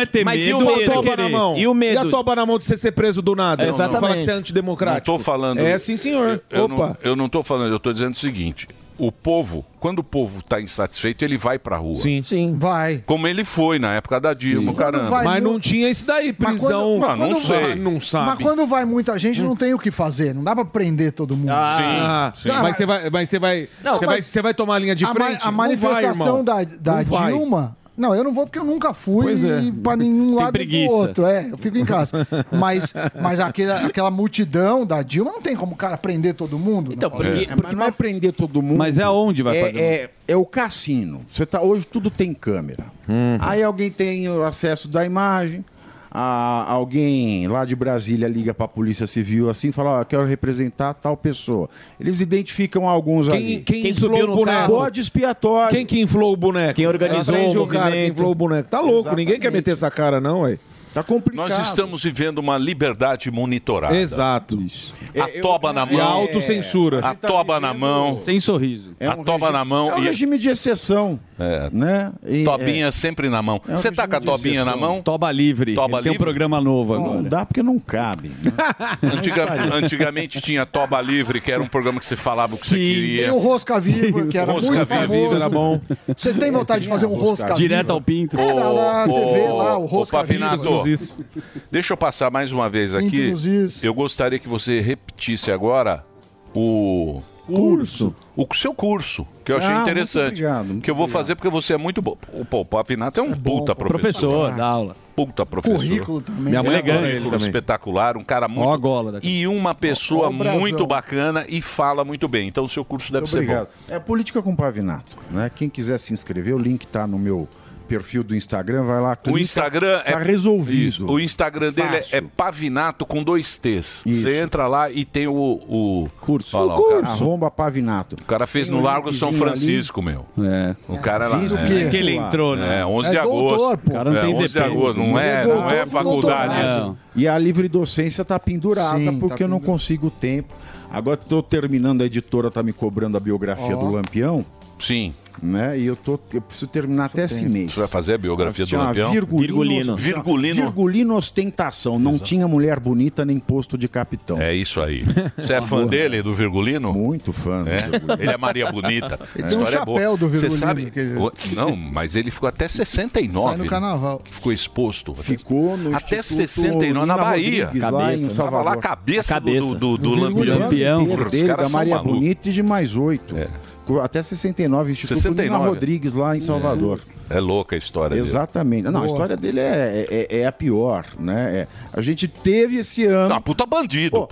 Speaker 8: com- mas e o é medo? toba na mão? E a toba na mão de você ser preso do nada?
Speaker 3: Não, não.
Speaker 12: é
Speaker 8: Falar que você é antidemocrático.
Speaker 3: Não tô falando.
Speaker 8: É sim, senhor.
Speaker 3: Eu, eu
Speaker 8: Opa.
Speaker 3: Não, eu não tô falando, eu tô dizendo o seguinte. o povo, quando o povo está insatisfeito, ele vai pra rua.
Speaker 8: Sim.
Speaker 4: Sim. Vai.
Speaker 3: Como ele foi na época da Dilma, caramba.
Speaker 8: Mas não tinha esse daí,
Speaker 4: Mas
Speaker 8: prisão.
Speaker 4: quando-
Speaker 3: não
Speaker 4: quando
Speaker 3: sei.
Speaker 4: vai-
Speaker 8: Não sabe.
Speaker 4: Mas quando vai muita gente, não tem o que fazer. Não dá pra prender todo mundo.
Speaker 8: Ah,
Speaker 4: Não,
Speaker 8: Mas você vai, mas você vai,
Speaker 4: Não,
Speaker 8: você
Speaker 4: mas-
Speaker 8: vai, você vai tomar a linha de
Speaker 4: a ma-
Speaker 8: frente?
Speaker 4: A, manifestação
Speaker 8: não vai, irmão.
Speaker 4: da, da
Speaker 8: Não vai.
Speaker 4: Dilma. Não, eu não vou porque eu nunca fui
Speaker 8: Pois é.
Speaker 4: pra nenhum
Speaker 8: Tem
Speaker 4: lado nem
Speaker 8: preguiça.
Speaker 4: pro outro. É, eu fico em casa. Mas, mas aquela, aquela multidão da Dilma não tem como o cara prender todo mundo. Então,
Speaker 2: É, mas não é prender todo mundo.
Speaker 6: Mas é aonde vai
Speaker 2: é,
Speaker 6: fazer?
Speaker 2: É, é o cassino. Você tá, hoje tudo tem câmera.
Speaker 6: Hum.
Speaker 2: Aí alguém tem o acesso da imagem. a- alguém lá de Brasília liga para a Polícia Civil assim e fala: ó, quero representar tal pessoa. Eles identificam alguns
Speaker 8: Quem-
Speaker 2: ali.
Speaker 8: quem Quem inflou subiu o no boneco? carro.
Speaker 2: Bode expiatório.
Speaker 8: Quem que inflou o boneco? Quem
Speaker 2: organizou
Speaker 8: Aprende
Speaker 2: o
Speaker 8: cara que
Speaker 2: movimento.
Speaker 8: inflou o boneco. Tá louco, ninguém quer
Speaker 2: Exatamente.
Speaker 8: meter essa cara, não, ué.
Speaker 2: Tá complicado.
Speaker 3: Nós estamos vivendo uma liberdade monitorada.
Speaker 8: Exato.
Speaker 2: É,
Speaker 3: A toba na
Speaker 2: e
Speaker 3: mão.
Speaker 2: a autocensura.
Speaker 3: A toba na mão.
Speaker 6: Sem sorriso.
Speaker 3: A toba na
Speaker 2: É
Speaker 3: mão
Speaker 2: um
Speaker 3: e a
Speaker 2: regime de exceção.
Speaker 3: É.
Speaker 2: Né? E-
Speaker 3: Tobinha
Speaker 2: é.
Speaker 3: sempre na mão.
Speaker 2: É um
Speaker 3: Você tá com a
Speaker 2: regime de
Speaker 3: tobinha na
Speaker 2: exceção.
Speaker 3: mão?
Speaker 6: Toba livre.
Speaker 3: Toba
Speaker 6: Tem um
Speaker 3: livre.
Speaker 6: programa novo
Speaker 2: Não
Speaker 6: agora.
Speaker 2: dá porque não cabe. né?
Speaker 3: Antiga- antigamente tinha Toba Livre, que era um programa que você falava o que você queria.
Speaker 4: Tem o Rosca Viva, que era
Speaker 3: Rosca
Speaker 4: muito
Speaker 3: Viva
Speaker 4: famoso.
Speaker 3: era bom.
Speaker 4: Você tem vontade de fazer um Rosca, Viva?
Speaker 6: pinto.
Speaker 4: É, na, na TV lá, o
Speaker 3: Ô,
Speaker 4: Rosca Viva.
Speaker 3: Pavinato, deixa eu passar mais uma vez aqui.
Speaker 4: Pinto nos is.
Speaker 3: Eu gostaria que você repetisse agora o... Curso. O seu curso, que eu achei
Speaker 6: Ah, muito
Speaker 3: interessante.
Speaker 6: obrigado, muito
Speaker 3: que eu vou fazer porque você é muito bom. O Pô, o Pavinato é um puta professor. Ah,
Speaker 6: Professor, dá aula.
Speaker 3: Puta professor.
Speaker 6: Currículo também. Minha mãe
Speaker 3: Ele
Speaker 6: adora
Speaker 3: um
Speaker 6: ele
Speaker 3: currículo
Speaker 6: também.
Speaker 3: espetacular, um cara muito...
Speaker 6: Ó a gola daqui.
Speaker 3: E uma pessoa
Speaker 2: Ó o brasão.
Speaker 3: muito bacana e fala muito bem. Então o seu curso deve ser
Speaker 2: Obrigado.
Speaker 3: bom.
Speaker 2: É política com pavinato, né? Quem quiser se inscrever, o link tá no meu perfil do Instagram, vai lá.
Speaker 3: O
Speaker 2: clica,
Speaker 3: Instagram é
Speaker 2: tá resolvido.
Speaker 3: Isso. O Instagram dele é- é Pavinato com dois T's. Você entra lá e tem o, o... curso. Olha lá, o, cara,
Speaker 2: Arromba pavinato.
Speaker 3: o cara fez
Speaker 2: Tem
Speaker 3: no
Speaker 2: um
Speaker 3: Largo São
Speaker 2: linkzinho
Speaker 3: Francisco, meu.
Speaker 6: É.
Speaker 3: O cara lá.
Speaker 2: Fiz o quê?
Speaker 3: É.
Speaker 2: Que ele entrou, né?
Speaker 3: É, 11 de
Speaker 2: É doutor,
Speaker 3: agosto.
Speaker 2: pô. O cara não
Speaker 3: é,
Speaker 2: tem
Speaker 3: 11 de
Speaker 2: DP.
Speaker 3: agosto. Não
Speaker 2: Mas
Speaker 3: é,
Speaker 2: é
Speaker 3: não
Speaker 2: doutor
Speaker 3: é
Speaker 2: com
Speaker 3: faculdade.
Speaker 2: doutorado.
Speaker 3: isso.
Speaker 2: E a livre docência tá pendurada
Speaker 4: Sim,
Speaker 2: porque
Speaker 4: tá
Speaker 2: eu não
Speaker 4: pendurada.
Speaker 2: consigo tempo. Agora estou terminando, a editora tá me cobrando a biografia
Speaker 4: Ó.
Speaker 2: do Lampião.
Speaker 3: Sim.
Speaker 2: Né? E eu, tô, eu preciso terminar até esse mês.
Speaker 3: Você vai fazer a biografia do
Speaker 2: Chama
Speaker 3: Lampião?
Speaker 2: Virgulino.
Speaker 3: Virgulino.
Speaker 2: Virgulino Ostentação. Não tinha mulher bonita nem posto de capitão.
Speaker 3: É isso aí. Você é fã dele, do Virgulino?
Speaker 2: Muito fã. do
Speaker 3: É? Ele é Maria Bonita.
Speaker 4: Ele
Speaker 3: A
Speaker 4: tem um
Speaker 3: história é boa.
Speaker 4: chapéu do
Speaker 3: Você
Speaker 4: Virgulino,
Speaker 3: sabe?
Speaker 4: quer dizer.
Speaker 3: o- Não, mas ele ficou até 69.
Speaker 4: Sai no
Speaker 3: né?
Speaker 4: carnaval.
Speaker 3: Que ficou exposto.
Speaker 2: Ficou no
Speaker 3: Até
Speaker 2: Instituto
Speaker 3: 69, na
Speaker 2: Nina
Speaker 3: Bahia.
Speaker 2: Rodrigues, lá em
Speaker 3: Tava
Speaker 2: Salvador.
Speaker 3: lá a cabeça,
Speaker 2: A cabeça.
Speaker 3: do, do, do
Speaker 2: Do
Speaker 3: Lampião.
Speaker 2: Lampião
Speaker 3: Porra, os
Speaker 2: dele,
Speaker 3: caras
Speaker 2: da
Speaker 3: são
Speaker 2: Maria
Speaker 3: malucos. É.
Speaker 2: Bonita e de mais oito. Co- Até 69, Instituto
Speaker 3: 69.
Speaker 2: Nina Rodrigues, lá em Salvador.
Speaker 3: É louca a história dele.
Speaker 2: Exatamente. Não,
Speaker 3: Boa.
Speaker 2: a história dele é, é, é a pior, né? É, a gente teve esse ano. Uma
Speaker 3: puta bandido.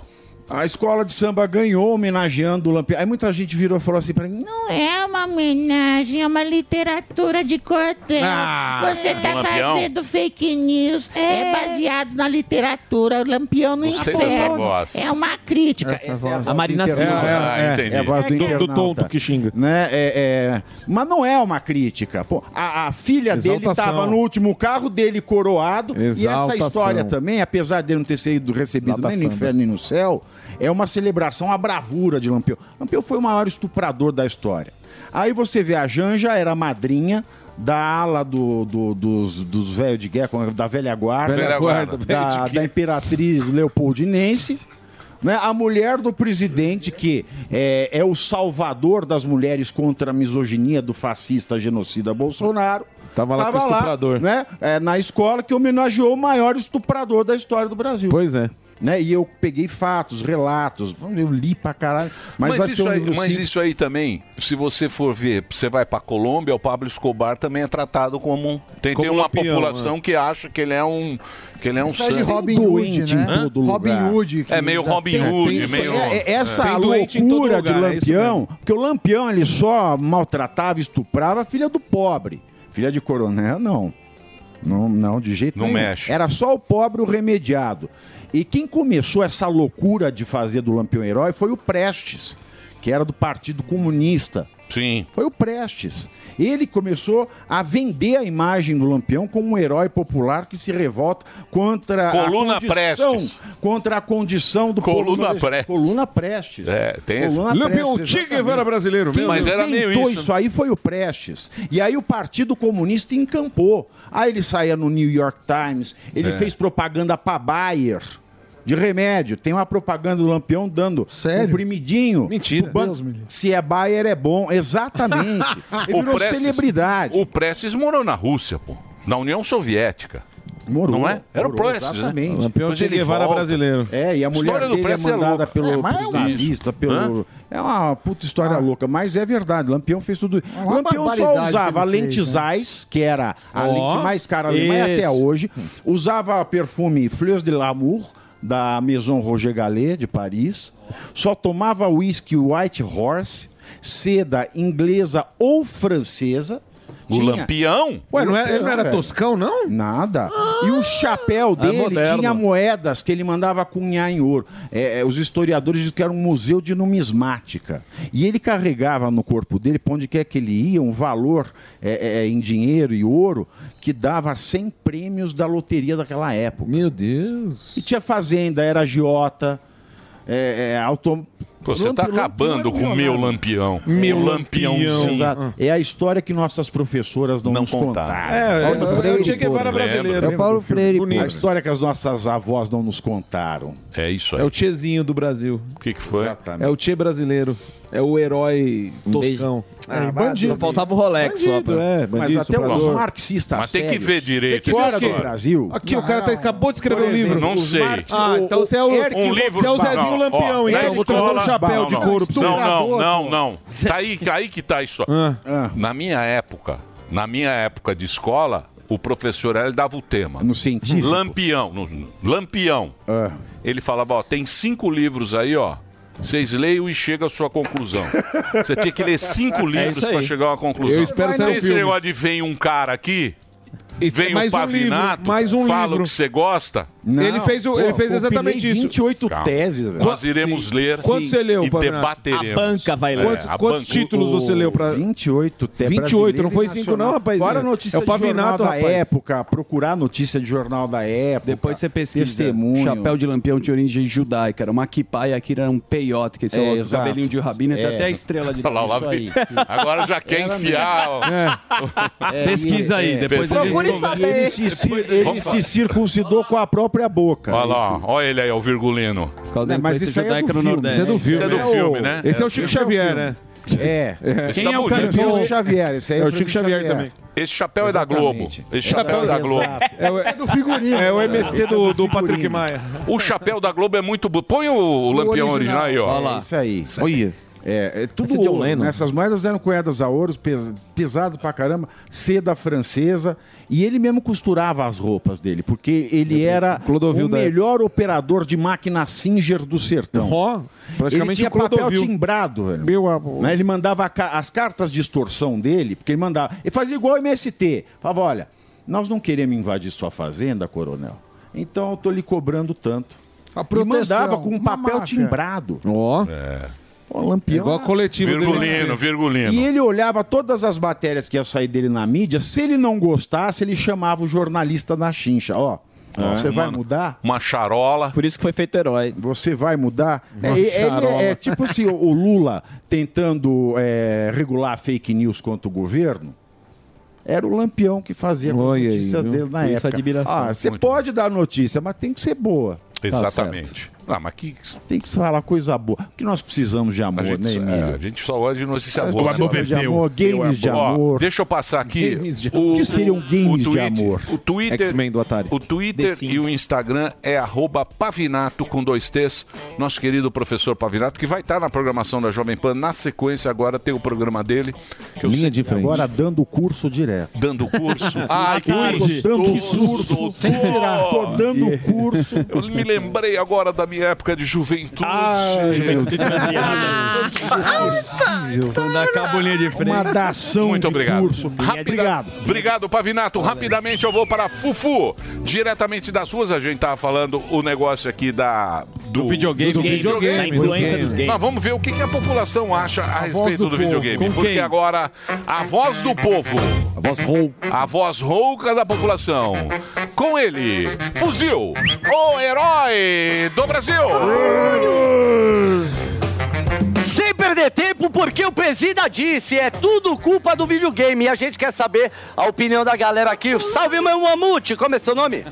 Speaker 2: a escola de samba ganhou homenageando o Lampião. Aí muita gente virou e falou assim pra mim: não,
Speaker 14: Não é uma homenagem, é uma literatura de quartel.
Speaker 2: Ah,
Speaker 14: Você
Speaker 3: um
Speaker 14: tá
Speaker 2: Lampião.
Speaker 14: fazendo fake news. É. baseado na literatura. O Lampião no
Speaker 2: Gostei
Speaker 14: inferno.
Speaker 2: dessa voz.
Speaker 14: É uma crítica.
Speaker 2: Essa é
Speaker 14: voz
Speaker 2: voz do internauta.
Speaker 8: Silva.
Speaker 2: É,
Speaker 8: Ah,
Speaker 2: é,
Speaker 8: entendi.
Speaker 2: é a voz do,
Speaker 8: Do- do
Speaker 2: internauta.
Speaker 8: tonto
Speaker 2: que xinga. Né? É, é, Mas não é uma crítica. Pô, a, a filha dele
Speaker 8: Exaltação.
Speaker 2: estava no último carro dele coroado. E essa
Speaker 8: Exaltação.
Speaker 2: história também, apesar dele não ter sido recebido nem
Speaker 8: Exaltação,
Speaker 2: no inferno nem no céu, é uma celebração, uma bravura de Lampião. Lampião foi o maior estuprador da história. Aí você vê a Janja, era a madrinha da ala do, do- dos, dos velhos de guerra, como é, da velha guarda,
Speaker 3: Velha guarda, velho de
Speaker 2: da, da imperatriz leopoldinense. Né? A mulher do presidente, que é, é o salvador das mulheres contra a misoginia do fascista genocida Bolsonaro. Tava
Speaker 8: lá com o estuprador.
Speaker 2: Né? É, na escola que homenageou o maior estuprador da história do Brasil. Pois
Speaker 8: é.
Speaker 2: Né? E eu peguei fatos, relatos. Eu li pra caralho. Mas,
Speaker 3: Mas,
Speaker 2: vai ser
Speaker 3: isso
Speaker 2: um
Speaker 3: aí,
Speaker 2: livro
Speaker 3: mas
Speaker 2: simples.
Speaker 3: isso aí também, se você for ver, você vai pra Colômbia, o Pablo Escobar também é tratado como um. Tem,
Speaker 2: Como
Speaker 3: tem uma
Speaker 2: lampião,
Speaker 3: população
Speaker 2: né?
Speaker 3: que acha que ele é um. Que ele é um
Speaker 4: Faz de
Speaker 3: santo.
Speaker 4: Robin Hood, né?
Speaker 3: Hã?
Speaker 4: Robin Hood. que
Speaker 3: É meio
Speaker 4: usa-
Speaker 3: Robin Hood, meio.
Speaker 2: É, é essa
Speaker 3: É.
Speaker 2: loucura de
Speaker 3: lugar, é isso
Speaker 2: Lampião, porque o Lampião ele só maltratava, estuprava a filha do pobre. Filha de coronel, não. Não, não de jeito
Speaker 3: Não
Speaker 2: nenhum.
Speaker 3: mexe.
Speaker 2: Era só o pobre o remediado. E quem começou essa loucura de fazer do Lampião herói foi o Prestes, que era do Partido Comunista.
Speaker 3: Sim.
Speaker 2: Foi o Prestes. Ele começou a vender a imagem do Lampião como um herói popular que se revolta contra
Speaker 3: Coluna
Speaker 2: a condição,
Speaker 3: Prestes.
Speaker 2: contra a condição do
Speaker 3: Coluna
Speaker 2: povo nordestino.
Speaker 3: Prestes.
Speaker 2: Coluna Prestes.
Speaker 3: É, tem esse-
Speaker 2: Coluna
Speaker 8: Lampião,
Speaker 2: Prestes,
Speaker 8: Che
Speaker 2: exatamente.
Speaker 8: Guevara brasileiro
Speaker 2: Quem
Speaker 8: mesmo. Mas era meio
Speaker 2: inventou
Speaker 8: isso,
Speaker 2: isso aí foi o Prestes. E aí o Partido Comunista encampou. Aí ele saía no New York Times, ele
Speaker 8: É.
Speaker 2: fez propaganda para Bayer. de remédio. Tem uma propaganda do Lampião dando um primidinho. Mentira. Se é Bayer, é bom. Exatamente. Ele virou celebridade.
Speaker 3: O Prestes morou na Rússia, pô. Na União Soviética.
Speaker 2: Morou.
Speaker 3: Não é? Era o
Speaker 2: morou,
Speaker 3: Prestes, né?
Speaker 2: Exatamente.
Speaker 3: O Lampião
Speaker 2: Depois
Speaker 3: Che
Speaker 2: ele
Speaker 3: Guevara
Speaker 2: volta.
Speaker 3: brasileiro.
Speaker 2: É, e a
Speaker 3: A
Speaker 2: mulher
Speaker 3: história do
Speaker 2: dele é
Speaker 3: Prestes é
Speaker 2: mandada
Speaker 3: louca.
Speaker 2: pelo
Speaker 3: É, mas é
Speaker 2: pelos
Speaker 3: um-
Speaker 2: nazistas, pelo... É uma puta história louca, mas é verdade. Lampião fez tudo.
Speaker 4: Ah. É uma
Speaker 2: Lampião só
Speaker 4: barbaridade
Speaker 2: usava a
Speaker 4: que ele
Speaker 2: lente
Speaker 4: fez, né?
Speaker 2: Zeiss, que era a
Speaker 4: Ó,
Speaker 2: lente mais cara alemã e até
Speaker 4: isso.
Speaker 2: hoje. Usava perfume Fleurs de l'Amour, da Maison Roger Gallet, de Paris. Só tomava whisky White Horse, seda inglesa ou francesa.
Speaker 3: O Lampião?
Speaker 2: Ué, não era,
Speaker 8: ele não era
Speaker 2: toscão, não? é Nada. E o chapéu
Speaker 8: Ah,
Speaker 2: dele
Speaker 8: moderno.
Speaker 2: tinha moedas que ele mandava cunhar em ouro. É, é, os historiadores dizem que era um museu de numismática. E ele carregava no corpo dele, para onde quer que ele ia, um valor é, é, em dinheiro e ouro que dava 100 prêmios da loteria daquela época. Meu Deus! E tinha fazenda, era agiota, é, é, auto...
Speaker 3: Pô, você tá
Speaker 2: Lampião- Lampião
Speaker 3: acabando
Speaker 2: era
Speaker 3: com o meu lampião.
Speaker 2: Meu
Speaker 3: lampiãozinho.
Speaker 2: Exato. É a história que nossas professoras não, nos contaram.
Speaker 8: É, é,
Speaker 2: Paulo
Speaker 8: é o
Speaker 2: Freire,
Speaker 8: Che Guevara
Speaker 2: Bonito.
Speaker 8: brasileiro.
Speaker 2: Lembra?
Speaker 8: É o Paulo
Speaker 2: Lembra do
Speaker 8: Freire,
Speaker 2: filme?
Speaker 8: pô.
Speaker 2: A história que as nossas avós não nos contaram.
Speaker 3: É isso
Speaker 8: É o Tchezinho do Brasil.
Speaker 3: O que, que foi?
Speaker 8: É o Tchê brasileiro. É o herói toscão.
Speaker 2: É, bandido.
Speaker 8: Um Só faltava o Rolex
Speaker 2: Bandido,
Speaker 8: só. Pra...
Speaker 2: é, bandido, Mas até os suprador. marxistas
Speaker 3: Mas tem que
Speaker 2: sérios.
Speaker 3: ver direito.
Speaker 8: Tem que ver
Speaker 3: essa
Speaker 8: o quê?
Speaker 3: história.
Speaker 2: Brasil.
Speaker 8: Aqui, o cara tá- acabou de escrever
Speaker 3: Por
Speaker 8: um livro.
Speaker 3: exemplo, Não
Speaker 8: Os
Speaker 3: sei.
Speaker 8: Marx- ah, então você é o,
Speaker 3: um livro.
Speaker 8: você é o Zezinho
Speaker 3: Não,
Speaker 8: Lampião,
Speaker 3: ó,
Speaker 8: então.
Speaker 3: na
Speaker 8: Eu Vou trazer um
Speaker 3: escola-
Speaker 8: chapéu
Speaker 3: não,
Speaker 8: de
Speaker 3: não,
Speaker 8: couro pra você.
Speaker 3: Não, não, não, não. Tá aí, aí que tá a história.
Speaker 8: Ah.
Speaker 3: Na minha época, na minha época de escola, o professor ele dava o tema.
Speaker 2: No científico?
Speaker 3: Lampião. no- no- lampião.
Speaker 8: Ah.
Speaker 3: Ele falava, ó, tem cinco livros aí, ó. Vocês leiam e chegam à sua conclusão. Você tinha que ler cinco
Speaker 8: É
Speaker 3: livros
Speaker 8: isso aí.
Speaker 3: para chegar a uma conclusão.
Speaker 8: Eu espero
Speaker 3: Esse
Speaker 8: ser um filme.
Speaker 3: negócio de vem um cara aqui,
Speaker 8: Esse é
Speaker 3: vem um
Speaker 8: mais um livro,
Speaker 3: pavinato,
Speaker 8: mais um
Speaker 3: fala
Speaker 8: livro.
Speaker 3: o que você gosta.
Speaker 8: Não. Ele fez o- ele fez exatamente
Speaker 2: compilei
Speaker 8: isso.
Speaker 2: 28
Speaker 3: Calma.
Speaker 2: teses, velho.
Speaker 3: Nós iremos ler
Speaker 8: Quanto você leu,
Speaker 3: e
Speaker 8: Pavinato?
Speaker 3: debateremos.
Speaker 8: A banca vai ler. Quantos-
Speaker 3: É, a
Speaker 8: quantos
Speaker 3: banca-
Speaker 8: títulos você leu pra-
Speaker 2: 28 te
Speaker 8: 28, não foi cinco não,
Speaker 2: rapaz.
Speaker 8: rapazinho.
Speaker 2: Fora notícia
Speaker 8: É o
Speaker 2: de jornal
Speaker 8: Pavinato,
Speaker 2: da
Speaker 8: rapaz.
Speaker 2: época, procurar notícia de jornal da época.
Speaker 6: Depois você pesquisa.
Speaker 2: Testemunho.
Speaker 6: Chapéu de lampião de origem judaica. Era uma kippah e aqui era um peiote, que esse é,
Speaker 2: É,
Speaker 6: o
Speaker 2: exato.
Speaker 6: cabelinho de rabino. Tem
Speaker 2: É.
Speaker 6: até a estrela de
Speaker 3: Olha lá, lá
Speaker 6: Isso
Speaker 3: vem.
Speaker 6: aí.
Speaker 3: Agora já quer
Speaker 6: Era
Speaker 3: enfiar.
Speaker 6: mesmo.
Speaker 3: ó.
Speaker 6: É. Pesquisa aí, depois
Speaker 3: Pesquisa.
Speaker 6: a gente Procure conversa. saber.
Speaker 2: Ele se, cir- ele
Speaker 3: Vamos
Speaker 2: se
Speaker 3: falar.
Speaker 2: circuncidou com a própria boca.
Speaker 3: Olha lá, ó, olha ele aí, ó, o virgulino.
Speaker 2: É, mas isso aí é do filme.
Speaker 3: Isso é do filme, né?
Speaker 8: Esse é o
Speaker 3: filme.
Speaker 8: Chico Xavier, né?
Speaker 2: É.
Speaker 3: Esse tá bonito.
Speaker 2: É o Chico Xavier. Esse aí
Speaker 8: É o Chico Xavier também.
Speaker 3: Esse chapéu é da Globo. Esse chapéu é, da Globo.
Speaker 8: É o- É o MST do, do Patrick Maia.
Speaker 3: O chapéu da Globo é muito bom. Põe o, lampião original aí, ó.
Speaker 2: Olha lá. Isso aí. Olha. É, é tudo
Speaker 3: Esse é John
Speaker 2: ouro,
Speaker 3: Lennon.
Speaker 2: né? Essas moedas eram cunhadas a ouro, pes- pesado pra caramba, seda francesa. E ele mesmo costurava as roupas dele, porque ele era o
Speaker 8: da-
Speaker 2: melhor operador de máquina Singer do sertão.
Speaker 8: Ó,
Speaker 2: ele
Speaker 8: praticamente
Speaker 2: tinha
Speaker 8: o Clodovil.
Speaker 2: papel timbrado, velho. Né? Ele mandava a ca- as cartas de extorsão dele, porque ele mandava. Ele fazia igual o MST. Falava: olha, nós não queremos invadir sua fazenda, coronel. Então eu tô lhe cobrando tanto. e
Speaker 4: proteção,
Speaker 2: mandava com um
Speaker 4: uma
Speaker 2: papel
Speaker 4: máfia.
Speaker 2: timbrado.
Speaker 8: Ó.
Speaker 3: É.
Speaker 2: Ó, Lampião.
Speaker 8: Igual a coletiva do
Speaker 3: Virgulino,
Speaker 8: MST.
Speaker 3: virgulino.
Speaker 2: E ele olhava todas as matérias que ia sair dele na mídia. Se ele não gostasse, ele chamava o jornalista na chincha. Ó,
Speaker 3: Ó,
Speaker 2: você vai
Speaker 3: mano,
Speaker 2: mudar?
Speaker 3: Uma charola.
Speaker 2: Por isso que foi feito herói. Você vai mudar? É,
Speaker 3: Uma
Speaker 2: ele-
Speaker 3: charola.
Speaker 2: é tipo assim, o- o Lula tentando é, regular fake news contra o governo. Era o Lampião que fazia com as
Speaker 8: Olha aí,
Speaker 2: notícias
Speaker 8: viu?
Speaker 2: dele na
Speaker 8: Isso é
Speaker 2: época.
Speaker 8: admiração.
Speaker 2: Ah, você
Speaker 8: Muito
Speaker 2: pode dar notícia, mas tem que ser boa.
Speaker 3: Tá Exatamente. ah, mas que...
Speaker 2: Tem que falar coisa boa. Porque nós precisamos de amor,
Speaker 3: A gente,
Speaker 2: né, Emílio?
Speaker 3: é, a gente só gosta de notícia
Speaker 2: Mas
Speaker 3: boa.
Speaker 2: o amor de amor, games de
Speaker 3: Ó,
Speaker 2: amor.
Speaker 3: deixa eu passar aqui.
Speaker 2: Games de amor. O que seriam games de amor?
Speaker 3: O Twitter,
Speaker 8: X-Men do Atari.
Speaker 3: O Twitter e o Instagram é arroba pavinato com dois T's. Nosso querido professor Pavinato, que vai estar na programação da Jovem Pan. Na sequência agora tem o programa dele. que eu sei-
Speaker 2: Agora dando curso direto.
Speaker 3: Dando curso. Ai, que gostoso.
Speaker 2: dando curso. Sem tirar. Tô dando curso.
Speaker 3: Eu me lembrei agora da minha época de juventude.
Speaker 2: juventude
Speaker 6: Quando acaba a linha de frente.
Speaker 2: Uma dação
Speaker 3: Muito
Speaker 2: de
Speaker 3: obrigado.
Speaker 2: curso.
Speaker 3: Rapida-
Speaker 2: Obrigado.
Speaker 3: Obrigado, Pavinato. Rapidamente eu vou para Fufu. Diretamente das ruas, a gente tava falando o negócio aqui da, do, É.
Speaker 6: videogame. Dos games, da influência dos games.
Speaker 3: Mas vamos ver o que, que a população acha a, respeito
Speaker 6: do
Speaker 3: do,
Speaker 6: povo.
Speaker 3: videogame.
Speaker 6: Com
Speaker 3: Porque
Speaker 6: quem?
Speaker 3: agora a voz do povo. A
Speaker 2: voz rouca.
Speaker 3: A voz rouca da população. Com ele, Fuzil, o herói do Brasil.
Speaker 7: Sem perder ter tempo porque o Presida disse, é tudo culpa do videogame. E a gente quer saber a opinião da galera aqui. Salve, meu mamute! Como é seu nome?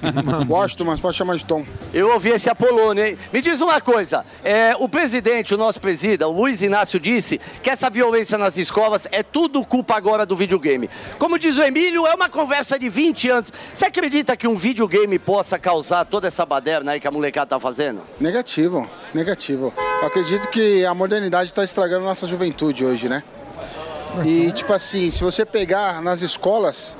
Speaker 7: Gosto, mas pode chamar de Tom. Eu ouvi esse Apolônio, hein? Me diz uma coisa, é, o presidente, o nosso presida, o Luiz Inácio, disse que essa violência nas escolas é tudo culpa agora do videogame. Como diz o Emílio, é uma conversa de 20 anos. Você acredita que um videogame possa causar toda essa baderna aí que a molecada tá fazendo?
Speaker 15: Negativo, negativo. Eu acredito que a modernidade está estragando nossa juventude hoje, né? E tipo assim, se você pegar nas escolas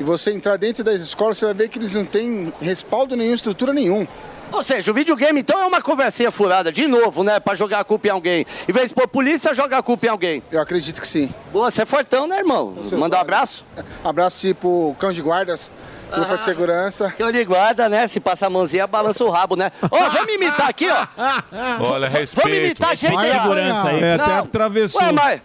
Speaker 15: e você entrar dentro das escolas, você vai ver que eles não têm respaldo nenhum, estrutura nenhum.
Speaker 7: Ou seja, o videogame então é uma conversinha furada, de novo, né? Pra jogar a culpa em alguém. Em vez de pôr polícia, joga a culpa em alguém.
Speaker 15: Eu acredito que sim.
Speaker 7: Boa, você é fortão, né, irmão? Manda um abraço. Ah,
Speaker 15: Abraço aí pro cão de guardas, grupo de segurança.
Speaker 7: Cão de guarda, né? Se passa a mãozinha, balança o rabo, né? Ó, vamos imitar aqui, ó.
Speaker 12: Ah.
Speaker 3: Olha,
Speaker 12: é
Speaker 3: respeito.
Speaker 7: Vamos imitar a gente.
Speaker 3: Respeita a segurança aí. É, até
Speaker 7: atravessou. Ué, mas...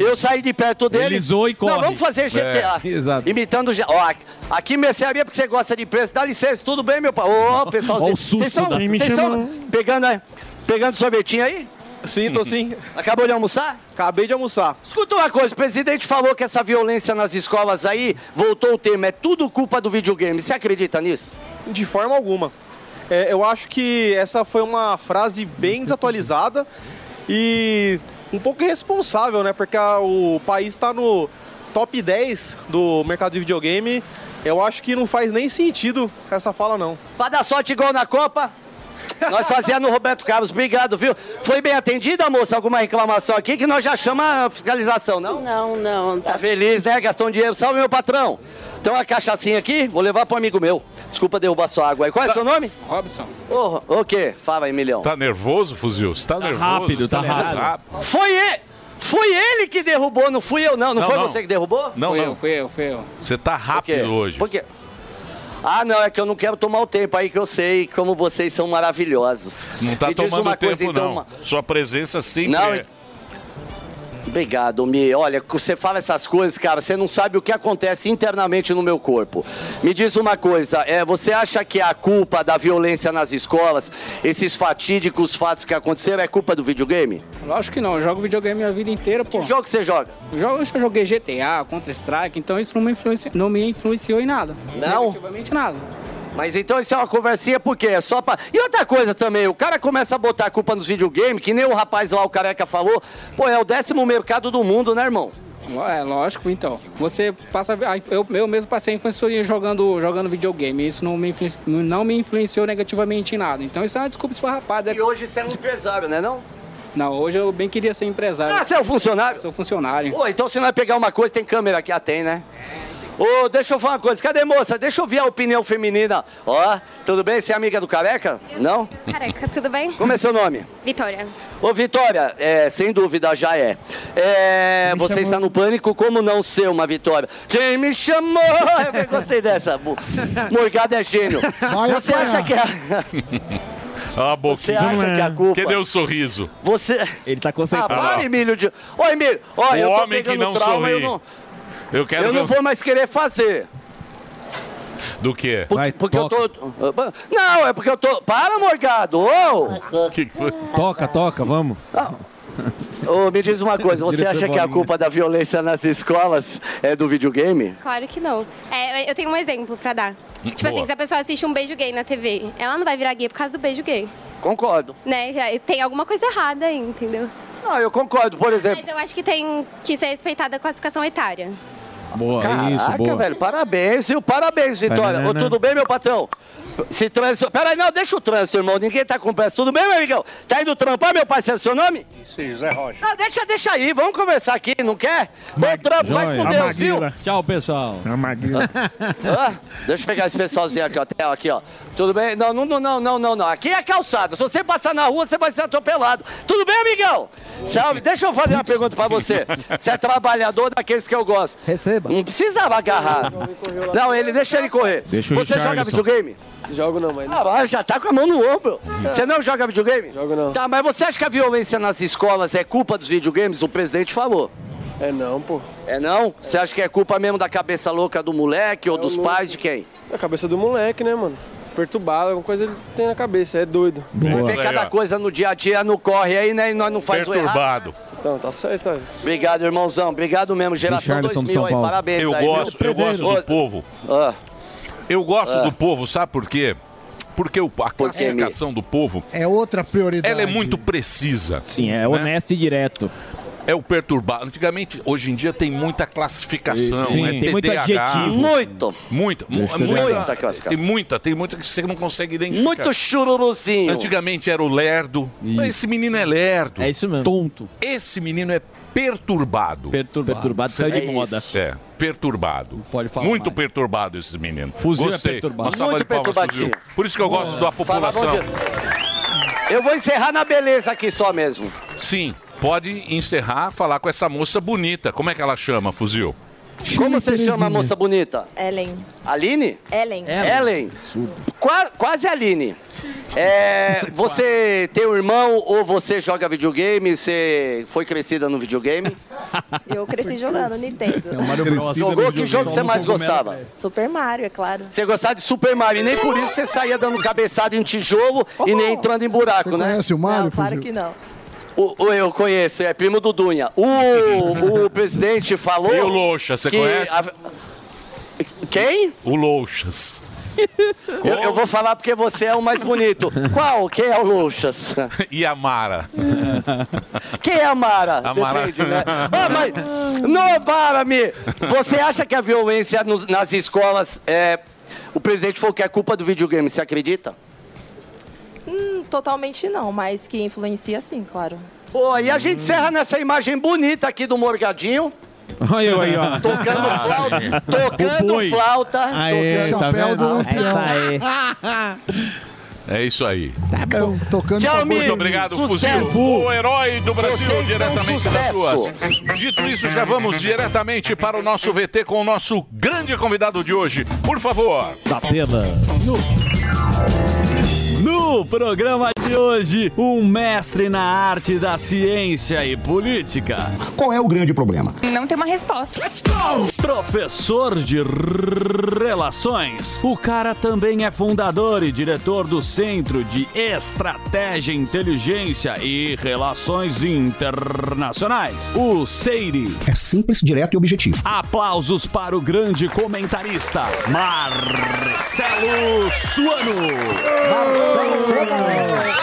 Speaker 7: Eu saí de perto dele.
Speaker 6: Ele zoou e corre.
Speaker 7: Não, vamos fazer GTA.
Speaker 6: É, exato.
Speaker 7: Imitando... G- Ó, aqui mercearia porque você gosta de preço. Dá licença, tudo bem, meu pai? Ô, pessoal,
Speaker 6: Ó o
Speaker 7: vocês- vocês
Speaker 6: susto da- Me
Speaker 7: vocês tão
Speaker 6: chamou.
Speaker 7: pegando, a- pegando sorvetinho aí?
Speaker 26: Sim, tô sim.
Speaker 7: Acabou de almoçar?
Speaker 26: Acabei de almoçar.
Speaker 7: Escuta uma coisa, o presidente falou que essa violência nas escolas aí, voltou o tema, é tudo culpa do videogame. Você acredita nisso?
Speaker 26: De forma alguma. É, eu acho que essa foi uma frase bem desatualizada e um pouco irresponsável, né? Porque a- o país está no top 10 do mercado de videogame. Eu acho que não faz nem sentido essa fala, não.
Speaker 7: Pra dar sorte igual na Copa, nós fazíamos no Roberto Carlos. Obrigado, viu? Foi bem atendida, moça? Alguma reclamação aqui que nós já chamamos a fiscalização, não?
Speaker 27: Não, não.
Speaker 7: Tá feliz, né? Gastou um dinheiro. Salve, meu patrão. Tem uma cachaçinha aqui, vou levar pro amigo meu. Desculpa derrubar sua água aí. Qual é seu nome?
Speaker 26: Robson.
Speaker 7: Ô, o quê? Fala aí, milhão.
Speaker 3: Tá nervoso, fuzil? Você tá, nervoso?
Speaker 7: rápido, tá
Speaker 3: Acelerado.
Speaker 7: rápido. Foi ele, foi ele que derrubou, não fui eu não. Não,
Speaker 3: Não,
Speaker 7: foi
Speaker 3: não.
Speaker 7: você que derrubou?
Speaker 3: Não,
Speaker 7: Fui
Speaker 3: não.
Speaker 7: eu.
Speaker 26: Foi eu, foi eu.
Speaker 3: Você tá rápido hoje.
Speaker 7: Por quê? Ah, não, é que eu não quero tomar o tempo aí que eu sei como vocês são maravilhosos.
Speaker 3: Não tá
Speaker 7: Me diz
Speaker 3: tomando
Speaker 7: uma
Speaker 3: tempo,
Speaker 7: coisa, então,
Speaker 3: não.
Speaker 7: uma-
Speaker 3: Sua presença sempre
Speaker 7: Não, então,
Speaker 3: é.
Speaker 7: Obrigado, Mi. Olha, você fala essas coisas, cara, você não sabe o que acontece internamente no meu corpo. Me diz uma coisa, é, você acha que a culpa da violência nas escolas, esses fatídicos fatos que aconteceram, é culpa do videogame?
Speaker 27: Lógico que não, eu jogo videogame a vida inteira, pô. Que
Speaker 7: jogo você joga?
Speaker 27: Eu, jogo, eu já joguei GTA, Counter-Strike, então isso não me, influenci- não me influenciou em nada.
Speaker 7: Não?
Speaker 27: Negativamente nada.
Speaker 7: Mas então isso é uma conversinha por quê? É só pra... E outra coisa também, o cara começa a botar a culpa nos videogames, que nem o rapaz lá, o careca, falou. Pô, é o décimo mercado do mundo, né, irmão?
Speaker 27: Ló- É lógico, então. Você passa. a- Eu, eu mesmo passei a infância todinha jogando, jogando videogame. Isso não me, influen- não me influenciou negativamente em nada. Então isso é uma desculpa esfarrapada. E
Speaker 7: hoje você é um empresário, né? Não?
Speaker 27: Não, hoje eu bem queria ser empresário.
Speaker 7: Ah, você é um funcionário?
Speaker 27: Sou funcionário.
Speaker 7: Pô, então se nós pegar uma coisa, tem câmera aqui? Ah, tem, né? Ô, deixa eu falar uma coisa. Cadê, moça? Deixa eu ver a opinião feminina. Ó, tudo bem? Você é amiga do careca? Não?
Speaker 28: Careca, tudo bem?
Speaker 7: Como é seu nome?
Speaker 28: Vitória.
Speaker 7: Ô, Vitória, é, sem dúvida já é. É, você está no pânico, como não ser uma vitória? Quem me chamou? Eu bem gostei dessa. Mo- Morgado é gênio.
Speaker 3: Vai
Speaker 7: você
Speaker 3: apanhar.
Speaker 7: acha que é a,
Speaker 3: Ah, a boquinha.
Speaker 7: Você acha que é a culpa-
Speaker 3: Cadê o sorriso?
Speaker 7: você. Ele tá
Speaker 3: concentrado.
Speaker 7: Ah, para, Emílio. De... Ô, Emílio, ó,
Speaker 3: o
Speaker 7: eu tô
Speaker 3: homem
Speaker 7: pegando
Speaker 3: que não
Speaker 7: trauma,
Speaker 3: sorri.
Speaker 7: eu não,
Speaker 3: Eu quero
Speaker 7: eu não
Speaker 3: ver
Speaker 7: vou mais querer fazer.
Speaker 3: do quê?
Speaker 7: Porque, porque eu tô. Não, é porque eu tô. Para, Morgado! Ô! Ah,
Speaker 8: Toca, toca, vamos.
Speaker 7: Ô, me diz uma coisa, você
Speaker 8: Diretor
Speaker 7: acha que a
Speaker 8: Bolinha.
Speaker 7: culpa da violência nas escolas é do videogame?
Speaker 28: Claro que não. É, eu tenho um exemplo pra dar.
Speaker 7: Hum,
Speaker 28: Tipo
Speaker 7: boa.
Speaker 28: assim, se a pessoa assiste um beijo gay na TV, ela não vai virar gay por causa do beijo gay.
Speaker 7: Concordo.
Speaker 28: Né? Já- Tem alguma coisa errada aí, entendeu?
Speaker 7: Não, eu concordo, por exemplo.
Speaker 28: Mas eu acho que tem que ser respeitada a classificação etária.
Speaker 8: Boa,
Speaker 7: Caraca, velho, parabéns, viu? Parabéns, Vitória. Ô,
Speaker 8: Tanana.
Speaker 7: tudo bem, meu patrão? Se trânsito. Peraí, não, deixa o trânsito, irmão. Ninguém tá com pressa. Tudo bem, meu amigão? Tá indo trampar, meu parceiro? Seu nome?
Speaker 26: Sim, Zé Rocha.
Speaker 7: Ah, deixa, deixa aí. Vamos conversar aqui, não quer? Bom trampo, vai com Deus, viu?
Speaker 6: Tchau, pessoal.
Speaker 7: Hã? deixa eu pegar esse pessoalzinho aqui, ó. Theo, Aqui, ó. Tudo bem? Não, não, não, não, não, não, não. Aqui é calçada. Se você passar na rua, você vai ser atropelado. Tudo bem, amigão? Salve. Deixa eu fazer uma pergunta pra você. Você é trabalhador daqueles que eu gosto. Receba. Não precisava agarrar. Não, ele deixa ele correr.
Speaker 26: Deixa o
Speaker 7: você joga
Speaker 26: Richarlison.
Speaker 7: videogame?
Speaker 26: Jogo não, mas.
Speaker 7: Ah, mas já tá com a mão no ombro. Você não joga videogame? Jogo não. Tá, mas você acha que a violência nas escolas é culpa dos videogames? O presidente falou.
Speaker 26: É não, pô.
Speaker 7: É não? Você acha que é culpa mesmo da cabeça louca do moleque ou dos pais de quem?
Speaker 26: É a cabeça do moleque, né, mano?
Speaker 1: perturbado, alguma coisa ele tem na cabeça, é doido.
Speaker 7: Vai ver cada coisa no dia a dia, não corre aí, né? E nós não faz o errado.
Speaker 1: Perturbado. Então, tá certo aí.
Speaker 7: Obrigado, irmãozão. Obrigado mesmo. Geração
Speaker 1: Richarlison
Speaker 7: 2000 aí. Parabéns
Speaker 3: eu
Speaker 7: aí. viu? Ah.
Speaker 3: Gosto, eu gosto do povo. Eu gosto do povo, sabe por quê? Porque o-
Speaker 4: Por
Speaker 3: a
Speaker 4: quê, Mi?
Speaker 3: classificação do povo,
Speaker 4: É outra prioridade.
Speaker 3: ela é muito precisa. Né?
Speaker 9: Sim, é honesto e direto.
Speaker 3: É o perturbado. Antigamente, hoje em dia tem muita classificação.
Speaker 9: Sim,
Speaker 3: é
Speaker 9: tem muito
Speaker 3: TDAH.
Speaker 9: adjetivo.
Speaker 7: Muito.
Speaker 3: Muita. mu-
Speaker 7: Deixa eu
Speaker 3: muita,
Speaker 7: ver. Muita classificação.
Speaker 3: Tem muita, tem muita que você não consegue identificar.
Speaker 7: Muito chururuzinho.
Speaker 3: Antigamente era o lerdo. Esse menino é lerdo. É
Speaker 9: isso mesmo.
Speaker 3: Tonto. Esse menino é perturbado.
Speaker 9: Perturbado. Perturbado, saiu de
Speaker 3: É
Speaker 9: moda.
Speaker 3: isso. É, perturbado. Pode
Speaker 9: falar
Speaker 3: Muito
Speaker 9: mais.
Speaker 3: perturbado esses meninos.
Speaker 9: Fuzil é
Speaker 3: Gostei.
Speaker 9: perturbado.
Speaker 3: Uma salva
Speaker 7: Muito
Speaker 3: de palmas,
Speaker 7: perturbadinho.
Speaker 3: Fuzil. Por isso que eu gosto da
Speaker 7: Fala,
Speaker 3: população.
Speaker 7: bom dia. Eu vou encerrar na beleza aqui só mesmo.
Speaker 3: Sim, pode encerrar, falar com essa moça bonita. Como é que ela chama, Fuzil?
Speaker 7: Como você chama a moça bonita?
Speaker 5: Ellen.
Speaker 7: Aline?
Speaker 5: Ellen.
Speaker 7: Ellen. Qua- quase Aline. É, você tem um irmão ou você joga videogame? Você foi crescida no videogame?
Speaker 5: Eu cresci jogando
Speaker 4: É
Speaker 5: Nintendo.
Speaker 4: então,
Speaker 7: Jogou? Que jogo você mais gostava?
Speaker 5: Super Mario, é claro.
Speaker 7: Você gostava de Super Mario, e nem por isso você saía dando cabeçada em tijolo e nem entrando em buraco,
Speaker 4: Oh! Você
Speaker 7: né?
Speaker 4: conhece o Mario,
Speaker 5: não, claro que não.
Speaker 7: O, o- eu conheço, é primo do Dunha. O, o presidente falou.
Speaker 3: E o Louxa, você conhece?
Speaker 7: Quem?
Speaker 3: O Louxas.
Speaker 7: Eu, eu vou falar porque você é o mais bonito. Qual? Quem é o Louxas?
Speaker 3: E a Mara.
Speaker 7: Quem é a Mara?
Speaker 3: A Mara.
Speaker 7: Depende, né? Ah, mas. Não, para, me. Você acha que a violência nos- nas escolas é. O presidente falou que é culpa do videogame, você acredita?
Speaker 5: Hum, totalmente não, mas que influencia sim, claro.
Speaker 7: Pô, e a gente encerra nessa imagem bonita aqui do Morgadinho.
Speaker 8: Olha eu aí, ó.
Speaker 7: Tocando
Speaker 3: Ah,
Speaker 7: flauta. Tocando flauta.
Speaker 8: Ah, Aê,
Speaker 7: tocando
Speaker 8: tá vendo?
Speaker 3: É isso aí.
Speaker 4: Tá Tocando
Speaker 3: Tchau,
Speaker 4: tambor.
Speaker 3: Muito obrigado, Fuzil. O herói do Brasil,
Speaker 4: um
Speaker 3: diretamente das ruas. Dito isso, já vamos diretamente para o nosso VT com o nosso grande convidado de hoje. Por favor.
Speaker 12: Da pena. No programa de hoje, um mestre na arte da ciência e política.
Speaker 16: Qual é o grande problema?
Speaker 17: Não tem uma resposta.
Speaker 12: Professor de r- relações. O cara também é fundador e diretor do Centro de Estratégia, Inteligência e Relações Internacionais, o CEIRI.
Speaker 16: É simples, direto e objetivo.
Speaker 12: Aplausos para o grande comentarista, Marcelo Suano.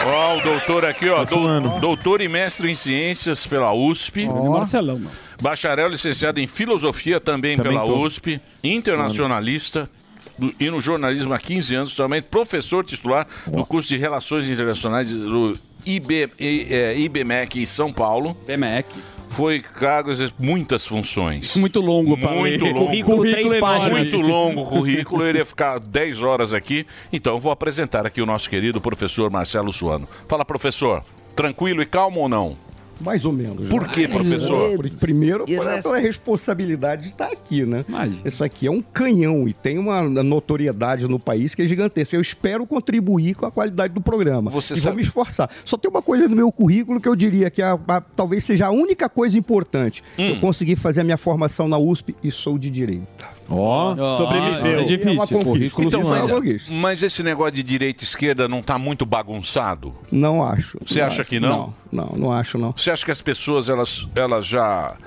Speaker 3: Ó, o doutor aqui,
Speaker 12: Tá
Speaker 3: ó. dou- doutor e mestre em ciências pela USP.
Speaker 12: é Marcelão, mano.
Speaker 3: Bacharel licenciado em filosofia também,
Speaker 12: Também
Speaker 3: pela
Speaker 12: tô.
Speaker 3: USP. Internacionalista. do- E no jornalismo há 15 anos também, professor titular do curso de Relações Internacionais do IB, I- é, IBMEC em São Paulo.
Speaker 12: IBMEC.
Speaker 3: Foi cargos e muitas funções.
Speaker 12: Muito longo pra
Speaker 3: Muito
Speaker 12: ler.
Speaker 3: longo.
Speaker 12: Currículo, três
Speaker 6: é
Speaker 3: Currículo enorme.
Speaker 12: páginas.
Speaker 3: Muito longo o currículo. Eu iria ficar 10 horas aqui. Então, eu vou apresentar aqui o nosso querido professor Marcelo Suano. Fala, professor. Tranquilo e calmo ou não?
Speaker 19: Mais ou menos.
Speaker 3: Por
Speaker 19: né?
Speaker 3: quê, professor?
Speaker 19: Por- Primeiro, pela, pela responsabilidade de estar aqui, né? Isso aqui é um canhão e tem uma notoriedade no país que é gigantesca. Eu espero contribuir com a qualidade do programa.
Speaker 3: Você
Speaker 19: e
Speaker 3: sabe-
Speaker 19: vou me esforçar. Só tem uma coisa no meu currículo que eu diria que é a- a- talvez seja a única coisa importante.
Speaker 3: Hum.
Speaker 19: Eu consegui fazer a minha formação na USP e sou de direita.
Speaker 12: Ah,
Speaker 8: Ó,
Speaker 19: sobreviveu. Ah, É uma conquista. é Currículo
Speaker 3: Então,
Speaker 19: de
Speaker 3: mas,
Speaker 19: humano.
Speaker 3: mas esse negócio de direita e esquerda não está muito bagunçado?
Speaker 19: Não acho.
Speaker 3: Você
Speaker 19: Não
Speaker 3: acha
Speaker 19: acho.
Speaker 3: que não?
Speaker 19: Não, não, não acho não.
Speaker 3: Você acha que as pessoas elas, elas já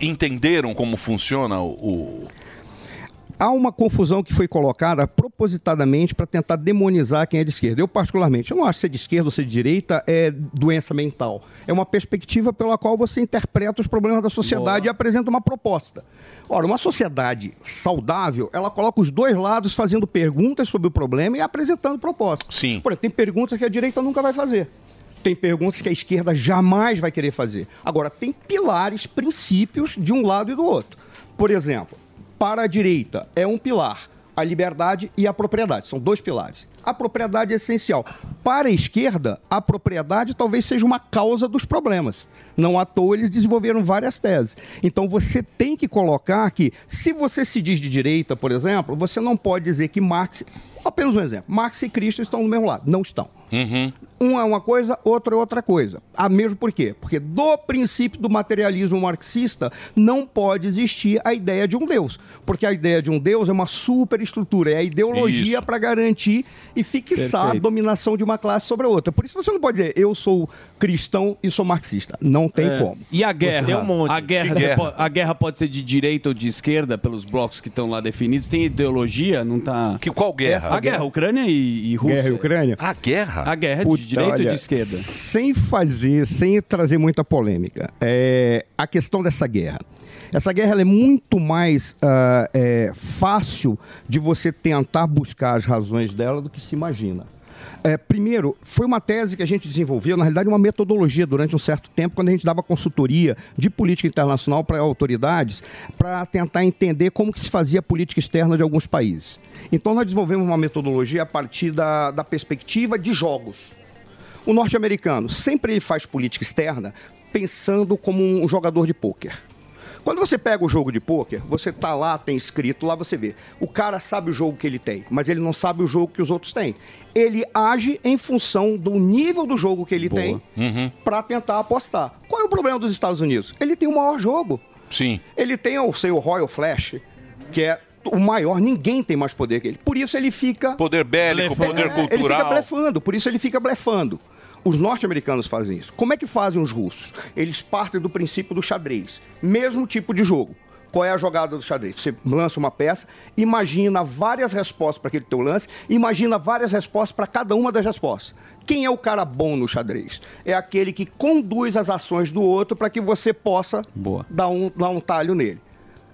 Speaker 3: entenderam como funciona o. o-
Speaker 19: há uma confusão que foi colocada propositadamente para tentar demonizar quem é de esquerda. Eu, particularmente, eu não acho ser de esquerda ou ser de direita é doença mental. É uma perspectiva pela qual você interpreta os problemas da sociedade e apresenta uma proposta. Ora, uma sociedade saudável, ela coloca os dois lados fazendo perguntas sobre o problema e apresentando propostas.
Speaker 3: Sim.
Speaker 19: Por exemplo, tem perguntas que a direita nunca vai fazer. Tem perguntas que a esquerda jamais vai querer fazer. Agora, tem pilares, princípios de um lado e do outro. Por exemplo, para a direita é um pilar a liberdade e a propriedade. São dois pilares. A propriedade é essencial. Para a esquerda, a propriedade talvez seja uma causa dos problemas. Não à toa eles desenvolveram várias teses. Então você tem que colocar que, se você se diz de direita, por exemplo, você não pode dizer que Marx. Apenas um exemplo. Marx e Cristo estão do mesmo lado. Não estão. Um é uma coisa, outro é outra coisa. A mesmo por quê? Porque do princípio do materialismo marxista não pode existir a ideia de um Deus. Porque a ideia de um Deus é uma superestrutura, é a ideologia para garantir e fixar a
Speaker 10: Perfeito.
Speaker 19: dominação de uma classe sobre a outra. Por isso você não pode dizer, eu sou cristão e sou marxista. Não tem
Speaker 6: É.
Speaker 19: como.
Speaker 6: E a guerra?
Speaker 19: Tem um monte.
Speaker 6: A guerra,
Speaker 19: Que
Speaker 6: você
Speaker 19: guerra?
Speaker 6: po- a guerra pode ser de direita ou de esquerda, pelos blocos que estão lá definidos. Tem ideologia? Não tá.
Speaker 3: Que, qual
Speaker 19: guerra?
Speaker 6: A guerra, Ucrânia e, e Rússia.
Speaker 19: Guerra e Ucrânia?
Speaker 3: A guerra?
Speaker 6: A guerra é de
Speaker 19: Puta,
Speaker 6: direita ou
Speaker 19: olha,
Speaker 6: de esquerda?
Speaker 19: Sem fazer, sem trazer muita polêmica. É, a questão dessa guerra. Essa guerra ela é muito mais ah, é, fácil de você tentar buscar as razões dela do que se imagina. É, primeiro, foi uma tese que a gente desenvolveu, na realidade, uma metodologia durante um certo tempo, quando a gente dava consultoria de política internacional para autoridades, para tentar entender como que se fazia a política externa de alguns países. Então, nós desenvolvemos uma metodologia a partir da, da perspectiva de jogos. O norte-americano sempre ele faz política externa pensando como um jogador de pôquer. Quando você pega o jogo de pôquer, você tá lá, tem escrito, lá você vê. O cara sabe o jogo que ele tem, mas ele não sabe o jogo que os outros têm. Ele age em função do nível do jogo que ele tem para tentar apostar. Qual é o problema dos Estados Unidos? Ele tem o maior jogo.
Speaker 3: Sim.
Speaker 19: Ele tem o seu Royal Flash, que é o maior, ninguém tem mais poder que ele. Por isso ele fica
Speaker 3: Poder bélico, poder
Speaker 19: É, ele fica
Speaker 3: cultural.
Speaker 19: blefando, por isso ele fica blefando. Os norte-americanos fazem isso. Como é que fazem os russos? Eles partem do princípio do xadrez. Mesmo tipo de jogo. Qual é a jogada do xadrez? Você lança uma peça, imagina várias respostas para aquele teu lance, imagina várias respostas para cada uma das respostas. Quem é o cara bom no xadrez? É aquele que conduz as ações do outro para que você possa dar um- dar um talho nele.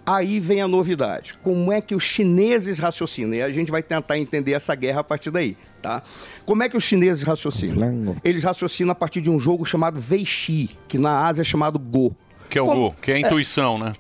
Speaker 19: Aí vem a novidade. Como é que os chineses raciocinam? E a gente vai tentar entender essa guerra a partir daí, tá? Como é que os chineses raciocinam? Eles raciocinam a partir de um jogo chamado Weishi, que na Ásia é chamado Go.
Speaker 3: Que é o
Speaker 19: Como-
Speaker 3: Go, que é a intuição, né?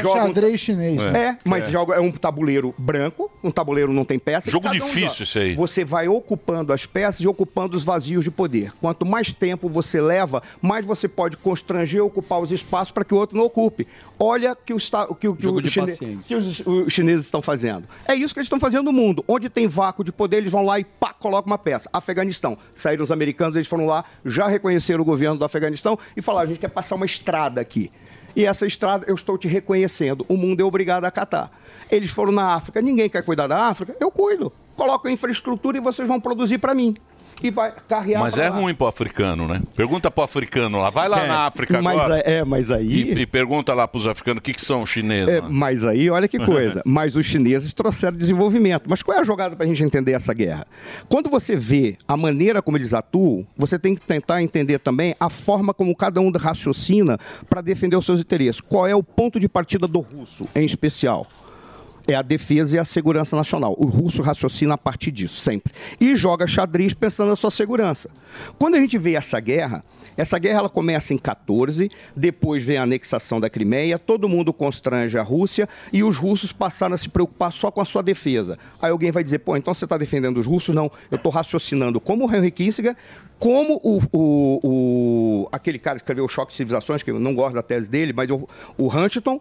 Speaker 19: Joga um-
Speaker 4: É Xadrez chinês.
Speaker 19: É,
Speaker 4: né?
Speaker 19: mas joga- é um tabuleiro branco, um tabuleiro não tem peça.
Speaker 3: Jogo
Speaker 19: cada um
Speaker 3: difícil
Speaker 19: joga.
Speaker 3: isso aí.
Speaker 19: Você vai ocupando as peças e ocupando os vazios de poder. Quanto mais tempo você leva, mais você pode constranger, ocupar os espaços para que o outro não ocupe. Olha que o esta- que, o- que
Speaker 6: Jogo
Speaker 19: o
Speaker 6: de
Speaker 19: chine-
Speaker 6: paciência.
Speaker 19: que os, os chineses estão fazendo. É isso que eles estão fazendo no mundo. Onde tem vácuo de poder, eles vão lá e pá, colocam uma peça. Afeganistão. Saíram os americanos, eles foram lá, já reconheceram o governo do Afeganistão e falaram: a gente quer passar uma estrada aqui. E essa estrada eu estou te reconhecendo. O mundo é obrigado a acatar. Eles foram na África, ninguém quer cuidar da África, eu cuido. Coloco a infraestrutura e vocês vão produzir para mim. E vai carrear
Speaker 3: Mas
Speaker 19: pra
Speaker 3: é
Speaker 19: lá.
Speaker 3: ruim pro africano, né? Pergunta pro africano lá. Vai lá
Speaker 19: É,
Speaker 3: na África
Speaker 19: mas
Speaker 3: agora.
Speaker 19: é- é, mas aí-
Speaker 3: E, e pergunta lá pros africanos o que, que são os chineses.
Speaker 19: É,
Speaker 3: lá.
Speaker 19: mas aí, olha que coisa. mas os chineses trouxeram desenvolvimento. Mas qual é a jogada para a gente entender essa guerra? Quando você vê a maneira como eles atuam, você tem que tentar entender também a forma como cada um raciocina para defender os seus interesses. Qual é o ponto de partida do russo, em especial? É a defesa e a segurança nacional. O russo raciocina a partir disso, sempre. E joga xadrez pensando na sua segurança. Quando a gente vê essa guerra, essa guerra ela começa em 14, depois vem a anexação da Crimeia, todo mundo constrange a Rússia e os russos passaram a se preocupar só com a sua defesa. Aí alguém vai dizer, pô, então você está defendendo os russos? Não, eu estou raciocinando como o Henry Kissinger, como o, o- o- aquele cara que escreveu O Choque de Civilizações, que eu não gosto da tese dele, mas o, o Huntington,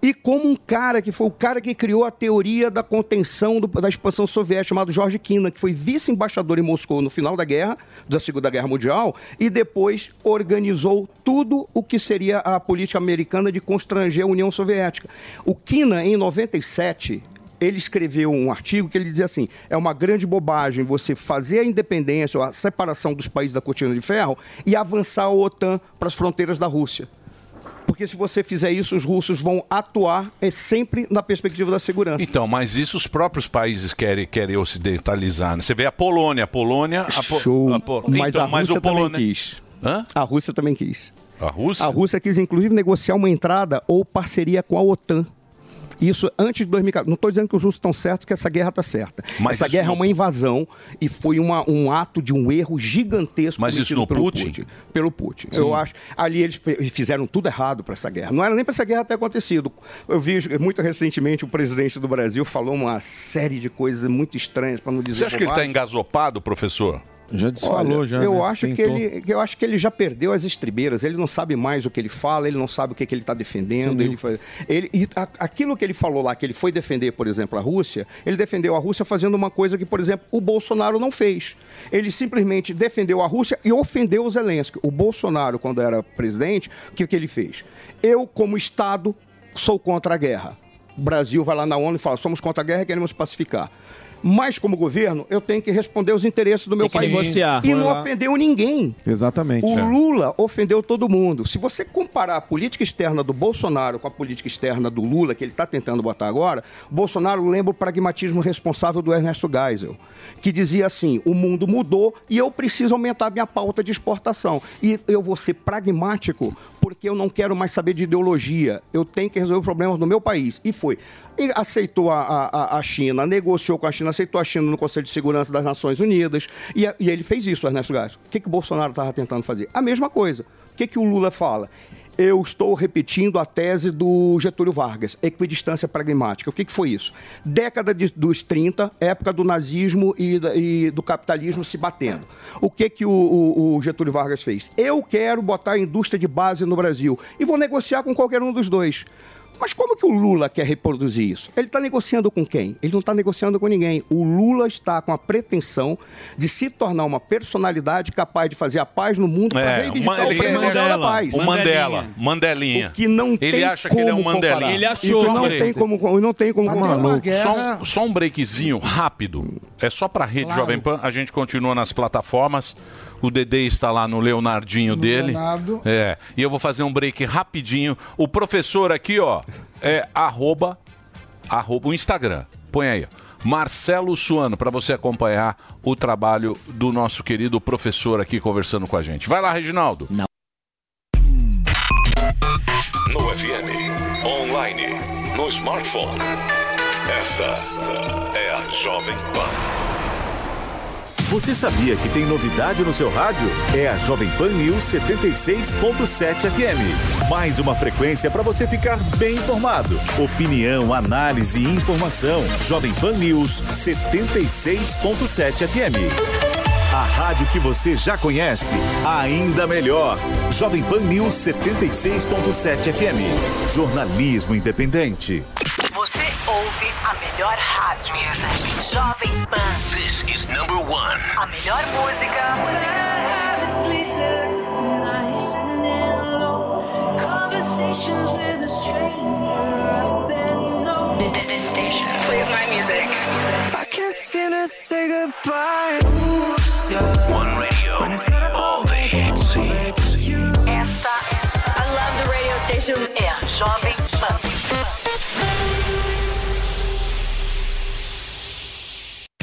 Speaker 19: e como um cara que foi o cara que criou a teoria da contenção do- da expansão soviética, chamado Jorge Kina, que foi vice-embaixador em Moscou no final da guerra, da Segunda Guerra Mundial, e depois organizou tudo o que seria a política americana de constranger a União Soviética. O Kina, em 97, ele escreveu um artigo que ele dizia assim: é uma grande bobagem você fazer a independência ou a separação dos países da cortina de ferro e avançar a OTAN para as fronteiras da Rússia. Porque se você fizer isso, os russos vão atuar é sempre na perspectiva da segurança.
Speaker 3: Então, mas isso os próprios países querem, querem ocidentalizar. né? Você vê a Polônia, a Polônia... A Po-
Speaker 19: Show.
Speaker 3: a Po-
Speaker 19: Mas
Speaker 3: Então,
Speaker 19: a Rússia
Speaker 3: o Polônia...
Speaker 19: também quis.
Speaker 3: Hã?
Speaker 19: A Rússia também quis.
Speaker 3: A Rússia?
Speaker 19: A Rússia quis, inclusive, negociar uma entrada ou parceria com a OTAN. Isso antes de 2014. Não estou dizendo que os russos estão certos, que essa guerra está certa.
Speaker 3: Mas
Speaker 19: essa
Speaker 3: isso
Speaker 19: guerra
Speaker 3: não-
Speaker 19: é uma invasão e foi uma- um ato de um erro gigantesco
Speaker 3: Mas isso
Speaker 19: cometido
Speaker 3: no
Speaker 19: pelo
Speaker 3: Putin?
Speaker 19: Pelo Putin.
Speaker 3: Sim.
Speaker 19: Eu acho. Ali eles pe- fizeram tudo errado para essa guerra. Não era nem para essa guerra ter acontecido. Eu vi muito recentemente o presidente do Brasil falou uma série de coisas muito estranhas, para não dizer
Speaker 3: Você acha que ele tá está
Speaker 19: bobagem.
Speaker 3: engasopado, professor?
Speaker 27: Já desfalou,
Speaker 19: Olha,
Speaker 27: já.
Speaker 19: Eu
Speaker 27: né?
Speaker 19: acho que
Speaker 27: Tentou.
Speaker 19: ele, eu acho que ele já perdeu as estribeiras. Ele não sabe mais o que ele fala. Ele não sabe o que, que ele está defendendo.
Speaker 27: Sumiu.
Speaker 19: Ele, faz- ele e a- aquilo que ele falou lá, que ele foi defender, por exemplo, a Rússia. Ele defendeu a Rússia fazendo uma coisa que, por exemplo, o Bolsonaro não fez. Ele simplesmente defendeu a Rússia e ofendeu o Zelensky. O Bolsonaro, quando era presidente, o que, que ele fez? Eu, como Estado, sou contra a guerra. O Brasil vai lá na ONU e fala: somos contra a guerra e queremos pacificar. Mas, como governo, eu tenho que responder os interesses do
Speaker 12: Tem
Speaker 19: meu
Speaker 12: que
Speaker 19: país.
Speaker 12: negociar.
Speaker 19: E
Speaker 12: Foi
Speaker 19: ah. não
Speaker 12: lá.
Speaker 19: ofendeu ninguém.
Speaker 27: Exatamente.
Speaker 19: O
Speaker 27: é.
Speaker 19: Lula ofendeu todo mundo. Se você comparar a política externa do Bolsonaro com a política externa do Lula, que ele está tentando botar agora, o Bolsonaro lembra o pragmatismo responsável do Ernesto Geisel, que dizia assim: o mundo mudou e eu preciso aumentar minha pauta de exportação. E eu vou ser pragmático porque eu não quero mais saber de ideologia. Eu tenho que resolver os problemas do meu país. E foi. E aceitou a, a, a- a China, negociou com a China, aceitou a China no Conselho de Segurança das Nações Unidas. E, a- e ele fez isso, Ernesto Gás. O que, que o Bolsonaro estava tentando fazer? A mesma coisa. O que, que o Lula fala? Eu estou repetindo a tese do Getúlio Vargas, equidistância pragmática. O que, que foi isso? Década de- dos 30, época do nazismo e, da- e do capitalismo se batendo. O que, que o, o- o Getúlio Vargas fez? Eu quero botar a indústria de base no Brasil e vou negociar com qualquer um dos dois. Mas como que o Lula quer reproduzir isso? Ele está negociando com quem? Ele não está negociando com ninguém. O Lula está com a pretensão de se tornar uma personalidade capaz de fazer a paz no mundo para
Speaker 3: É,
Speaker 19: reivindicar
Speaker 3: uma-
Speaker 19: tá o
Speaker 3: ele-
Speaker 19: prêmio Nobel da
Speaker 3: Mandela,
Speaker 19: Paz.
Speaker 3: O Mandela. Mandelinha.
Speaker 19: Que não
Speaker 3: ele
Speaker 19: tem
Speaker 3: acha que ele é um
Speaker 19: como
Speaker 3: Mandela.
Speaker 19: comparar. Isso
Speaker 3: é
Speaker 19: não
Speaker 3: um
Speaker 19: tem como, não tem como comparar.
Speaker 3: Só, um, só um breakzinho rápido. É só pra rede Jovem Pan. A gente continua nas plataformas. O Dedê está lá no Leonardinho dele.
Speaker 16: Leonardo.
Speaker 3: É. E eu vou fazer um break rapidinho. O professor aqui, ó, é arroba, arroba o Instagram. Põe aí. ó. Marcelo Suano, pra você acompanhar o trabalho do nosso querido professor aqui conversando com a gente. Vai lá, Reginaldo. Não.
Speaker 14: No FM, online, no smartphone. Esta é a Jovem Pan.
Speaker 22: Você sabia que tem novidade no seu rádio? É a Jovem Pan News 76.7 FM. Mais uma frequência para você ficar bem informado. Opinião, análise e informação. Jovem Pan News 76.7 FM. A rádio que você já conhece, ainda melhor. Jovem Pan News 76.7 FM. Jornalismo independente.
Speaker 13: Você ouve a melhor rádio. Jovem Pan.
Speaker 14: This is number one.
Speaker 13: A melhor música. This station.
Speaker 14: Plays my music. I can't seem to say goodbye. Ooh, yeah. One radio, all the hits.
Speaker 13: Esta. I love the radio station. É a Jovem Pan.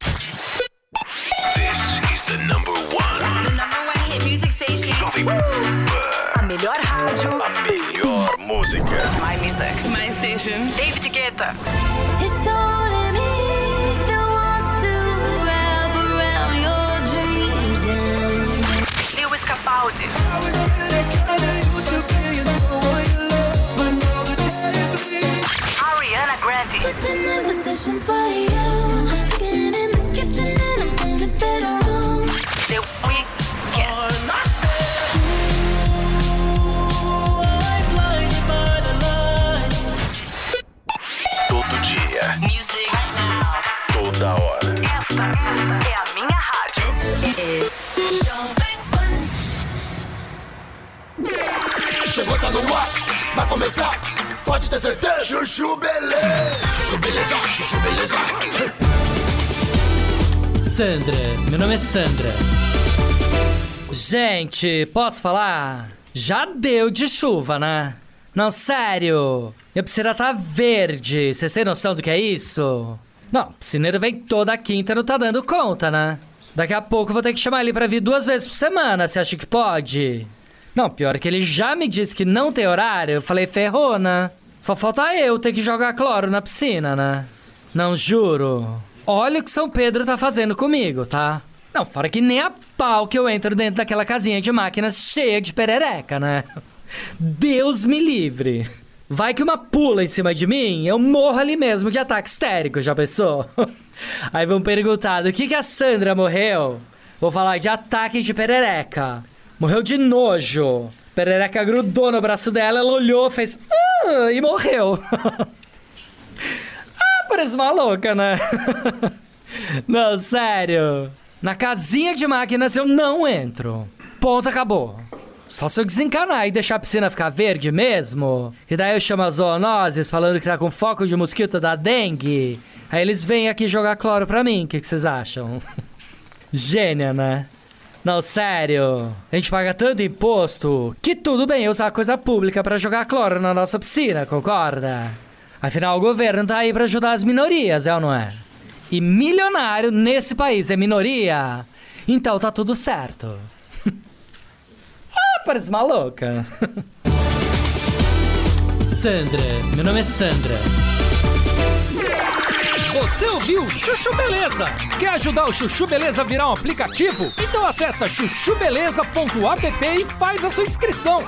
Speaker 14: This is the number one.
Speaker 13: The number one hit music station.
Speaker 14: Jovem
Speaker 13: A melhor rádio.
Speaker 14: A melhor música.
Speaker 13: My music. My station. David Guetta.
Speaker 29: It's only me that wants to wrap around your dreams and
Speaker 13: Lewis Capaldi. Ariana Grande.
Speaker 29: switching up positions for you. Get in the kitchen and I'm in the bedroom.
Speaker 13: The Weeknd.
Speaker 14: Todo dia.
Speaker 13: Music.
Speaker 14: Toda hora.
Speaker 13: Esta é a minha rádio. This is Jovem
Speaker 30: Chegou, tá no ar, vai começar, pode ter certeza. Chuchu beleza, chuchu beleza, chuchu beleza.
Speaker 31: Sandra, meu nome é Sandra. Gente, posso falar? Já deu de chuva, né? Não, sério. Minha piscina tá verde. Vocês têm noção do que é isso? Não, piscineiro vem toda quinta e não tá dando conta, né? Daqui a pouco eu vou ter que chamar ele pra vir duas vezes por semana. Você acha que pode? Não, pior é que ele já me disse que não tem horário. Eu falei, ferrou, né? Só falta eu ter que jogar cloro na piscina, né? Não juro. Olha o que São Pedro tá fazendo comigo, tá? Não, fora que nem a pau que eu entro dentro daquela casinha de máquinas cheia de perereca, né? Deus me livre. Vai que uma pula em cima de mim, eu morro ali mesmo de ataque histérico, já pensou? Aí vão perguntar, do que que a Sandra morreu? Vou falar de ataque de perereca. Morreu de nojo. Perereca grudou no braço dela, ela olhou, fez... "Ah", e morreu. ah, parece uma louca, né? não, sério. Na casinha de máquinas eu não entro. Ponto, acabou. Só se eu desencanar e deixar a piscina ficar verde mesmo. E daí eu chamo as zoonoses falando que tá com foco de mosquito da dengue. Aí eles vêm aqui jogar cloro pra mim. O que que vocês acham? Gênia, né? Não, sério. A gente paga tanto imposto que tudo bem eu usar a coisa pública pra jogar cloro na nossa piscina, concorda? Afinal, o governo tá aí pra ajudar as minorias, é ou não é? E milionário nesse país é minoria? Então tá tudo certo. ah, parece uma louca. Sandra, meu nome é Sandra.
Speaker 2: Você ouviu Chuchu Beleza? Quer ajudar o Chuchu Beleza a virar um aplicativo? Então acessa chuchubeleza.app e faz a sua inscrição.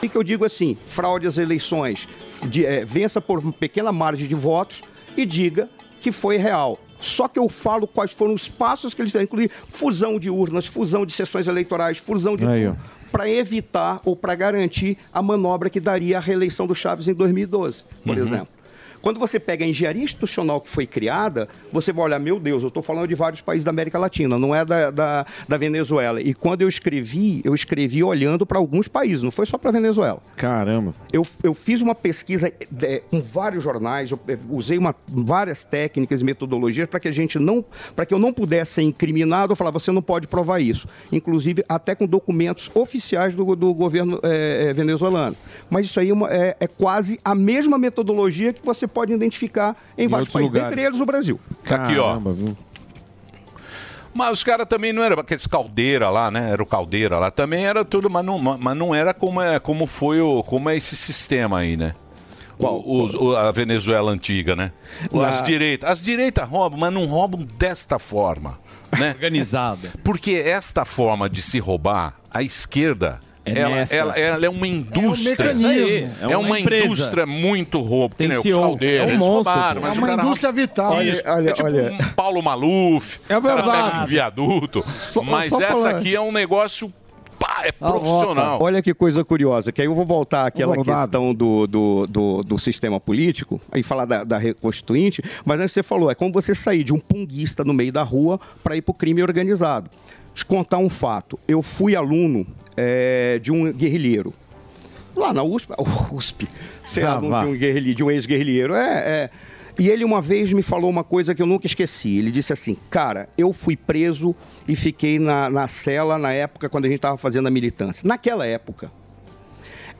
Speaker 19: E que eu digo assim, fraude às eleições, de- eh, vença por uma pequena margem de votos e diga que foi real. Só que eu falo quais foram os passos que eles fizeram, incluir fusão de urnas, fusão de sessões eleitorais, fusão de
Speaker 8: Aí,
Speaker 19: tudo, para evitar ou para garantir a manobra que daria a reeleição do Chaves em 2012, por
Speaker 14: Uhum.
Speaker 19: exemplo. Quando você pega a engenharia institucional que foi criada, você vai olhar, meu Deus, eu estou falando de vários países da América Latina, não é da, da, da Venezuela. E quando eu escrevi, eu escrevi olhando para alguns países, não foi só para a Venezuela.
Speaker 8: Caramba.
Speaker 19: Eu, eu fiz uma pesquisa eh, com vários jornais, eu eh, usei uma- várias técnicas e metodologias para que a gente não, para que eu não pudesse ser incriminado, eu falava, você não pode provar isso. Inclusive, até com documentos oficiais do, do governo eh, eh, venezuelano. Mas isso aí é, uma- é- é quase a mesma metodologia que você pode identificar em, vários
Speaker 3: outros
Speaker 19: países,
Speaker 3: lugares.
Speaker 19: dentre eles o Brasil.
Speaker 3: Tá aqui, ó. Mas os caras também não eram aqueles caldeira lá, né? Era o caldeira lá. Também era tudo, mas não, mas não era como, é, como foi o, como é esse sistema aí, né? O- os- o- a Venezuela antiga, né? O- As
Speaker 12: Na-
Speaker 3: direitas. As direitas roubam, mas não roubam desta forma. Né?
Speaker 6: Organizada.
Speaker 3: Porque esta forma de se roubar, a esquerda.
Speaker 6: É
Speaker 3: ela,
Speaker 6: mestra.
Speaker 3: ela- ela é uma indústria.
Speaker 6: mecanismo.
Speaker 3: É, uma,
Speaker 6: empresa.
Speaker 3: indústria muito roubo.
Speaker 6: Tem
Speaker 3: que nem os
Speaker 6: CEO.
Speaker 3: caldeiros,
Speaker 6: É um
Speaker 3: eles
Speaker 6: monstro,
Speaker 3: roubaram,
Speaker 6: pô.
Speaker 3: mas
Speaker 4: É
Speaker 3: o
Speaker 4: uma
Speaker 3: cara rouba-
Speaker 4: indústria vital.
Speaker 3: Isso. é tipo um Paulo Maluf.
Speaker 4: É verdade.
Speaker 3: o cara pega um viaduto. mas
Speaker 19: só
Speaker 3: essa
Speaker 19: falar.
Speaker 3: aqui é um negócio pá, é profissional.
Speaker 19: Tá Ah, Olha que coisa curiosa, que aí eu vou voltar àquela
Speaker 3: Rodado.
Speaker 19: questão do, do, do, do sistema político e falar da, da reconstituinte, mas antes você falou, é como você sair de um punguista no meio da rua para ir para o crime organizado. Te contar um fato. Eu fui aluno eh, de um guerrilheiro. Lá na USP, USP ser
Speaker 14: Ah,
Speaker 19: aluno
Speaker 14: vá.
Speaker 19: de um, guerrilhe- de um ex-guerrilheiro. É, é. E ele uma vez me falou uma coisa que eu nunca esqueci. Ele disse assim: Cara, eu fui preso e fiquei na, na cela na época quando a gente estava fazendo a militância. Naquela época,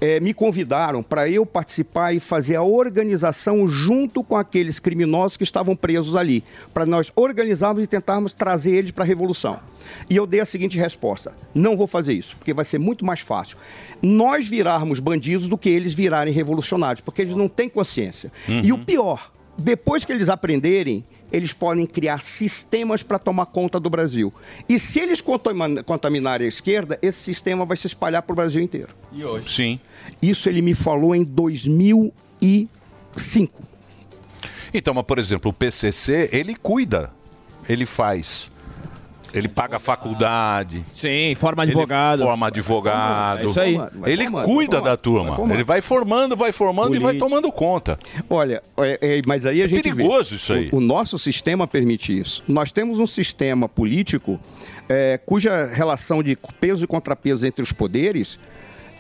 Speaker 19: eh, me convidaram para eu participar e fazer a organização junto com aqueles criminosos que estavam presos ali, para nós organizarmos e tentarmos trazer eles para a revolução. E eu dei a seguinte resposta: não vou fazer isso, porque vai ser muito mais fácil nós virarmos bandidos do que eles virarem revolucionários, porque eles não têm consciência. E o pior, depois que eles aprenderem, eles podem criar sistemas para tomar conta do Brasil. E se eles contami- contaminarem a esquerda, esse sistema vai se espalhar para o Brasil inteiro.
Speaker 3: Sim.
Speaker 19: Isso ele me falou em 2005.
Speaker 3: Então, mas, por exemplo, o PCC, ele cuida. Ele faz. Ele paga a faculdade.
Speaker 9: Sim, forma
Speaker 3: Ele
Speaker 9: advogado.
Speaker 3: forma advogado.
Speaker 9: É isso aí.
Speaker 19: Vai
Speaker 3: Ele
Speaker 19: formando,
Speaker 3: cuida da
Speaker 19: vai formando, vai
Speaker 3: turma.
Speaker 19: formando.
Speaker 3: Ele vai formando, vai formando e vai
Speaker 19: Político.
Speaker 3: tomando conta.
Speaker 19: Olha, é- é, mas aí a
Speaker 3: É
Speaker 19: gente.
Speaker 3: perigoso
Speaker 19: vê.
Speaker 3: isso aí.
Speaker 19: O, o nosso sistema permite isso. Nós temos um sistema político é, cuja relação de peso e contrapeso entre os poderes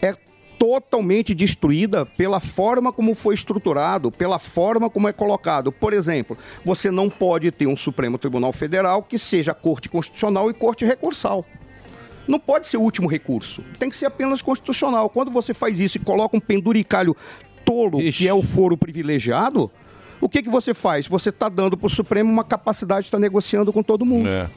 Speaker 19: é totalmente destruída pela forma como foi estruturado, pela forma como é colocado. Por exemplo, você não pode ter um Supremo Tribunal Federal que seja Corte Constitucional e Corte Recursal. Não pode ser o último recurso. Tem que ser apenas constitucional. Quando você faz isso e coloca um penduricalho tolo que é o foro privilegiado, o que, que você faz? Você está dando para o Supremo uma capacidade de estar negociando com todo mundo.
Speaker 3: É.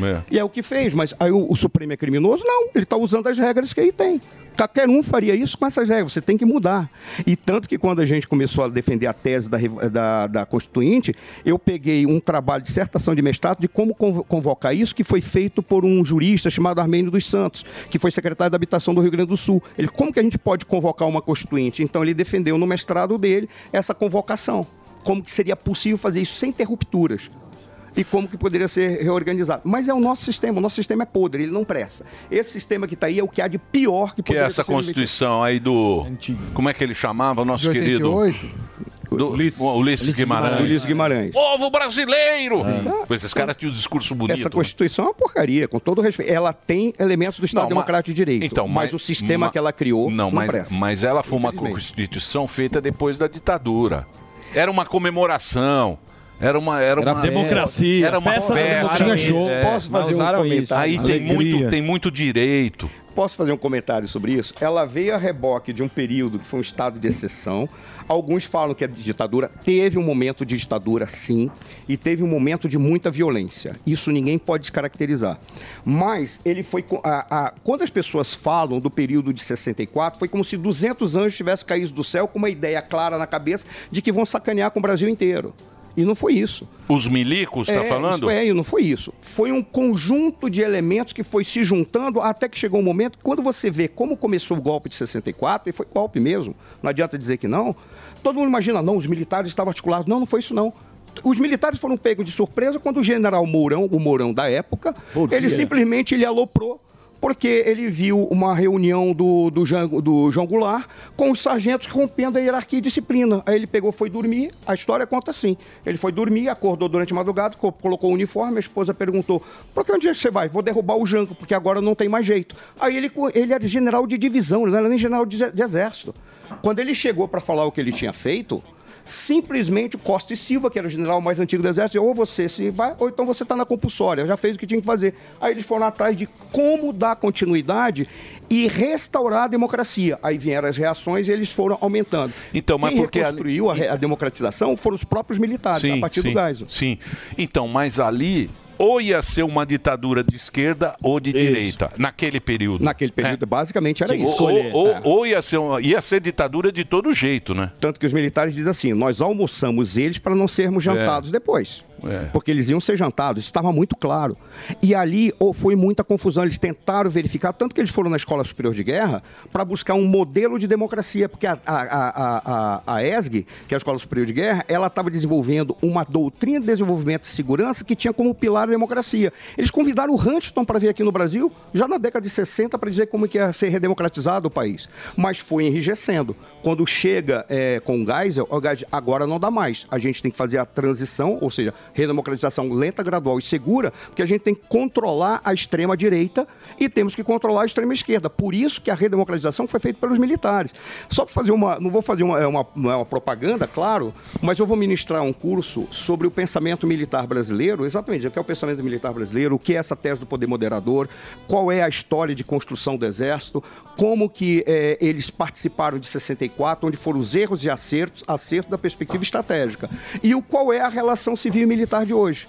Speaker 3: É.
Speaker 19: E é o que fez, mas aí o, o Supremo é criminoso? Não, ele está usando as regras que aí tem. Qualquer um faria isso com essas regras, você tem que mudar. E tanto que quando a gente começou a defender a tese da, revo- da, da Constituinte, eu peguei um trabalho de dissertação de mestrado de como convo- convocar isso, que foi feito por um jurista chamado Armênio dos Santos, que foi secretário da Habitação do Rio Grande do Sul. Ele, como que a gente pode convocar uma Constituinte? Então ele defendeu no mestrado dele essa convocação. Como que seria possível fazer isso sem ter rupturas? e como que poderia ser reorganizado. Mas é o nosso sistema, o nosso sistema é podre, ele não presta. Esse sistema que está aí é o que há de pior que
Speaker 3: Que é
Speaker 19: poderia
Speaker 3: essa
Speaker 19: ser feito.
Speaker 3: Constituição aí do. Como é que ele chamava, o nosso
Speaker 19: De
Speaker 3: querido?
Speaker 19: 88?
Speaker 3: Do, Ulisses, Ulisses Guimarães.
Speaker 19: Ulisses Guimarães. Ulisses Guimarães.
Speaker 3: Povo brasileiro!
Speaker 19: Sim.
Speaker 3: Pois esses caras tinham um discurso
Speaker 19: Essa
Speaker 3: bonito.
Speaker 19: Constituição é uma porcaria, com todo respeito. Ela tem elementos do Estado
Speaker 3: Não, mas- então,
Speaker 19: Democrático de Direito, mas, o sistema
Speaker 3: ma-
Speaker 19: que ela criou
Speaker 3: não,
Speaker 19: não,
Speaker 3: mas,
Speaker 19: presta.
Speaker 3: Mas ela foi uma constituição feita depois da ditadura. Era uma comemoração. Era uma. Era,
Speaker 6: Era
Speaker 3: uma
Speaker 6: democracia,
Speaker 3: Era uma
Speaker 6: festa
Speaker 3: festa.
Speaker 6: da democracia. Tinha show. Posso fazer um
Speaker 3: usaram isso.
Speaker 19: comentário?
Speaker 3: Aí tem
Speaker 19: Alegria.
Speaker 3: muito, tem muito direito.
Speaker 19: Posso fazer um comentário sobre isso? Ela veio a reboque de um período que foi um estado de exceção. Alguns falam que é de ditadura. Teve um momento de ditadura, sim, e teve um momento de muita violência. Isso ninguém pode descaracterizar. Mas ele foi. co- a- a- quando as pessoas falam do período de 64, foi como se 200 anjos tivessem caído do céu com uma ideia clara na cabeça de que vão sacanear com o Brasil inteiro. E não foi isso.
Speaker 3: Os milicos, está
Speaker 19: É,
Speaker 3: tá falando?
Speaker 19: Isso é, e não foi isso. Foi um conjunto de elementos que foi se juntando até que chegou um momento que, quando você vê como começou o golpe de 64, e foi golpe mesmo, não adianta dizer que não, todo mundo imagina, não, os militares estavam articulados. Não, não foi isso não. Os militares foram pegos de surpresa quando o general Mourão, o Mourão da época, ele
Speaker 14: dia.
Speaker 19: simplesmente ele aloprou porque ele viu uma reunião do, do, Jean, do João Goulart com os sargentos rompendo a hierarquia e disciplina. Aí ele pegou, foi dormir, a história conta assim. Ele foi dormir, acordou durante a madrugada, co- colocou o uniforme, a esposa perguntou, por que onde é que você vai? Vou derrubar o Jango, porque agora não tem mais jeito. Aí ele, co- ele era general de divisão, ele não era nem general de, ex- de exército. Quando ele chegou para falar o que ele tinha feito, simplesmente o Costa e Silva, que era o general mais antigo do exército, ou você se vai, ou então você está na compulsória, já fez o que tinha que fazer. Aí eles foram atrás de como dar continuidade e restaurar a democracia. Aí vieram as reações e eles foram aumentando.
Speaker 3: Então, mas
Speaker 19: Quem
Speaker 3: porque a-
Speaker 19: reconstruiu a, re- a democratização foram os próprios militares, a partir
Speaker 3: sim,
Speaker 19: do Geisel.
Speaker 3: Sim. Então, mas ali ou ia ser uma ditadura de esquerda ou de direita, naquele período.
Speaker 19: Naquele
Speaker 3: É.
Speaker 19: período, basicamente, era
Speaker 3: Tinha que
Speaker 19: isso.
Speaker 3: escolher. Ou, ou- ou ia, ser uma- ia ser ditadura de todo jeito, né?
Speaker 19: Tanto que os militares dizem assim: nós almoçamos eles para não sermos jantados depois. Porque eles iam ser jantados, isso estava muito claro. E ali ou foi muita confusão. Eles tentaram verificar, tanto que eles foram na Escola Superior de Guerra para buscar um modelo de democracia. Porque a, a, a, a, a ESG, que é a Escola Superior de Guerra, ela estava desenvolvendo uma doutrina de desenvolvimento e segurança que tinha como pilar a democracia. Eles convidaram o Huntington para vir aqui no Brasil já na década de 60 para dizer como que ia ser redemocratizado o país. Mas foi enrijecendo. Quando chega eh, com o Geisel, o Geisel, agora não dá mais. A gente tem que fazer a transição, ou seja, redemocratização lenta, gradual e segura, porque a gente tem que controlar a extrema-direita e temos que controlar a extrema-esquerda. Por isso que a redemocratização foi feita pelos militares. Só para fazer uma... Não vou fazer uma, é uma, não é uma propaganda, claro, mas eu vou ministrar um curso sobre o pensamento militar brasileiro, exatamente, o que é o pensamento militar brasileiro, o que é essa tese do poder moderador, qual é a história de construção do Exército, como que eh, eles participaram de 64, onde foram os erros e acertos, acerto da perspectiva estratégica, e o qual é a relação civil e militar de hoje.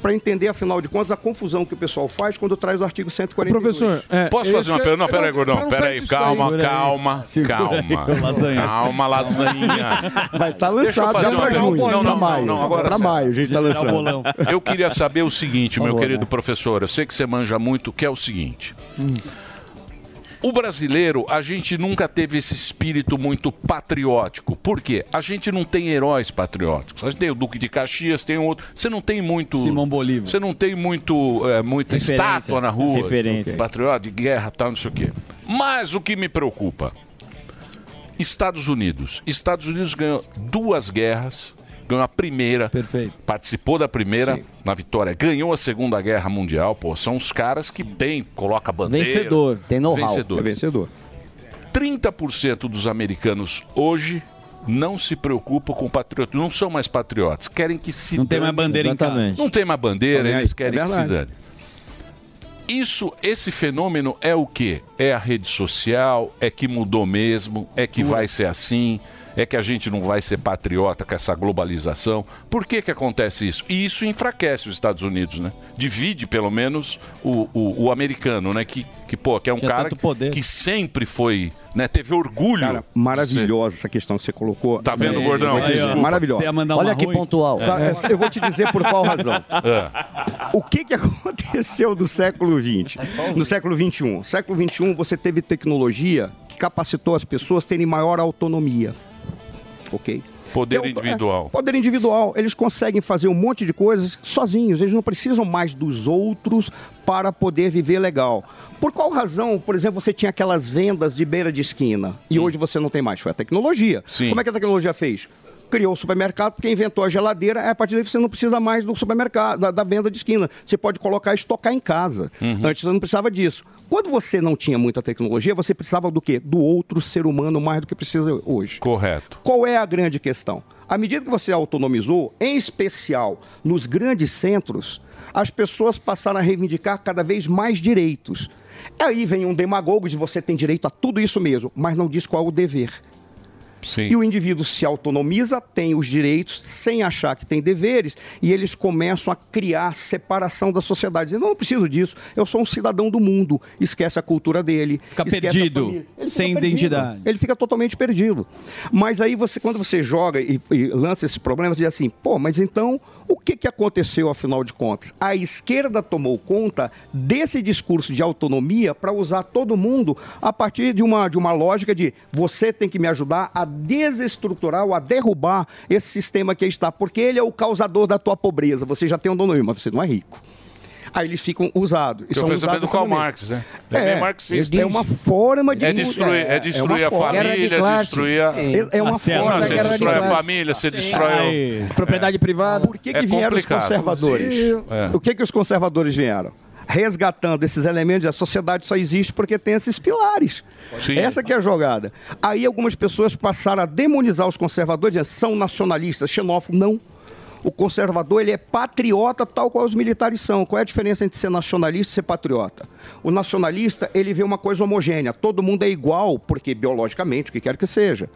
Speaker 19: Para entender, afinal de contas, a confusão que o pessoal faz quando traz o artigo 142. Professor, é,
Speaker 3: Posso fazer uma pergunta? Não, peraí,
Speaker 19: um
Speaker 3: gordão. Peraí, calma,
Speaker 19: Segura aí.
Speaker 3: calma,
Speaker 19: Segura aí,
Speaker 3: calma.
Speaker 19: ô, lasanha.
Speaker 3: Calma, lasanha.
Speaker 19: Vai
Speaker 3: Deixa
Speaker 19: estar
Speaker 3: eu
Speaker 19: lançado
Speaker 3: fazer
Speaker 19: já
Speaker 3: uma
Speaker 19: para junho.
Speaker 3: pergunta. Não, não,
Speaker 19: maio.
Speaker 3: não, agora
Speaker 19: Para
Speaker 3: sério.
Speaker 19: maio, a gente está lançando.
Speaker 3: Eu queria saber o seguinte, meu querido
Speaker 19: né?
Speaker 3: professor. Eu sei que você manja muito, que é o seguinte. O brasileiro, a gente nunca teve esse espírito muito patriótico. Por quê? A gente não tem heróis patrióticos. A gente tem o Duque de Caxias, tem um outro. Você não tem muito. Simão Bolívar. Você não tem muito, é, muita
Speaker 9: Referência.
Speaker 3: estátua na rua.
Speaker 9: Referência.
Speaker 3: Patriota de guerra, tal, não sei o quê. Mas o que me preocupa? Estados Unidos. Estados Unidos ganhou duas guerras. Ganhou a primeira. Participou da primeira na vitória. Ganhou a Segunda Guerra Mundial. Pô, são os caras que tem, coloca a bandeira.
Speaker 9: Vencedor. Tem know-how.
Speaker 3: Vencedor.
Speaker 9: É vencedor.
Speaker 3: 30% dos americanos hoje não se preocupam com patriotismo, não são mais patriotas, querem que se
Speaker 6: Não tem
Speaker 3: dane.
Speaker 6: mais bandeira em Exatamente. casa.
Speaker 3: Não tem mais bandeira,
Speaker 6: Também
Speaker 3: eles
Speaker 6: é
Speaker 3: querem que se
Speaker 6: verdade.
Speaker 3: dane. Isso, esse fenômeno é o quê? É a rede social, é que mudou mesmo, é que vai ser assim, é que a gente não vai ser patriota com essa globalização. Por que, que acontece isso? E isso enfraquece os Estados Unidos, né? Divide, pelo menos, o, o, o americano, né? Que, que pô, que é um cara que sempre foi, né? Teve orgulho.
Speaker 19: Maravilhosa essa questão que você colocou. É,
Speaker 3: Tá vendo, Gordão?
Speaker 19: Eu vou te dizer,
Speaker 3: Desculpa.
Speaker 19: Maravilhosa.
Speaker 3: Você ia mandar um
Speaker 19: Olha que
Speaker 3: arroio?
Speaker 19: pontual.
Speaker 3: É.
Speaker 19: Sabe, Eu vou te dizer por qual razão.
Speaker 3: É.
Speaker 19: O que, que aconteceu do século XX? No século XXI. No século XXI, você teve tecnologia que capacitou as pessoas a terem maior autonomia. Ok? é,
Speaker 3: Poder individual.
Speaker 19: Poder individual, eles conseguem fazer um monte de coisas sozinhos, eles não precisam mais dos outros para poder viver legal. Por qual razão, por exemplo, você tinha aquelas vendas de beira de esquina e hoje você não tem mais? Foi a tecnologia. Como é que a tecnologia fez? Criou o supermercado, porque inventou a geladeira, aí a partir daí você não precisa mais do supermercado, da, da venda de esquina. Você pode colocar e estocar em casa. Antes você não precisava disso. Quando você não tinha muita tecnologia, você precisava do quê? Do outro ser humano mais do que precisa hoje.
Speaker 3: Correto.
Speaker 19: Qual é a grande questão? À medida que você autonomizou, em especial nos grandes centros, as pessoas passaram a reivindicar cada vez mais direitos. Aí vem um demagogo de você tem direito a tudo isso mesmo, mas não diz qual é o dever.
Speaker 3: Sim.
Speaker 19: E o indivíduo se autonomiza, tem os direitos, sem achar que tem deveres, e eles começam a criar separação da sociedade. Dizendo, não, não preciso disso, eu sou um cidadão do mundo. Esquece a cultura dele.
Speaker 6: Fica
Speaker 19: esquece a
Speaker 6: perdido,
Speaker 19: família. Ele
Speaker 6: sem
Speaker 19: perdido.
Speaker 6: identidade.
Speaker 19: Ele fica totalmente perdido. Mas aí, você, quando você joga e, e lança esse problema, você diz assim, pô, mas então... O que, que aconteceu, afinal de contas? A esquerda tomou conta desse discurso de autonomia para usar todo mundo a partir de uma, de uma lógica de você tem que me ajudar a desestruturar ou a derrubar esse sistema que aí está, porque ele é o causador da tua pobreza. Você já tem um dono, mas você não é rico. Aí eles ficam usados. e
Speaker 3: Que é o
Speaker 19: são
Speaker 3: pensamento
Speaker 19: usados
Speaker 3: do Karl
Speaker 19: dessa maneira.
Speaker 3: Marx, né? É
Speaker 19: É,
Speaker 3: bem marxista.
Speaker 19: é uma forma de...
Speaker 3: É destruir, é destruir
Speaker 19: uma
Speaker 3: a
Speaker 19: forma.
Speaker 3: família, destruir a...
Speaker 19: É uma forma...
Speaker 3: Você destrói a família, você destrói... É. o-
Speaker 9: Propriedade privada.
Speaker 19: Por que, que vieram os conservadores?
Speaker 3: É.
Speaker 19: O que, que os conservadores vieram? Resgatando esses elementos, a sociedade só existe porque tem esses pilares.
Speaker 3: Sim.
Speaker 19: Essa que é a jogada. Aí algumas pessoas passaram a demonizar os conservadores, dizendo, são nacionalistas, xenófobos. Não. O conservador ele é patriota tal qual os militares são. Qual é a diferença entre ser nacionalista e ser patriota? O nacionalista ele vê uma coisa homogênea, todo mundo é igual, porque biologicamente, o que quer que seja.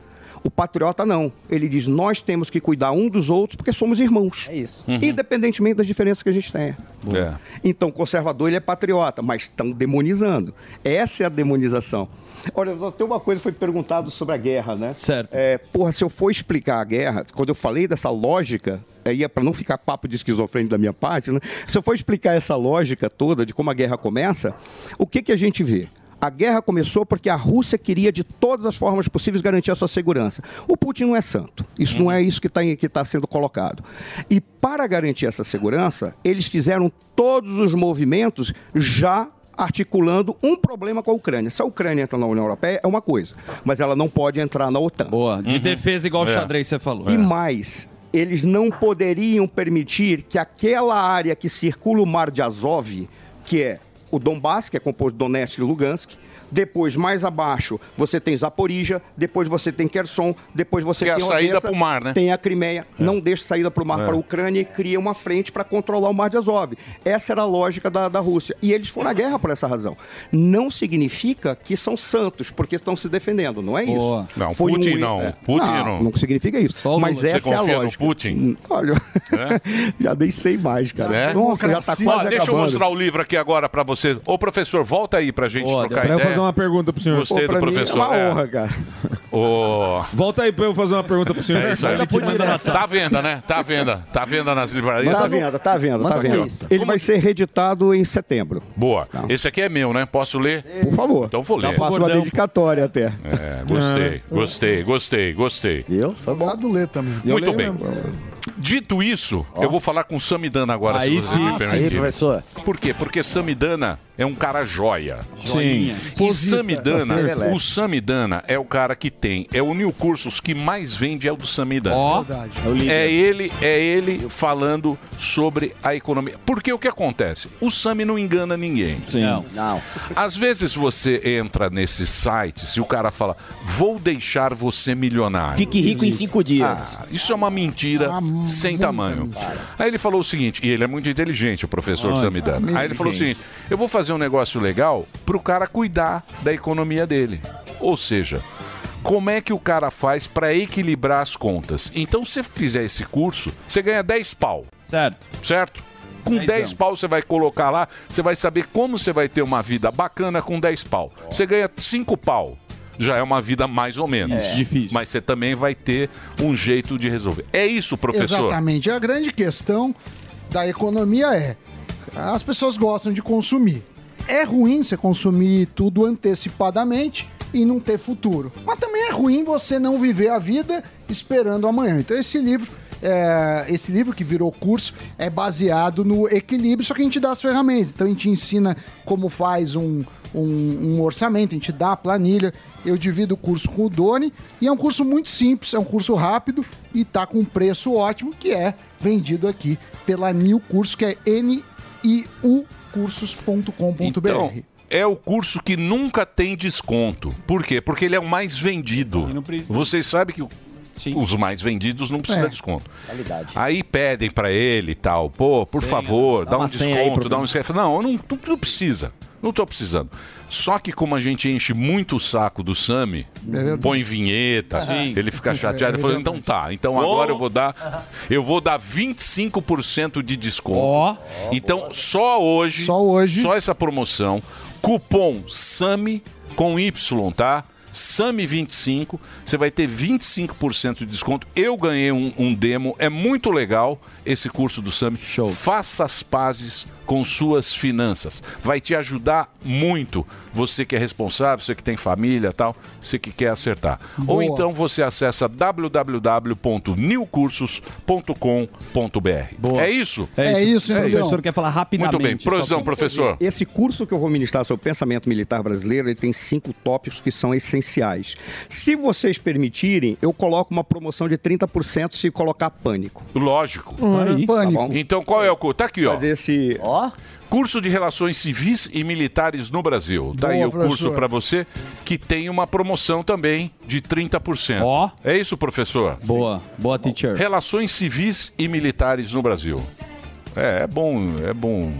Speaker 19: O patriota não. Ele diz: nós temos que cuidar um dos outros porque somos irmãos. É isso. Independentemente das diferenças que a gente tenha.
Speaker 3: É.
Speaker 19: Então, conservador ele é patriota, mas estão demonizando. Essa é a demonização. Olha, só tem uma coisa que foi perguntado sobre a guerra, né?
Speaker 6: Certo.
Speaker 19: É, porra, se eu for explicar a guerra, quando eu falei dessa lógica, aí é para não ficar papo de esquizofrênico da minha parte, né? Se eu for explicar essa lógica toda de como a guerra começa, o que, que a gente vê? A guerra começou porque a Rússia queria, de todas as formas possíveis, garantir a sua segurança. O Putin não é santo. Isso não é isso que está sendo colocado. E para garantir essa segurança, eles fizeram todos os movimentos já articulando um problema com a Ucrânia. Se a Ucrânia entra na União Europeia, é uma coisa. Mas ela não pode entrar na OTAN.
Speaker 6: Boa.
Speaker 3: Uhum.
Speaker 6: De defesa igual
Speaker 3: É.
Speaker 6: xadrez, você falou.
Speaker 19: E mais, eles não poderiam permitir que aquela área que circula o Mar de Azov, que é o Donbass, que é composto de Donetsk e Lugansk, depois, mais abaixo, você tem Zaporija, depois você tem Kherson, depois você
Speaker 3: Que é a
Speaker 19: tem
Speaker 3: saída
Speaker 19: Odessa,
Speaker 3: pro mar, né?
Speaker 19: Tem a Crimeia. Não deixa saída para o mar
Speaker 3: É.
Speaker 19: para a Ucrânia e cria uma frente para controlar o Mar de Azov. Essa era a lógica da, da Rússia. E eles foram à guerra por essa razão. Não significa que são santos, porque estão se defendendo. Não é
Speaker 3: Boa.
Speaker 19: isso.
Speaker 3: Não,
Speaker 19: Foi
Speaker 3: Putin
Speaker 19: um-
Speaker 3: não.
Speaker 19: é.
Speaker 3: Putin não.
Speaker 19: não. significa isso. Mas
Speaker 3: Você
Speaker 19: essa é a
Speaker 3: confia no
Speaker 19: lógica.
Speaker 3: Putin?
Speaker 19: Olha, já nem sei mais, cara.
Speaker 3: Certo?
Speaker 19: Nossa, já tá quase
Speaker 3: Ó,
Speaker 19: acabando.
Speaker 3: Deixa eu mostrar o livro aqui agora pra você. Ô, professor, volta aí pra gente trocar
Speaker 8: Pra eu
Speaker 3: ideia.
Speaker 8: fazer uma pergunta pro senhor.
Speaker 3: é. Gostei do professor. é.
Speaker 19: cara.
Speaker 3: Ô,
Speaker 8: Volta aí pra eu fazer uma pergunta pro senhor.
Speaker 3: É isso aí.
Speaker 8: Ele te manda no WhatsApp.
Speaker 3: Tá à venda, né? Tá à venda. Tá à venda nas livrarias.
Speaker 19: Tá vendo, tá vendo, tá vendo.
Speaker 3: é
Speaker 19: Ele vai ser reeditado em setembro.
Speaker 3: Boa. Esse aqui é meu, né? Posso ler?
Speaker 19: Por favor.
Speaker 3: Então vou
Speaker 19: Já
Speaker 3: ler.
Speaker 19: faço uma dedicatória até.
Speaker 3: É, gostei, gostei, gostei, gostei.
Speaker 19: Eu? Foi bom.
Speaker 4: do ler também.
Speaker 19: Uhum.
Speaker 3: Eu Muito leio bem. Dito isso, eu vou falar com o Samidana agora,
Speaker 16: Aí
Speaker 3: se você
Speaker 16: sim.
Speaker 3: me
Speaker 16: Ah,
Speaker 3: permitir.
Speaker 16: sim, professor.
Speaker 3: Por quê? Porque Samidana é um cara joia.
Speaker 16: Joinha.
Speaker 3: E
Speaker 16: Posista.
Speaker 3: Samidana,
Speaker 16: Certo.
Speaker 3: o Samidana é o cara que tem, é o New Cursos que mais vende é o do Samidana.
Speaker 16: Ó. Verdade. É o líder.
Speaker 3: é ele, é ele falando sobre a economia. Porque o que acontece? O Sami não engana ninguém.
Speaker 6: Sim. Não.
Speaker 3: Às vezes você entra nesses sites e o cara fala: "Vou deixar você milionário.
Speaker 16: Fique rico em cinco dias.
Speaker 3: Ah, isso é uma mentira sem tamanho. Aí ele falou o seguinte, e ele é muito inteligente, o professor
Speaker 16: Olha,
Speaker 3: Samidana. Aí ele
Speaker 16: inteligente.
Speaker 3: falou o seguinte: eu vou fazer um negócio legal pro cara cuidar da economia dele. Ou seja, como é que o cara faz para equilibrar as contas. Então, se você fizer esse curso, você ganha 10 pau.
Speaker 6: Certo.
Speaker 3: Certo? Com 10, pau você vai colocar lá, você vai saber como você vai ter uma vida bacana com 10 pau. Você ganha 5 pau. Já é uma vida mais ou menos.
Speaker 4: Isso,
Speaker 3: Difícil. É. Mas você também vai ter um jeito de resolver. É isso, professor.
Speaker 4: Exatamente. A grande questão da economia é: as pessoas gostam de consumir. É ruim você consumir tudo antecipadamente e não ter futuro. Mas também é ruim você não viver a vida esperando amanhã. Então esse livro, é, esse livro que virou curso, é baseado no equilíbrio, só que a gente dá as ferramentas. Então a gente ensina como faz um, um, um orçamento, a gente dá a planilha. Eu divido o curso com o Doni e é um curso muito simples, é um curso rápido e tá com um preço ótimo que é vendido aqui pela New Curso, que é niucursos.com.br.
Speaker 3: Então, é o curso que nunca tem desconto. Por quê? Porque ele é o mais vendido. Vocês sabem que o- os mais vendidos não precisam
Speaker 22: É.
Speaker 3: de desconto. Aí pedem pra ele e tal, pô, por favor, dá,
Speaker 22: Dá
Speaker 3: um
Speaker 22: uma senha aí
Speaker 3: desconto,
Speaker 22: pro
Speaker 3: dá um
Speaker 22: Bruno.
Speaker 3: esquece. Não, eu não, não, não precisa. Não tô precisando. Só que como a gente enche muito o saco do Sami,
Speaker 22: verdade.
Speaker 3: põe vinheta,
Speaker 22: Sim.
Speaker 3: ele fica
Speaker 22: É
Speaker 3: chateado, ele fala,
Speaker 22: verdade.
Speaker 3: então tá, então
Speaker 22: Vou-
Speaker 3: agora eu vou dar eu vou dar 25% de desconto. Então só hoje,
Speaker 4: só hoje,
Speaker 3: só essa promoção, cupom SAMI com Y, tá? SAMI25, você vai ter 25% de desconto. Eu ganhei um, um demo, é muito legal esse curso do SAMI. Show. Faça as pazes com suas finanças. Vai te ajudar muito. Você que é responsável, você que tem família tal, você que quer acertar. Ou
Speaker 22: Boa.
Speaker 3: então você acessa www.newcursos.com.br. É isso?
Speaker 19: É isso,
Speaker 3: então.
Speaker 19: então. professor quer falar rapidamente,
Speaker 3: Muito bem. Produção,
Speaker 19: só pra-
Speaker 3: professor.
Speaker 19: Esse curso que eu vou ministrar sobre pensamento militar brasileiro, ele tem cinco tópicos que são essenciais. Se vocês permitirem, eu coloco uma promoção de 30% se colocar pânico.
Speaker 3: Hum. Lógico.
Speaker 19: Olha aí. Pânico.
Speaker 3: Tá bom? então qual é o curso? Tá aqui, ó.
Speaker 19: Mas esse...
Speaker 3: Curso de Relações Civis e Militares no Brasil. Tá
Speaker 22: Boa,
Speaker 3: aí o curso
Speaker 22: professor.
Speaker 3: pra você que tem uma promoção também de 30%. Ó. É isso, professor?
Speaker 6: Boa. Boa, teacher.
Speaker 3: Relações civis e militares no Brasil. É, é bom, é bom.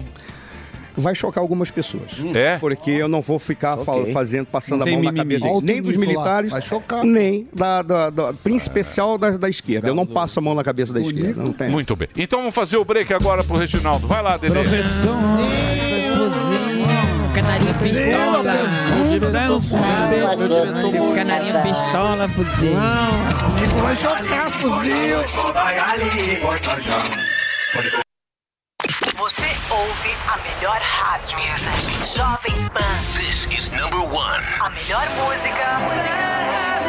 Speaker 19: Vai chocar algumas pessoas.
Speaker 3: É?
Speaker 19: Porque eu não vou ficar fal-
Speaker 3: Ok.
Speaker 19: fazendo, passando
Speaker 3: Não
Speaker 19: a
Speaker 3: tem
Speaker 19: mão na
Speaker 3: mimimi.
Speaker 19: cabeça deles.
Speaker 3: Olha o
Speaker 19: nem dos
Speaker 3: Tunico lá.
Speaker 19: militares,
Speaker 3: Vai chocar.
Speaker 19: nem da, da, da- principal da, da esquerda. Eu não passo a mão na cabeça da esquerda. Não tem
Speaker 3: Muito bem. Então vamos fazer o break agora pro Reginaldo. Vai lá, Dedê.
Speaker 9: Canarinho pistola. Canarinho pistola, fuzil.
Speaker 11: Vai chocar, fuzil.
Speaker 16: Você ouve a melhor rádio. Jovem Pan. This is number one. A melhor música.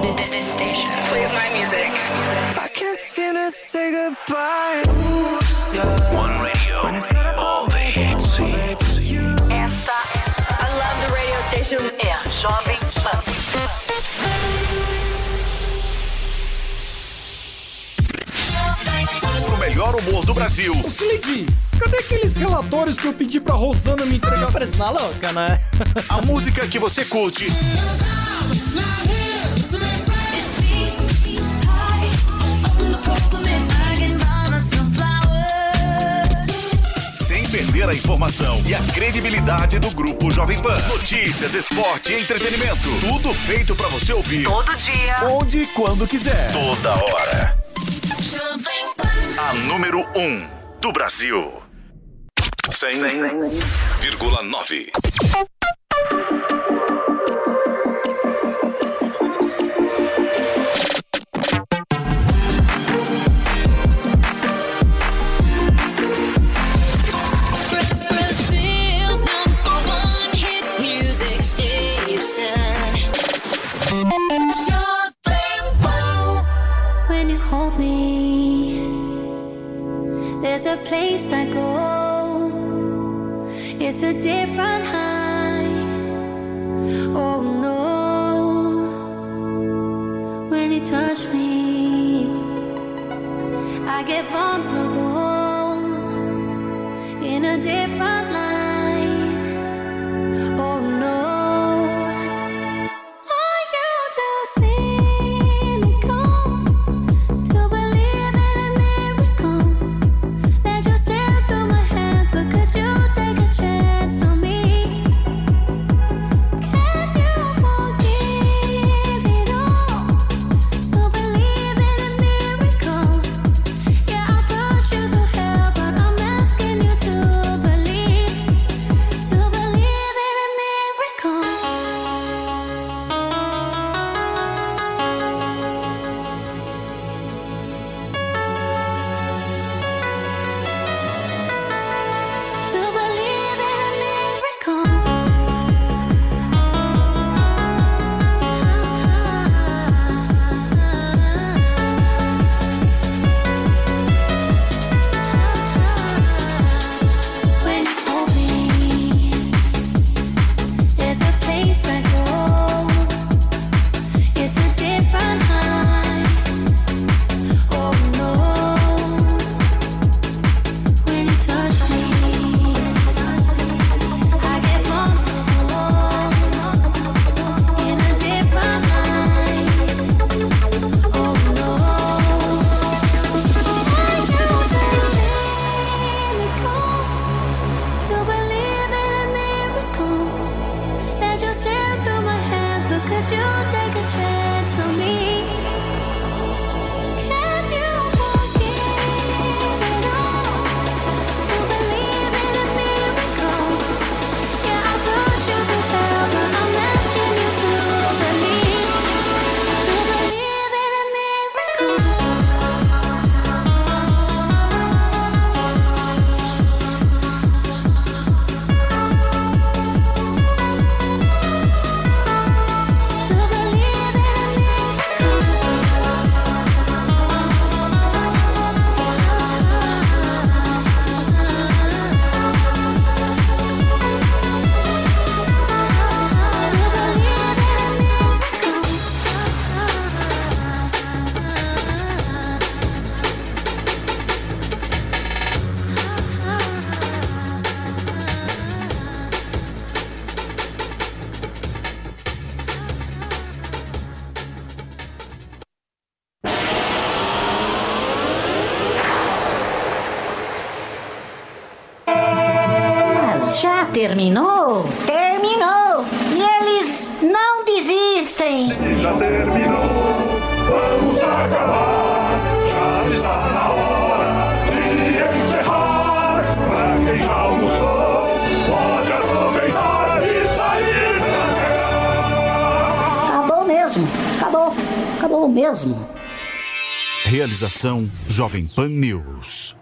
Speaker 11: Plays my music. I can't seem to say goodbye. One radio, all the hits.
Speaker 16: Esta I love the radio station é a Jovem Pan.
Speaker 22: O melhor humor do Brasil.
Speaker 14: Ô, Slid, cadê aqueles relatórios que eu pedi pra Rosana me entregar? Ah, Parece uma louca, né?
Speaker 22: A música que você curte. Sem perder a informação e a credibilidade do Grupo Jovem Pan. Notícias, esporte e entretenimento. Tudo feito pra você ouvir.
Speaker 16: Todo dia.
Speaker 22: Onde e quando quiser. Toda hora. A número 1 um do Brasil. 100,9.
Speaker 32: Brazil's number one hit music station.
Speaker 13: When you hold me, there's a place I go. It's a different high. Oh no. When you touch me, I get vulnerable in a different light. Oh no. Are you too cynical? To believe in a miracle that just slipped through my hands because Oh, Oh, terminou? Terminou! E eles não desistem!
Speaker 14: Já terminou, vamos acabar. Já está na hora de encerrar. Pra quem já almoçou, pode aproveitar e sair pra cá.
Speaker 13: Acabou mesmo! Acabou! Acabou mesmo!
Speaker 22: Realização Jovem Pan News.